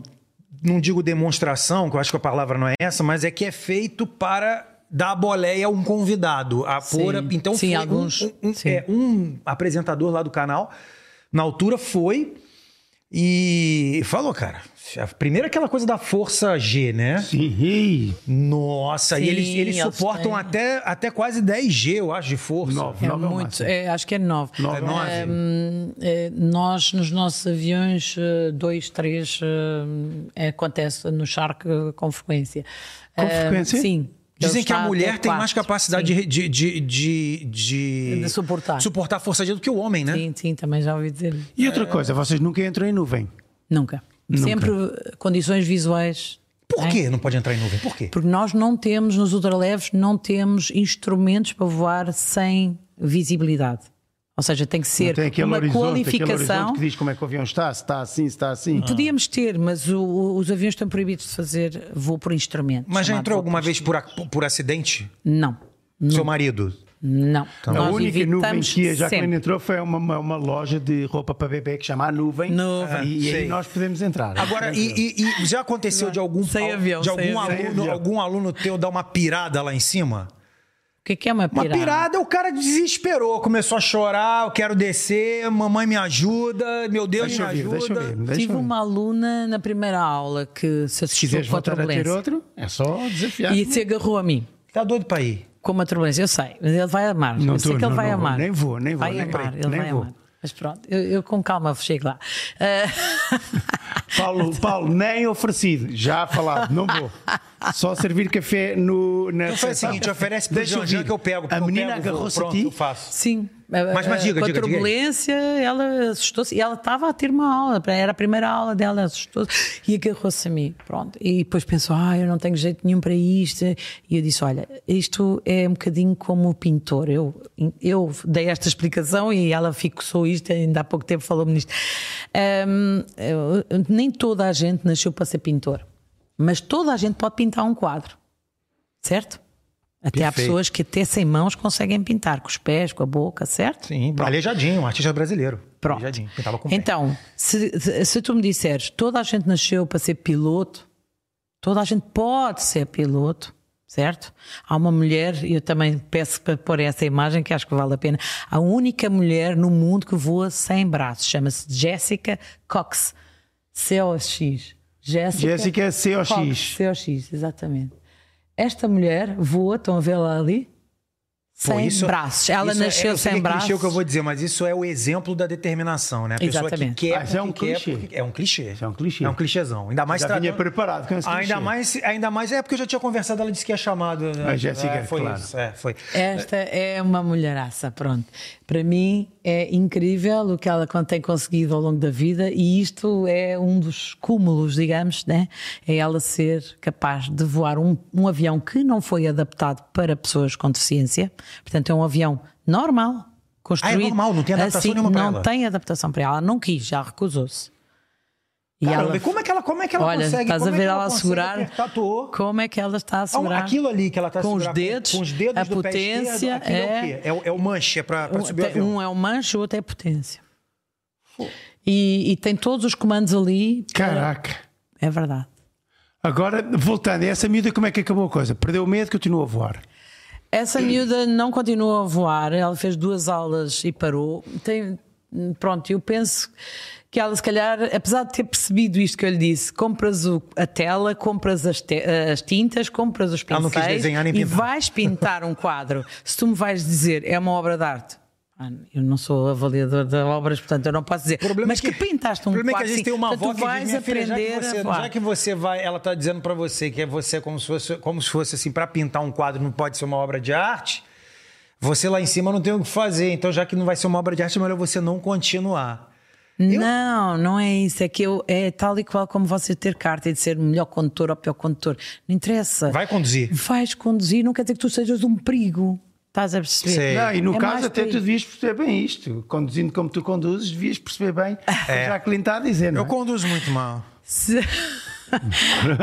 [SPEAKER 3] não digo demonstração, que eu acho que a palavra não é essa, mas é que é feito para dar boleia a um convidado. A
[SPEAKER 2] Sim.
[SPEAKER 3] pôr a- então
[SPEAKER 2] Sim,
[SPEAKER 3] foi um-
[SPEAKER 2] alguns.
[SPEAKER 3] um, um-
[SPEAKER 2] Sim.
[SPEAKER 3] é, um apresentador lá do canal, na altura foi e falou, cara, a primeiro aquela coisa da força G, né?
[SPEAKER 1] Sim, e-
[SPEAKER 3] Nossa, e
[SPEAKER 2] Sim,
[SPEAKER 3] eles, eles
[SPEAKER 2] eles
[SPEAKER 3] suportam
[SPEAKER 2] têm.
[SPEAKER 3] até, até quase 10G, eu acho, de força.
[SPEAKER 1] Nove,
[SPEAKER 2] É
[SPEAKER 1] nove é o
[SPEAKER 2] muito,
[SPEAKER 1] máximo.
[SPEAKER 2] é, acho que é nove.
[SPEAKER 3] É nove.
[SPEAKER 2] Eh, Nós, nos nossos aviões, eh, 2, 3, eh, acontece no Shark eh, com frequência.
[SPEAKER 1] Com
[SPEAKER 2] Eh,
[SPEAKER 1] frequência?
[SPEAKER 2] Sim.
[SPEAKER 3] Dizem
[SPEAKER 2] Ele
[SPEAKER 3] que a
[SPEAKER 2] está
[SPEAKER 3] mulher
[SPEAKER 2] até
[SPEAKER 3] tem mais
[SPEAKER 2] quatro.
[SPEAKER 3] capacidade
[SPEAKER 2] Sim.
[SPEAKER 3] de, de, de, de, de-
[SPEAKER 2] De suportar.
[SPEAKER 3] suportar a força de do que o homem, né?
[SPEAKER 2] Sim, sim, também já ouvi dizer.
[SPEAKER 1] E outra coisa, vocês nunca entram em nuvem.
[SPEAKER 2] Nunca. Sempre eh, condições visuais.
[SPEAKER 3] Por que não pode entrar em nuvem? Por quê?
[SPEAKER 2] Porque nós não temos, nos ultraleves, não temos instrumentos para voar sem visibilidade. Ou seja, tem que ser
[SPEAKER 1] Tem aquele
[SPEAKER 2] uma
[SPEAKER 1] horizonte, aquele
[SPEAKER 2] qualificação.
[SPEAKER 1] horizonte que diz como é que o avião está, se está assim, se está assim.
[SPEAKER 3] Ah.
[SPEAKER 2] Podíamos ter, mas o- o- os aviões estão proibidos de fazer voo por instrumento.
[SPEAKER 3] Mas já
[SPEAKER 2] chamado
[SPEAKER 3] entrou
[SPEAKER 2] voo
[SPEAKER 3] alguma
[SPEAKER 2] por
[SPEAKER 3] vez por, ac- por acidente?
[SPEAKER 2] Não,
[SPEAKER 3] Seu marido?
[SPEAKER 2] não.
[SPEAKER 1] Tá. A
[SPEAKER 2] Nós
[SPEAKER 1] única nuvem
[SPEAKER 2] evitamos
[SPEAKER 1] que a Jacqueline
[SPEAKER 2] sempre.
[SPEAKER 1] entrou foi uma, uma, uma loja de roupa para bebê que chama a Nuvem.
[SPEAKER 2] Nuvem.
[SPEAKER 1] E, e
[SPEAKER 3] Sei.
[SPEAKER 1] aí nós podemos entrar.
[SPEAKER 3] Agora, e, e- e já aconteceu de algum,
[SPEAKER 2] Sem
[SPEAKER 3] al-
[SPEAKER 2] avião,
[SPEAKER 3] de
[SPEAKER 2] sem
[SPEAKER 3] algum,
[SPEAKER 2] avião.
[SPEAKER 1] Sem
[SPEAKER 3] aluno,
[SPEAKER 1] avião.
[SPEAKER 3] algum aluno teu dar uma pirada lá em cima?
[SPEAKER 2] O que é, que é uma
[SPEAKER 3] Uma
[SPEAKER 2] pirada?
[SPEAKER 3] pirada, o cara desesperou, começou a chorar, eu quero descer, mamãe me ajuda, meu Deus,
[SPEAKER 1] deixa eu
[SPEAKER 3] me
[SPEAKER 1] ver,
[SPEAKER 3] ajuda.
[SPEAKER 1] deixa eu ver. Deixa
[SPEAKER 2] Tive
[SPEAKER 1] eu ver.
[SPEAKER 2] uma aluna na primeira aula que se
[SPEAKER 1] Se
[SPEAKER 2] assustou
[SPEAKER 1] quiseres
[SPEAKER 2] com a
[SPEAKER 1] voltar a ter
[SPEAKER 2] turbulência
[SPEAKER 1] outro, é só desafiar.
[SPEAKER 2] e se agarrou a mim.
[SPEAKER 3] Tá doido pra ir.
[SPEAKER 2] Com uma turbulência, eu sei, mas ele vai amar.
[SPEAKER 1] Não
[SPEAKER 2] eu sei
[SPEAKER 1] tô,
[SPEAKER 2] que ele
[SPEAKER 1] não,
[SPEAKER 2] vai
[SPEAKER 1] não vou,
[SPEAKER 2] amar.
[SPEAKER 1] nem vou, nem vou,
[SPEAKER 2] Vai
[SPEAKER 1] nem
[SPEAKER 2] amar,
[SPEAKER 1] vou,
[SPEAKER 2] ele
[SPEAKER 1] nem
[SPEAKER 2] vai
[SPEAKER 1] vou.
[SPEAKER 2] amar. Mas pronto, eu, eu com calma chego lá. Ah,
[SPEAKER 1] Paulo, Paulo, nem oferecido. Já falado, não vou. Só servir café no, na
[SPEAKER 3] Então faz o
[SPEAKER 1] recepção.
[SPEAKER 3] seguinte, oferece pro
[SPEAKER 1] Deixa eu
[SPEAKER 3] Jean, Jean
[SPEAKER 1] vir.
[SPEAKER 3] que eu pego.
[SPEAKER 1] A
[SPEAKER 3] eu
[SPEAKER 1] menina
[SPEAKER 3] pego, vou,
[SPEAKER 1] agarrou-se a
[SPEAKER 3] pronto,
[SPEAKER 1] ti.
[SPEAKER 3] eu faço.
[SPEAKER 2] Sim. É,
[SPEAKER 3] Mas- mas diga,
[SPEAKER 2] Com
[SPEAKER 3] diga, diga.
[SPEAKER 2] a turbulência, ela assustou-se. E ela estava a ter uma aula, pra- era a primeira aula dela, assustou-se e agarrou-se a mim. Pronto. E depois pensou, ah, eu não tenho jeito nenhum para isto. E eu disse, olha, isto é um bocadinho como o pintor. Eu, eu dei esta explicação e ela fixou isto, ainda há pouco tempo falou-me nisto. Ahm, eu- nem toda a gente nasceu para ser pintor, mas toda a gente pode pintar um quadro, certo? Até há
[SPEAKER 3] Perfeito. Sim, Alejadinho, um artista brasileiro.
[SPEAKER 2] Pronto.
[SPEAKER 3] Alejadinho, pintava com pé.
[SPEAKER 2] então, se, se- se tu me disseres, toda a gente nasceu para ser piloto, toda a gente pode ser piloto, certo? Há uma mulher, e eu também peço para pôr essa imagem que acho que vale a pena, a única mulher no mundo que voa sem braços, chama-se Jessica Cox, C-O-X. Jéssica,
[SPEAKER 1] Jéssica
[SPEAKER 3] é
[SPEAKER 1] COX.
[SPEAKER 2] Fox, COX, exatamente. Esta mulher voa, estão a vê-la ali?
[SPEAKER 3] Pô,
[SPEAKER 2] Sem braços. Ela
[SPEAKER 3] isso é-
[SPEAKER 2] nasceu
[SPEAKER 3] eu sei
[SPEAKER 2] sem
[SPEAKER 3] que é clichê
[SPEAKER 2] braços.
[SPEAKER 3] o que eu vou dizer, mas isso é o exemplo da determinação, né? A pessoa
[SPEAKER 2] Exatamente.
[SPEAKER 3] que quer.
[SPEAKER 1] Mas é um
[SPEAKER 3] porque quer,
[SPEAKER 1] clichê.
[SPEAKER 3] porque- é um clichê.
[SPEAKER 1] Isso é um clichê.
[SPEAKER 3] É um clichêzão. Ainda mais
[SPEAKER 1] Já vinha
[SPEAKER 3] tratando-
[SPEAKER 1] preparado com esse clichê.
[SPEAKER 3] Ainda mais, ainda mais. É porque eu já tinha conversado, ela disse que ia chamado. Né?
[SPEAKER 1] A Jéssica,
[SPEAKER 3] é, foi
[SPEAKER 1] claro.
[SPEAKER 3] isso. É, foi.
[SPEAKER 2] Esta é uma mulheraça, pronto. Para mim é incrível o que ela tem conseguido ao longo da vida e isto é um dos cúmulos, digamos, né? É ela ser capaz de voar um, um avião que não foi adaptado para pessoas com deficiência. Portanto, é um avião normal, construído.
[SPEAKER 3] Ah, é normal, não tem adaptação
[SPEAKER 2] assim,
[SPEAKER 3] nenhuma para
[SPEAKER 2] Não
[SPEAKER 3] ela.
[SPEAKER 2] tem adaptação para ela, não quis, já recusou-se. E
[SPEAKER 3] Caramba,
[SPEAKER 2] ela-
[SPEAKER 3] e como é que ela, como é que ela
[SPEAKER 2] Olha,
[SPEAKER 3] consegue?
[SPEAKER 2] estás a
[SPEAKER 3] como é
[SPEAKER 2] ver
[SPEAKER 3] que
[SPEAKER 2] ela a
[SPEAKER 3] consegue
[SPEAKER 2] segurar.
[SPEAKER 3] apertar a toa?
[SPEAKER 2] Como é que ela está a segurar?
[SPEAKER 3] Aquilo ali que ela está
[SPEAKER 2] com os dedos,
[SPEAKER 3] com, os dedos
[SPEAKER 2] a
[SPEAKER 3] do pé esquerdo,
[SPEAKER 2] potência
[SPEAKER 3] aquilo é... o quê? É, o- é o manche, é para
[SPEAKER 2] Um-
[SPEAKER 3] subir o
[SPEAKER 2] tem-
[SPEAKER 3] avião.
[SPEAKER 2] um é o mancho, o outro é a potência. E, e tem todos os comandos ali.
[SPEAKER 1] Caraca.
[SPEAKER 2] É verdade.
[SPEAKER 1] Agora, voltando, essa miúda, como é que acabou a coisa? Perdeu o medo, continua a voar.
[SPEAKER 2] Essa miúda não continua a voar, ela fez duas aulas e parou. Tem, pronto, eu penso que ela, se calhar, apesar de ter percebido isto que eu lhe disse, compras o- a tela, compras as, te- as tintas, compras os
[SPEAKER 3] Ela não
[SPEAKER 2] pincéis
[SPEAKER 3] quis desenhar nem
[SPEAKER 2] e
[SPEAKER 3] pintar.
[SPEAKER 2] vais pintar um quadro. Se tu me vais dizer é uma obra de arte. ah, Eu não sou avaliador de obras, portanto eu não posso dizer.
[SPEAKER 3] problema
[SPEAKER 2] Mas
[SPEAKER 3] é que-
[SPEAKER 2] que, pintaste um
[SPEAKER 3] O problema é
[SPEAKER 2] quadro.
[SPEAKER 3] que a gente
[SPEAKER 2] sim.
[SPEAKER 3] tem uma
[SPEAKER 2] Portanto,
[SPEAKER 3] avó
[SPEAKER 2] tu
[SPEAKER 3] que diz,
[SPEAKER 2] vais
[SPEAKER 3] minha filha, já que,
[SPEAKER 2] aprender
[SPEAKER 3] você,
[SPEAKER 2] a voar.
[SPEAKER 3] já que você vai, ela está dizendo para você que é você como se fosse, como se fosse assim, para pintar um quadro não pode ser uma obra de arte, você lá em cima não tem o que fazer, então já que não vai ser uma obra de arte, é melhor você não continuar.
[SPEAKER 2] Não, não é isso. É que eu, é tal e qual como você ter carta e de ser o melhor condutor ou pior condutor. Não interessa.
[SPEAKER 3] Vai conduzir.
[SPEAKER 2] Vais conduzir, não quer dizer que tu sejas um perigo. Estás a perceber?
[SPEAKER 3] Sei. É.
[SPEAKER 1] Não, e no
[SPEAKER 2] É mais
[SPEAKER 1] caso até
[SPEAKER 2] por aí.
[SPEAKER 1] tu devias perceber bem isto. Conduzindo como tu conduzes, devias perceber bem
[SPEAKER 3] É.
[SPEAKER 1] já que lhe está a dizer, não
[SPEAKER 3] Eu
[SPEAKER 1] é?
[SPEAKER 3] conduzo muito mal.
[SPEAKER 2] Se-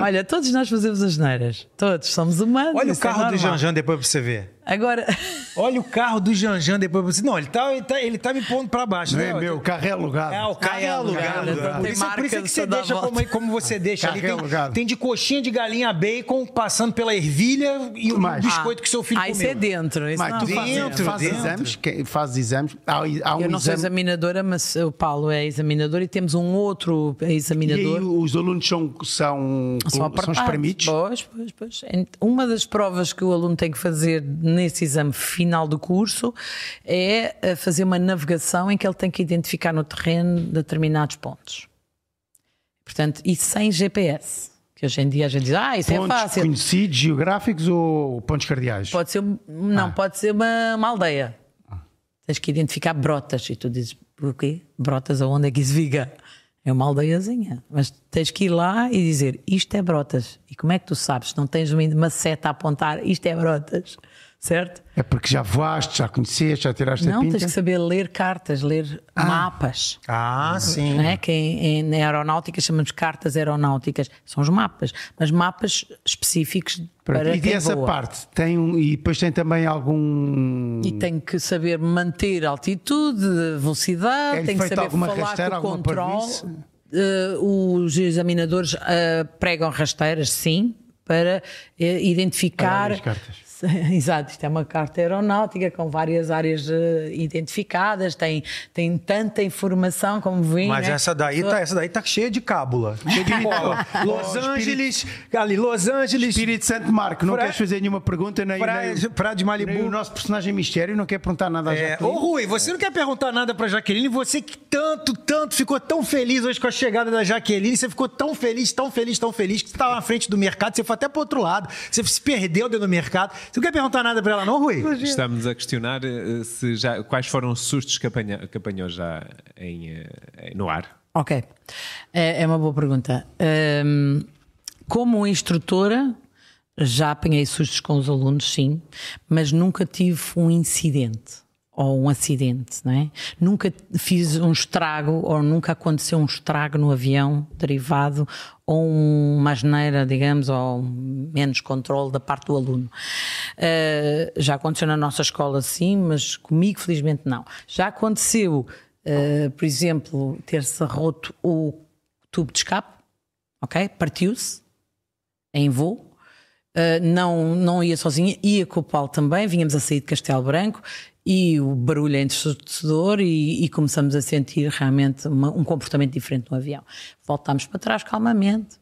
[SPEAKER 2] Olha, todos nós fazemos as neiras. Todos somos humanos.
[SPEAKER 3] Olha o
[SPEAKER 2] isso é
[SPEAKER 3] carro do
[SPEAKER 2] normal.
[SPEAKER 3] Janjan depois pra você ver.
[SPEAKER 2] Agora,
[SPEAKER 3] Olha o carro do Janjan depois pra você. Não, ele tá, ele tá, ele tá me pondo pra baixo.
[SPEAKER 1] Não
[SPEAKER 3] né?
[SPEAKER 1] é meu, o carro é alugado.
[SPEAKER 3] É, o carro
[SPEAKER 2] Ah,
[SPEAKER 3] é
[SPEAKER 2] é
[SPEAKER 3] alugado.
[SPEAKER 2] alugado, então
[SPEAKER 3] Por
[SPEAKER 2] tem
[SPEAKER 3] isso, por isso é que
[SPEAKER 2] marca
[SPEAKER 3] você
[SPEAKER 2] da
[SPEAKER 3] deixa
[SPEAKER 2] volta.
[SPEAKER 3] como, como você deixa.
[SPEAKER 1] Carro
[SPEAKER 3] Ali
[SPEAKER 1] é
[SPEAKER 3] tem,
[SPEAKER 1] alugado.
[SPEAKER 3] tem de coxinha de galinha a bacon, passando pela ervilha e o
[SPEAKER 1] Mais.
[SPEAKER 3] biscoito que seu filho
[SPEAKER 2] ah, isso é
[SPEAKER 3] comeu.
[SPEAKER 2] dentro. Isso
[SPEAKER 1] Mas
[SPEAKER 2] não
[SPEAKER 1] tu fazes-
[SPEAKER 2] há problema.
[SPEAKER 3] dentro,
[SPEAKER 1] fazes
[SPEAKER 3] dentro.
[SPEAKER 1] exames, que- fazes exames, há, há um
[SPEAKER 2] Eu não sou
[SPEAKER 1] exame.
[SPEAKER 2] examinadora, mas o Paulo é examinador e temos um outro
[SPEAKER 1] E aí
[SPEAKER 2] examinador.
[SPEAKER 1] os alunos são, são,
[SPEAKER 2] Só
[SPEAKER 1] são
[SPEAKER 2] apartados.
[SPEAKER 1] espremidos.
[SPEAKER 2] Pois, pois, pois. Ent- Uma das provas que o aluno tem que fazer nesse exame final do curso é eh, fazer uma navegação em que ele tem que identificar no terreno determinados pontos. Portanto, e sem GPS. Que hoje em dia a gente diz, ah, isso
[SPEAKER 1] Pontos
[SPEAKER 2] é fácil.
[SPEAKER 1] conhecidos, geográficos ou pontos cardeais?
[SPEAKER 2] Pode ser, um- não,
[SPEAKER 1] Ah.
[SPEAKER 2] pode ser uma, uma aldeia. Tens que identificar brotas. E tu dizes, o quê? Brotas aonde é que isso fica? É uma aldeiazinha. Mas tens que ir lá e dizer, isto é brotas. E como é que tu sabes? Não tens uma uma seta a apontar, isto é brotas. Certo?
[SPEAKER 1] É porque já voaste, já conheceste, já tiraste a
[SPEAKER 2] não,
[SPEAKER 1] é pinta?
[SPEAKER 2] tens que saber ler cartas, ler mapas.
[SPEAKER 3] Ah, sim.
[SPEAKER 2] Não é? Que em, em- na aeronáutica chamamos cartas aeronáuticas, são os mapas, mas mapas específicos
[SPEAKER 1] Pronto,
[SPEAKER 2] para
[SPEAKER 1] e
[SPEAKER 2] quem
[SPEAKER 1] dessa
[SPEAKER 2] voa.
[SPEAKER 1] parte, tem um, e depois tem também algum.
[SPEAKER 2] E tem que saber manter a altitude, a velocidade,
[SPEAKER 1] É-lhe
[SPEAKER 2] tem que
[SPEAKER 1] feita
[SPEAKER 2] saber
[SPEAKER 1] alguma
[SPEAKER 2] falar
[SPEAKER 1] rasteira,
[SPEAKER 2] com o
[SPEAKER 1] alguma
[SPEAKER 2] controle.
[SPEAKER 1] parvoíce?
[SPEAKER 2] Eh, os examinadores eh, pregam rasteiras, sim, para eh, identificar.
[SPEAKER 1] Olha as cartas.
[SPEAKER 2] Exato, isto é uma carta aeronáutica com várias áreas eh, identificadas, tem, tem tanta informação como vem.
[SPEAKER 3] Mas
[SPEAKER 2] né?
[SPEAKER 3] essa daí, tá, essa daí tá cheia de cábula. Cheia de bola. Los
[SPEAKER 1] Espírito-
[SPEAKER 3] Angeles, ali, Los Angeles,
[SPEAKER 1] Espírito Santo Marco, não
[SPEAKER 3] Pra-
[SPEAKER 1] queres fazer nenhuma pergunta nem,
[SPEAKER 3] praia,
[SPEAKER 1] nem,
[SPEAKER 3] praia de
[SPEAKER 1] nem o
[SPEAKER 3] Malibu.
[SPEAKER 1] nosso personagem mistério não quer perguntar nada a
[SPEAKER 3] É,
[SPEAKER 1] Jaqueline.
[SPEAKER 3] ô Rui, você não quer perguntar nada pra Jaqueline? Você que tanto, tanto ficou tão feliz hoje com a chegada da Jaqueline, você ficou tão feliz, tão feliz, tão feliz, que você tava na frente do mercado, você foi até pro outro lado, você se perdeu dentro do mercado. Você não quer perguntar nada pra ela, não, Rui?
[SPEAKER 4] Estamos a questionar eh, se já, quais foram os sustos que, apanha, que apanhou já em, eh, no ar.
[SPEAKER 2] Ok, é, é uma boa pergunta. Ahm, como instrutora, já apanhei sustos com os alunos, sim, mas nunca tive um incidente ou um acidente, não é? Nunca fiz um estrago ou nunca aconteceu um estrago no avião derivado ou uma asneira, digamos, ou menos controle da parte do aluno. Ah, já aconteceu na nossa escola, sim, mas comigo, felizmente, não. Já aconteceu Uh, por exemplo, ter-se roto o tubo de escape, ok? Partiu-se em voo. Uh, não, não ia sozinha, ia com o Paulo também. Vínhamos a sair de Castelo Branco e o barulho é ensurdecedor e, e começamos a sentir realmente uma- um comportamento diferente no avião. Voltámos para trás calmamente,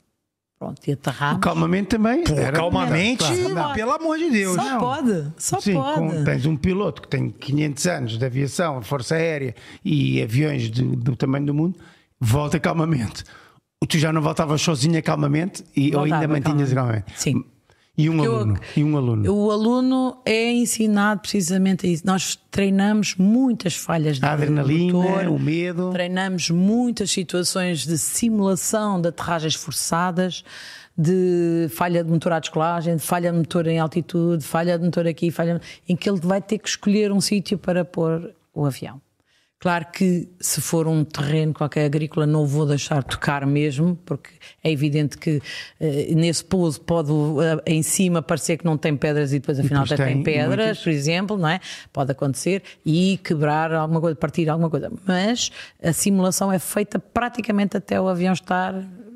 [SPEAKER 2] Pronto, e aterramos.
[SPEAKER 1] Calmamente também.
[SPEAKER 3] oh, Pô,
[SPEAKER 1] era-
[SPEAKER 3] calmamente,
[SPEAKER 1] Claro.
[SPEAKER 2] claro.
[SPEAKER 3] pelo amor de Deus.
[SPEAKER 2] Só pode, só
[SPEAKER 1] Sim,
[SPEAKER 2] pode.
[SPEAKER 1] com- tens um piloto que tem 500 anos de aviação, Força Aérea e aviões de- do tamanho do mundo, volta calmamente. Tu já não voltavas sozinha calmamente e, ou ainda
[SPEAKER 2] Voltava
[SPEAKER 1] mantinhas
[SPEAKER 2] calmamente.
[SPEAKER 1] calmamente.
[SPEAKER 2] Sim.
[SPEAKER 1] E um
[SPEAKER 2] Eu-
[SPEAKER 1] aluno. E um aluno.
[SPEAKER 2] O aluno é ensinado precisamente a isso. Nós treinamos muitas falhas de
[SPEAKER 1] a adrenalina,
[SPEAKER 2] motor,
[SPEAKER 1] o medo.
[SPEAKER 2] Treinamos muitas situações de simulação de aterragens forçadas, de falha de motor à descolagem, de falha de motor em altitude, falha de motor aqui, falha em que ele vai ter que escolher um sítio para pôr o avião. Claro que se for um terreno qualquer agrícola não o vou deixar tocar mesmo, porque é evidente que eh, nesse pouso pode eh, em cima parecer que não tem pedras e depois afinal até
[SPEAKER 1] depois
[SPEAKER 2] tem
[SPEAKER 1] tem
[SPEAKER 2] pedras,
[SPEAKER 1] muitas.
[SPEAKER 2] por exemplo, não é? Pode acontecer e quebrar alguma coisa, partir alguma coisa. Mas a simulação é feita praticamente até o avião estar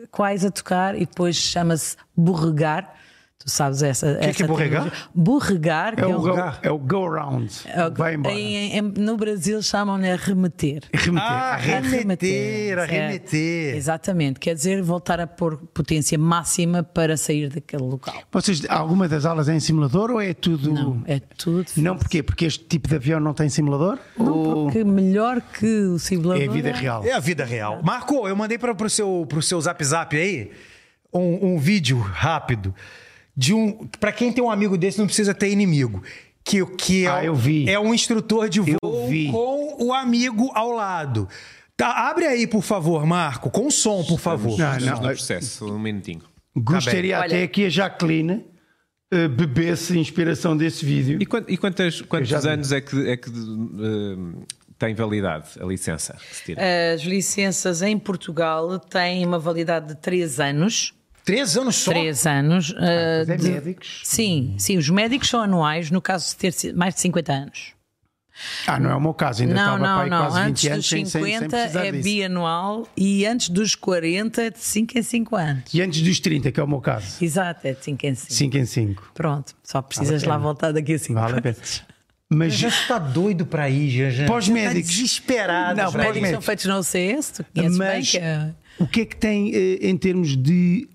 [SPEAKER 2] quase a tocar e depois chama-se borregar. Tu sabes essa. O
[SPEAKER 3] é que é borregar?
[SPEAKER 2] Borregar, que
[SPEAKER 1] É
[SPEAKER 2] é
[SPEAKER 1] o,
[SPEAKER 2] um-
[SPEAKER 1] go,
[SPEAKER 3] Ah.
[SPEAKER 1] é o go around.
[SPEAKER 2] é o-
[SPEAKER 1] Vai embora.
[SPEAKER 2] em- em- no Brasil chamam-lhe arremeter.
[SPEAKER 1] Remeter.
[SPEAKER 3] Ah,
[SPEAKER 2] Arremeter,
[SPEAKER 3] arremeter,
[SPEAKER 2] é.
[SPEAKER 3] arremeter.
[SPEAKER 2] Exatamente, quer dizer voltar a pôr potência máxima para sair daquele local.
[SPEAKER 1] Vocês, alguma das aulas é em simulador ou é tudo.
[SPEAKER 2] Não, é tudo.
[SPEAKER 1] Não, porquê? Porque este tipo de avião não tem simulador?
[SPEAKER 2] Não, Tá
[SPEAKER 1] ou
[SPEAKER 2] porque melhor que o simulador.
[SPEAKER 1] é vida real?
[SPEAKER 3] É a vida real. Marco, eu mandei para pro seu, pro seu zap zap aí um, um vídeo rápido de um. Para quem tem um amigo desse, não precisa ter inimigo. Que, que é,
[SPEAKER 1] Ah,
[SPEAKER 3] um-
[SPEAKER 1] eu vi.
[SPEAKER 3] é um instrutor de voo
[SPEAKER 1] vi.
[SPEAKER 3] com o amigo ao lado. Tá, abre aí, por favor, Marco, com som, por favor.
[SPEAKER 1] Não,
[SPEAKER 4] Estamos
[SPEAKER 1] não.
[SPEAKER 4] no processo, um minutinho.
[SPEAKER 1] Gostaria
[SPEAKER 2] Tá bem.
[SPEAKER 1] até
[SPEAKER 2] Olha-
[SPEAKER 1] que a Jacqueline eh, bebesse inspiração desse vídeo.
[SPEAKER 4] E, quant- e quantas-
[SPEAKER 1] já
[SPEAKER 4] quantos
[SPEAKER 1] vi.
[SPEAKER 4] anos é que, é que, eh, tem validade a licença? que se tira?
[SPEAKER 2] As licenças em Portugal têm uma validade de 3 anos.
[SPEAKER 3] Três anos só.
[SPEAKER 2] 3 anos. ah,
[SPEAKER 1] Mas é
[SPEAKER 2] de-
[SPEAKER 1] médicos.
[SPEAKER 2] Sim, sim, os médicos são anuais no caso de ter si- mais de 50 anos.
[SPEAKER 1] Ah, não é o meu caso, ainda
[SPEAKER 2] Não,
[SPEAKER 1] estava para
[SPEAKER 2] não,
[SPEAKER 1] aí
[SPEAKER 2] não.
[SPEAKER 1] quase 20
[SPEAKER 2] Antes
[SPEAKER 1] anos
[SPEAKER 2] dos
[SPEAKER 1] sem, sem, sem
[SPEAKER 2] 50
[SPEAKER 1] precisar
[SPEAKER 2] é
[SPEAKER 1] disso.
[SPEAKER 2] bianual e antes dos 40 é de 5 em 5 anos.
[SPEAKER 1] E antes dos 30, que é o meu caso.
[SPEAKER 2] Exato, é de 5 em 5.
[SPEAKER 1] 5 em 5.
[SPEAKER 2] Pronto, só
[SPEAKER 1] a
[SPEAKER 2] precisas
[SPEAKER 1] pena.
[SPEAKER 2] lá voltar daqui a 5
[SPEAKER 1] Vale a pena.
[SPEAKER 3] O
[SPEAKER 1] Mas
[SPEAKER 3] Jean tá doido pra ir, Jean. Jean.
[SPEAKER 1] Pós
[SPEAKER 3] Jean Tá
[SPEAKER 1] médicos.
[SPEAKER 3] desesperado.
[SPEAKER 1] Não,
[SPEAKER 3] Jean.
[SPEAKER 1] pós
[SPEAKER 2] Médicos são
[SPEAKER 1] médicos.
[SPEAKER 2] feitos na OCS, tu conheces bem
[SPEAKER 1] Mas
[SPEAKER 2] que é...
[SPEAKER 1] o que é que tem eh, em termos de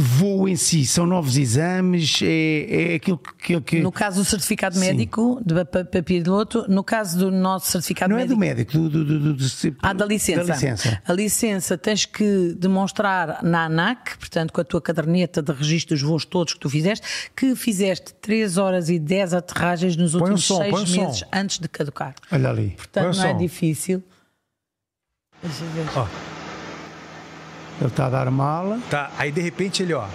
[SPEAKER 1] voo em si? São novos exames? É, é aquilo que. que- que-
[SPEAKER 2] No caso do certificado médico, de, para, para piloto, no caso do nosso certificado
[SPEAKER 1] não é
[SPEAKER 2] médico.
[SPEAKER 1] do médico, do, do, do, do- do-
[SPEAKER 2] Ah, da licença.
[SPEAKER 1] Da licença.
[SPEAKER 2] A licença tens que demonstrar na ANAC, portanto, com a tua caderneta de registro dos voos todos que tu fizeste, que fizeste 3 horas e 10 aterragens nos
[SPEAKER 3] o
[SPEAKER 2] últimos
[SPEAKER 3] som, põe o
[SPEAKER 2] 6
[SPEAKER 3] som.
[SPEAKER 2] meses antes de caducar.
[SPEAKER 1] Olha ali.
[SPEAKER 2] Portanto,
[SPEAKER 3] Põe o
[SPEAKER 2] não é
[SPEAKER 3] som.
[SPEAKER 2] difícil. Deixa eu ver.
[SPEAKER 1] Ele está a dar mala.
[SPEAKER 3] Tá, aí de repente ele, ó.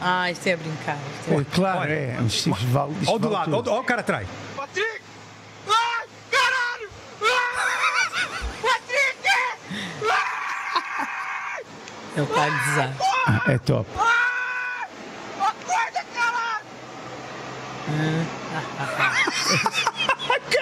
[SPEAKER 2] Ah, isto é brincar. isto é-
[SPEAKER 1] Pô, claro,
[SPEAKER 3] Olha.
[SPEAKER 1] é. Mas isto vale, isto
[SPEAKER 3] Ó do
[SPEAKER 1] vale
[SPEAKER 3] lado,
[SPEAKER 1] tudo.
[SPEAKER 3] ó, do- ó o cara atrás.
[SPEAKER 5] Patrick! Ah, caralho! Ah, Patrick!
[SPEAKER 2] Ele está a gozar.
[SPEAKER 1] É top.
[SPEAKER 5] Ah, acorda, caralho!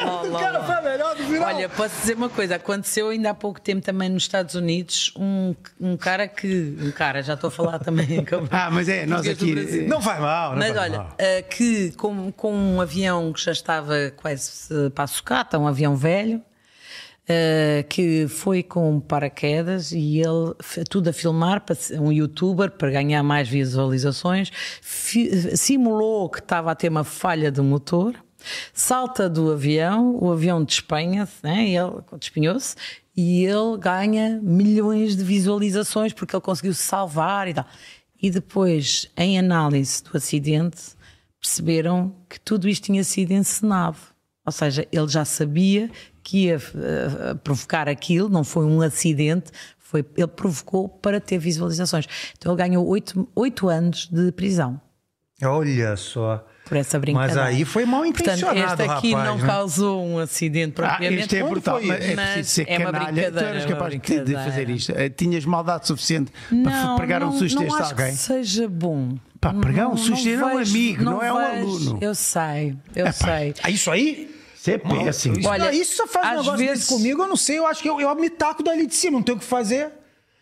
[SPEAKER 2] Olá, olá.
[SPEAKER 3] melhor do viral.
[SPEAKER 2] Olha, posso dizer uma coisa, aconteceu ainda há pouco tempo também nos Estados Unidos um, um cara que. Um cara, já estou a falar também. como-
[SPEAKER 1] Ah, mas é, nós
[SPEAKER 2] Português do
[SPEAKER 1] aqui.
[SPEAKER 2] Brasil.
[SPEAKER 1] eh,
[SPEAKER 3] Não faz mal, não
[SPEAKER 2] Mas
[SPEAKER 3] faz
[SPEAKER 2] olha,
[SPEAKER 3] mal.
[SPEAKER 2] eh, que com, com um avião que já estava quase eh, para a sucata, um avião velho, eh, que foi com paraquedas e ele, f- tudo a filmar, para ser um youtuber, para ganhar mais visualizações, fi- simulou que estava a ter uma falha de motor, salta do avião, o avião despenha-se, né? e ele despenhou-se. E ele ganha milhões de visualizações porque ele conseguiu se salvar e tal. E depois, em análise do acidente, perceberam que tudo isto tinha sido encenado. Ou seja, ele já sabia que ia eh, provocar aquilo, não foi um acidente, foi, ele provocou para ter visualizações. Então ele ganhou oito oito anos de prisão
[SPEAKER 3] Olha só.
[SPEAKER 2] por essa brincadeira.
[SPEAKER 3] Mas aí foi mal
[SPEAKER 2] Portanto,
[SPEAKER 3] intencionado,
[SPEAKER 2] este aqui
[SPEAKER 3] rapaz,
[SPEAKER 2] não
[SPEAKER 3] né?
[SPEAKER 2] causou um acidente
[SPEAKER 1] Ah,
[SPEAKER 2] propriamente.
[SPEAKER 1] isto é
[SPEAKER 3] Onde
[SPEAKER 1] brutal,
[SPEAKER 3] foi
[SPEAKER 1] mas
[SPEAKER 2] isso?
[SPEAKER 1] é
[SPEAKER 2] Mas
[SPEAKER 1] preciso ser
[SPEAKER 2] é uma
[SPEAKER 1] canalha. Tu
[SPEAKER 2] brincadeira,
[SPEAKER 1] eras
[SPEAKER 2] é uma
[SPEAKER 1] capaz de- de
[SPEAKER 2] brincadeira.
[SPEAKER 1] fazer isto. Eh, Tinhas maldade suficiente para f- pregar um susto
[SPEAKER 2] não
[SPEAKER 1] deste a
[SPEAKER 2] acho
[SPEAKER 1] alguém.
[SPEAKER 2] que seja bom.
[SPEAKER 1] Pá, pregar um susto a um
[SPEAKER 2] vejo-
[SPEAKER 1] amigo, não é um
[SPEAKER 2] vejo.
[SPEAKER 1] aluno.
[SPEAKER 2] Eu sei, eu sei.
[SPEAKER 3] Ah, Isso aí?
[SPEAKER 1] Isso é péssimo.
[SPEAKER 3] Isso,
[SPEAKER 2] Olha,
[SPEAKER 3] não, isso só faz um
[SPEAKER 2] às
[SPEAKER 3] negócio
[SPEAKER 2] vezes-
[SPEAKER 3] desse comigo, eu não sei, eu acho que eu, eu me taco dali de cima, não tenho o que fazer.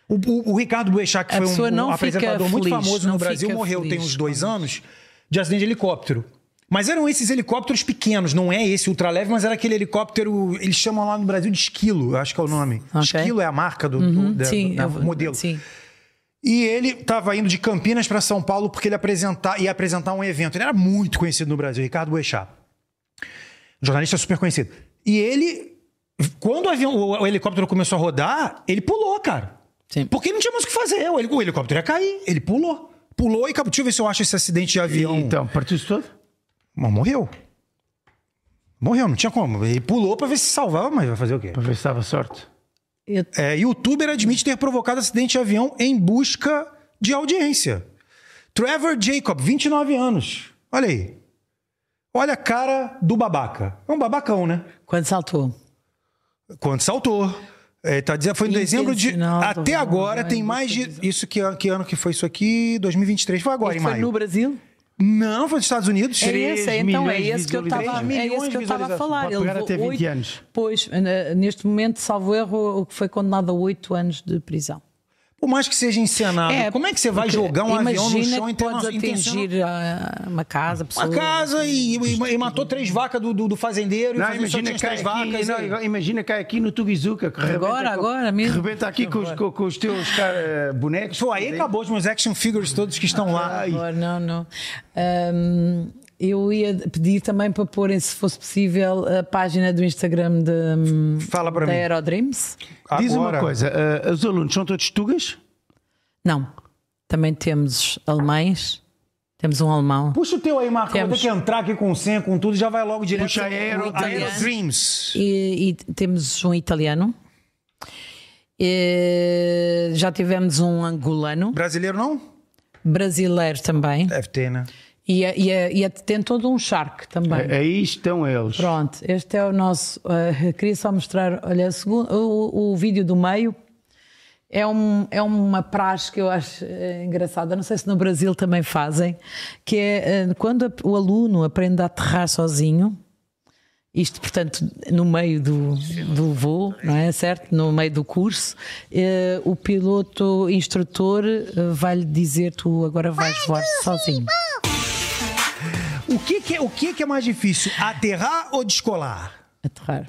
[SPEAKER 3] O, o- o Ricardo Boechat, que
[SPEAKER 2] A
[SPEAKER 3] foi
[SPEAKER 2] pessoa
[SPEAKER 3] um, um
[SPEAKER 2] não fica
[SPEAKER 3] apresentador muito
[SPEAKER 2] feliz,
[SPEAKER 3] famoso
[SPEAKER 2] não
[SPEAKER 3] no Brasil,
[SPEAKER 2] fica
[SPEAKER 3] morreu tem
[SPEAKER 2] feliz
[SPEAKER 3] uns
[SPEAKER 2] com
[SPEAKER 3] dois
[SPEAKER 2] isso.
[SPEAKER 3] anos de acidente de helicóptero. Mas eram esses helicópteros pequenos, não é esse ultraleve, mas era aquele helicóptero, eles chamam lá no Brasil de esquilo, eu acho que é o nome.
[SPEAKER 2] Ok. Uhum.
[SPEAKER 3] Esquilo é a marca do, do- da-
[SPEAKER 2] Hum, Sim,
[SPEAKER 3] da-
[SPEAKER 2] eu-
[SPEAKER 3] modelo.
[SPEAKER 2] Sim.
[SPEAKER 3] E ele estava indo de Campinas para São Paulo porque ele apresentar, ia apresentar um evento. Ele era muito conhecido no Brasil, Ricardo Boechat. Um Jornalista super conhecido. E ele, quando o, avião- o- o helicóptero começou a rodar, ele pulou, cara.
[SPEAKER 2] Sim.
[SPEAKER 3] Porque não tinha mais o que fazer. O heli- o helicóptero ia cair. Ele pulou. Pulou e acabou. Deixa eu ver se eu acho esse acidente de avião.
[SPEAKER 1] Então, partiu-se todo?
[SPEAKER 3] Mas morreu. Morreu, não tinha como. Ele pulou para ver se salvava, mas vai fazer o quê?
[SPEAKER 1] Para ver se dava sorte.
[SPEAKER 2] Eu-
[SPEAKER 3] É, youtuber admite ter provocado acidente de avião em busca de audiência. Trevor Jacob, 29 anos. Olha aí. Olha a cara do babaca. É um babacão, né?
[SPEAKER 2] Quando saltou.
[SPEAKER 3] Quando saltou. É, tá dizendo, foi em dezembro de.
[SPEAKER 2] Intencional, tô
[SPEAKER 3] Até
[SPEAKER 2] falando,
[SPEAKER 3] agora
[SPEAKER 2] né?
[SPEAKER 3] tem mais de. Isso que, ano- que ano que foi isso aqui? 2023. Foi agora,
[SPEAKER 2] Isto
[SPEAKER 3] em
[SPEAKER 2] foi no
[SPEAKER 3] maio.
[SPEAKER 2] Brasil?
[SPEAKER 3] Não, foi nos Estados Unidos.
[SPEAKER 2] É esse, é, então é
[SPEAKER 1] milhões de
[SPEAKER 2] esse que eu estava
[SPEAKER 1] visualizações.
[SPEAKER 2] é esse
[SPEAKER 3] Milhões
[SPEAKER 2] que
[SPEAKER 3] de
[SPEAKER 2] eu estava a falar.
[SPEAKER 1] Pode pegar até 20 anos.
[SPEAKER 2] Pois, n- neste momento, salvo erro, o que foi condenado a 8 anos de prisão.
[SPEAKER 3] Por mais que seja
[SPEAKER 1] Ah,
[SPEAKER 3] encenado, como é que você vai
[SPEAKER 2] porque
[SPEAKER 3] jogar um avião no
[SPEAKER 2] imagina
[SPEAKER 3] chão
[SPEAKER 2] que
[SPEAKER 3] interna-
[SPEAKER 2] podes
[SPEAKER 3] intencional?
[SPEAKER 2] atingir ah, uma casa,
[SPEAKER 3] Uma
[SPEAKER 2] pessoas.
[SPEAKER 3] casa e, e- e matou três vacas do, do, do fazendeiro e
[SPEAKER 1] Não,
[SPEAKER 3] o fazendeiro só
[SPEAKER 1] imagina
[SPEAKER 3] tinha as
[SPEAKER 1] cá,
[SPEAKER 3] três
[SPEAKER 1] aqui,
[SPEAKER 3] vacas.
[SPEAKER 1] não,
[SPEAKER 3] e-
[SPEAKER 1] agora- imagina cá aqui no Tugizuka. Que rebenta
[SPEAKER 2] Agora,
[SPEAKER 1] com-
[SPEAKER 2] agora mesmo.
[SPEAKER 1] que Rebenta aqui com os, com, com os teus cara, bonecos.
[SPEAKER 3] Pô, aí acabou os meus action figures todos que estão lá.
[SPEAKER 2] Agora, não, não. Ahm, eu ia pedir também para porem, se fosse possível, a página do Instagram de, hum,
[SPEAKER 3] Fala para
[SPEAKER 2] da
[SPEAKER 3] mim.
[SPEAKER 2] Aerodreams.
[SPEAKER 1] Diz
[SPEAKER 3] Agora.
[SPEAKER 1] uma coisa, eh, os alunos são todos tugas?
[SPEAKER 2] Não. Também temos alemães. Temos um alemão.
[SPEAKER 3] Puxa o teu aí, Marco. Eu vou
[SPEAKER 2] Temos.
[SPEAKER 3] ter que entrar aqui com o senha, com tudo, já vai logo direto.
[SPEAKER 1] Puxa, Aero-
[SPEAKER 2] Aero
[SPEAKER 3] Dreams.
[SPEAKER 2] E, e temos um italiano. E já tivemos um angolano,
[SPEAKER 3] Brasileiro não?
[SPEAKER 2] brasileiro também.
[SPEAKER 3] Deve ter, né?
[SPEAKER 2] E, e, e tem todo um shark também.
[SPEAKER 1] Aí estão eles.
[SPEAKER 2] Pronto, este é o nosso. eh, queria só mostrar, olha, a segun- o, o vídeo do meio é, um, é uma praxe que eu acho eh, engraçada. Não sei se no Brasil também fazem, que é eh, quando a- o aluno aprende a aterrar sozinho. Isto, portanto, no meio do, do voo, não é certo? No meio do curso, eh, o piloto instrutor eh, vai-lhe dizer: Tu agora vais voar sozinho.
[SPEAKER 3] O que, que é, o que, que é mais difícil? Aterrar ou descolar?
[SPEAKER 2] Aterrar.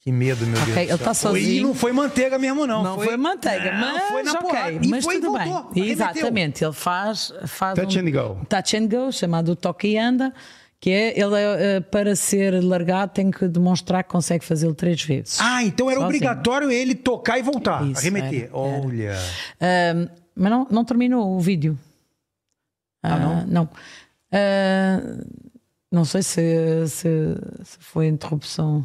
[SPEAKER 3] Que medo, meu
[SPEAKER 2] Ok,
[SPEAKER 3] Deus. do
[SPEAKER 2] ele
[SPEAKER 3] céu.
[SPEAKER 2] tá sozinho.
[SPEAKER 3] E não foi manteiga mesmo, não.
[SPEAKER 2] Não foi, manteiga,
[SPEAKER 3] Não,
[SPEAKER 2] mas
[SPEAKER 3] foi na porrada.
[SPEAKER 2] ok,
[SPEAKER 3] E
[SPEAKER 2] mas
[SPEAKER 3] foi e
[SPEAKER 2] tudo
[SPEAKER 3] voltou.
[SPEAKER 2] bem.
[SPEAKER 3] Arremeteu.
[SPEAKER 2] Exatamente, ele faz, faz um
[SPEAKER 1] Touch and go.
[SPEAKER 2] touch and go, chamado toque e anda, que é ele eh, para ser largado tem que demonstrar que consegue fazê-lo três vezes.
[SPEAKER 3] Ah, então era
[SPEAKER 2] Sozinho.
[SPEAKER 3] obrigatório ele tocar e voltar.
[SPEAKER 2] assim. Isso,
[SPEAKER 3] arremeter.
[SPEAKER 2] era, era.
[SPEAKER 3] Olha.
[SPEAKER 2] Ahm, mas não, não terminou o vídeo. Ah, não? Não. Ah, não sei se, se, se foi interrupção.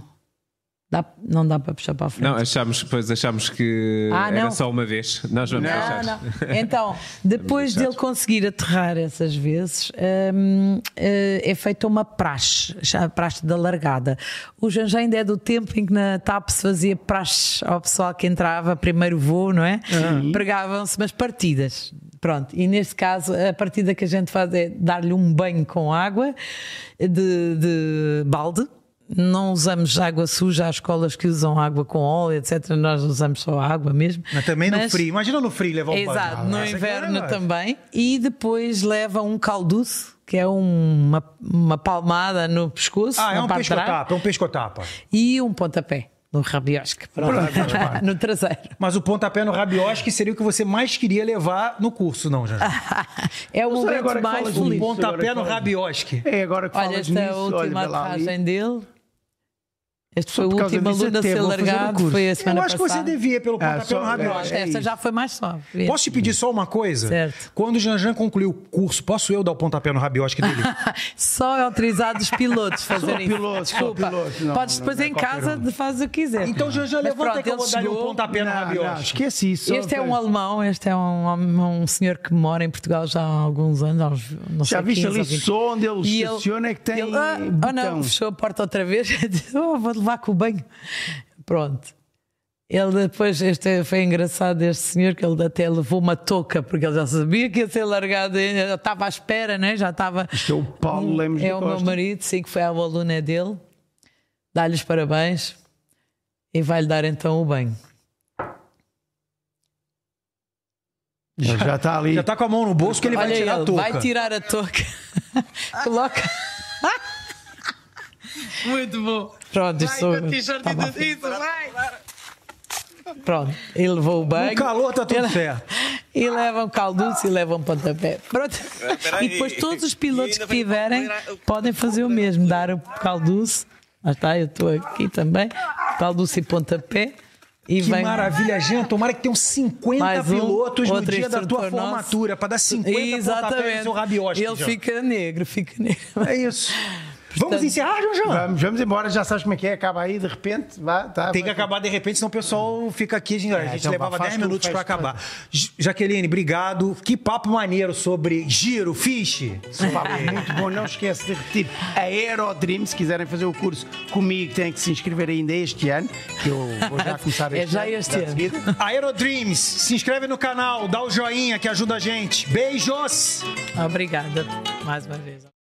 [SPEAKER 2] Dá- não dá para puxar para a frente.
[SPEAKER 4] Não, achámos, pois achámos que
[SPEAKER 2] Ah,
[SPEAKER 4] era
[SPEAKER 2] não.
[SPEAKER 4] só uma vez. Nós vamos
[SPEAKER 2] Ah,
[SPEAKER 4] deixar.
[SPEAKER 2] não. Então, depois
[SPEAKER 4] Chato.
[SPEAKER 2] dele conseguir aterrar essas vezes, hum, eh, é feita uma praxe, já a praxe da largada. O Janja ainda é do tempo em que na TAP se fazia praxe ao pessoal que entrava, primeiro voo, não é? Pregavam-se umas partidas. Pronto, e neste caso a partida que a gente faz é dar-lhe um banho com água de- de balde não usamos água suja, há escolas que usam água com óleo, etc. Nós usamos só água mesmo.
[SPEAKER 3] Mas também no
[SPEAKER 2] Mas-
[SPEAKER 3] frio. Imagina no frio levar um banho.
[SPEAKER 2] Exato,
[SPEAKER 3] Ah,
[SPEAKER 1] é
[SPEAKER 2] no
[SPEAKER 3] essa aqui
[SPEAKER 2] inverno
[SPEAKER 3] era
[SPEAKER 2] também. E depois leva um calduço, que é uma, uma palmada no pescoço,
[SPEAKER 3] Ah, é
[SPEAKER 2] na
[SPEAKER 3] um
[SPEAKER 2] parte de trás,
[SPEAKER 3] pescotapa, é um pescotapa.
[SPEAKER 2] e um pontapé no rabiosque, pronto, no traseiro.
[SPEAKER 3] Mas o pontapé no rabiosque seria o que você mais queria levar no curso, não, já.
[SPEAKER 2] É o
[SPEAKER 1] sei, agora que
[SPEAKER 2] momento mais
[SPEAKER 1] falas do
[SPEAKER 3] Um
[SPEAKER 2] feliz.
[SPEAKER 1] bom-
[SPEAKER 3] pontapé no rabiosque.
[SPEAKER 1] É agora que
[SPEAKER 2] Olha,
[SPEAKER 1] falas
[SPEAKER 2] esta é a
[SPEAKER 1] nisso. olha,
[SPEAKER 2] última
[SPEAKER 1] vê lá ali.
[SPEAKER 2] aterragem dele. Este
[SPEAKER 1] Só
[SPEAKER 2] foi o
[SPEAKER 1] por causa
[SPEAKER 2] último
[SPEAKER 1] disso
[SPEAKER 2] aluno a
[SPEAKER 1] até
[SPEAKER 2] ser
[SPEAKER 1] vou fazer o
[SPEAKER 2] largado,
[SPEAKER 1] curso.
[SPEAKER 2] foi a
[SPEAKER 3] Eu
[SPEAKER 2] semana
[SPEAKER 3] acho que você
[SPEAKER 2] passada.
[SPEAKER 3] devia pelo pontapé
[SPEAKER 1] só-
[SPEAKER 3] no rabiosque.
[SPEAKER 1] é
[SPEAKER 2] Esta
[SPEAKER 1] isso.
[SPEAKER 2] já foi mais suave.
[SPEAKER 3] Posso te pedir só uma coisa?
[SPEAKER 2] Certo.
[SPEAKER 3] Quando o Janjan concluir o curso, posso eu dar o pontapé no rabiosque dele?
[SPEAKER 2] Só é autorizado os pilotos fazerem isso.
[SPEAKER 1] piloto, só
[SPEAKER 2] Desculpa.
[SPEAKER 1] piloto. Não,
[SPEAKER 2] Podes
[SPEAKER 1] não,
[SPEAKER 2] depois
[SPEAKER 1] não é
[SPEAKER 2] em
[SPEAKER 1] qualquer
[SPEAKER 2] casa
[SPEAKER 1] um.
[SPEAKER 2] faz o que quiser.
[SPEAKER 3] então, Janjan,
[SPEAKER 2] Mas
[SPEAKER 3] levanta
[SPEAKER 2] pronto,
[SPEAKER 3] que eu vou
[SPEAKER 2] ele
[SPEAKER 3] dar-lhe um
[SPEAKER 2] chegou.
[SPEAKER 3] pontapé no
[SPEAKER 1] Não, Ah, não,
[SPEAKER 3] rabiosque.
[SPEAKER 1] esquece isso.
[SPEAKER 2] Este é
[SPEAKER 1] só-
[SPEAKER 2] um alemão, este é um, homem- um senhor que mora em Portugal já há alguns anos. há uns- não
[SPEAKER 1] Já
[SPEAKER 2] sei,
[SPEAKER 1] viste
[SPEAKER 2] 15
[SPEAKER 1] ali
[SPEAKER 2] ou 20.
[SPEAKER 1] só onde ele
[SPEAKER 2] E
[SPEAKER 1] estaciona é que tem.
[SPEAKER 2] ele, ah, oh
[SPEAKER 1] botão.
[SPEAKER 2] não, fechou a porta outra vez. Disse, oh, vou levar com o banho. Pronto. Ele depois, este foi engraçado, este senhor, que ele até levou uma touca, porque ele já sabia que ia ser largado, já estava à espera, né? já estava.
[SPEAKER 1] Isto é o Paulo Lemos
[SPEAKER 2] É
[SPEAKER 1] da
[SPEAKER 2] o meu
[SPEAKER 1] Costa.
[SPEAKER 2] marido, sim, que foi a aluna Né dele. Dá-lhe os parabéns e vai-lhe dar então o banho.
[SPEAKER 1] Ele já está ali.
[SPEAKER 3] Já tá com a mão no bolso que ele vai
[SPEAKER 2] Olha
[SPEAKER 3] tirar a
[SPEAKER 2] ele,
[SPEAKER 3] touca.
[SPEAKER 2] vai tirar a touca. Coloca. Muito bom. Pronto, isto sou-
[SPEAKER 5] t-shirt e tudo isso, vai!
[SPEAKER 2] Pronto, ele levou o banho.
[SPEAKER 3] No calor tá tudo
[SPEAKER 2] ele-
[SPEAKER 3] certo.
[SPEAKER 2] E levam calduço e levam pontapé. Pronto.
[SPEAKER 6] Espera aí.
[SPEAKER 2] E depois todos os pilotos
[SPEAKER 6] E ainda
[SPEAKER 2] que
[SPEAKER 6] vem-
[SPEAKER 2] tiverem podem fazer o mesmo, dar o calduço. Lá está, eu estou aqui também. Calduço e pontapé. E
[SPEAKER 3] Que
[SPEAKER 2] vem
[SPEAKER 3] maravilha, Jean. Tomara que tenham 50
[SPEAKER 2] mais um,
[SPEAKER 3] pilotos no
[SPEAKER 2] outro
[SPEAKER 3] dia da tua
[SPEAKER 2] instrutor nosso.
[SPEAKER 3] formatura, para dar 50 pontapés no
[SPEAKER 2] Exatamente.
[SPEAKER 3] seu rabiosque,
[SPEAKER 2] Ele
[SPEAKER 3] Jean.
[SPEAKER 2] fica negro, fica negro.
[SPEAKER 3] É isso. Vamos encerrar, João Jean?
[SPEAKER 1] Vamos, vamos embora, já sabes como é que é, acaba aí de repente. Vá, tá,
[SPEAKER 3] Tem que
[SPEAKER 1] vai.
[SPEAKER 3] acabar de repente, senão o pessoal fica aqui. A gente, a gente
[SPEAKER 1] então
[SPEAKER 3] levava
[SPEAKER 1] faz
[SPEAKER 3] 10
[SPEAKER 1] tudo,
[SPEAKER 3] minutos
[SPEAKER 1] faz
[SPEAKER 3] pra
[SPEAKER 1] tudo.
[SPEAKER 3] acabar. J- Jaqueline, obrigado. Que papo maneiro sobre giro, fiche.
[SPEAKER 1] Pá, é muito bom, não esquece de repetir. A Aerodream, se quiserem fazer o curso comigo, têm que se inscrever ainda este ano, que eu vou já começar
[SPEAKER 2] É
[SPEAKER 1] este
[SPEAKER 2] já
[SPEAKER 1] ano.
[SPEAKER 2] este ano.
[SPEAKER 1] seguida.
[SPEAKER 3] Aerodreams, se inscreve no canal, dá o joinha que ajuda a gente. Beijos!
[SPEAKER 2] Obrigada mais uma vez.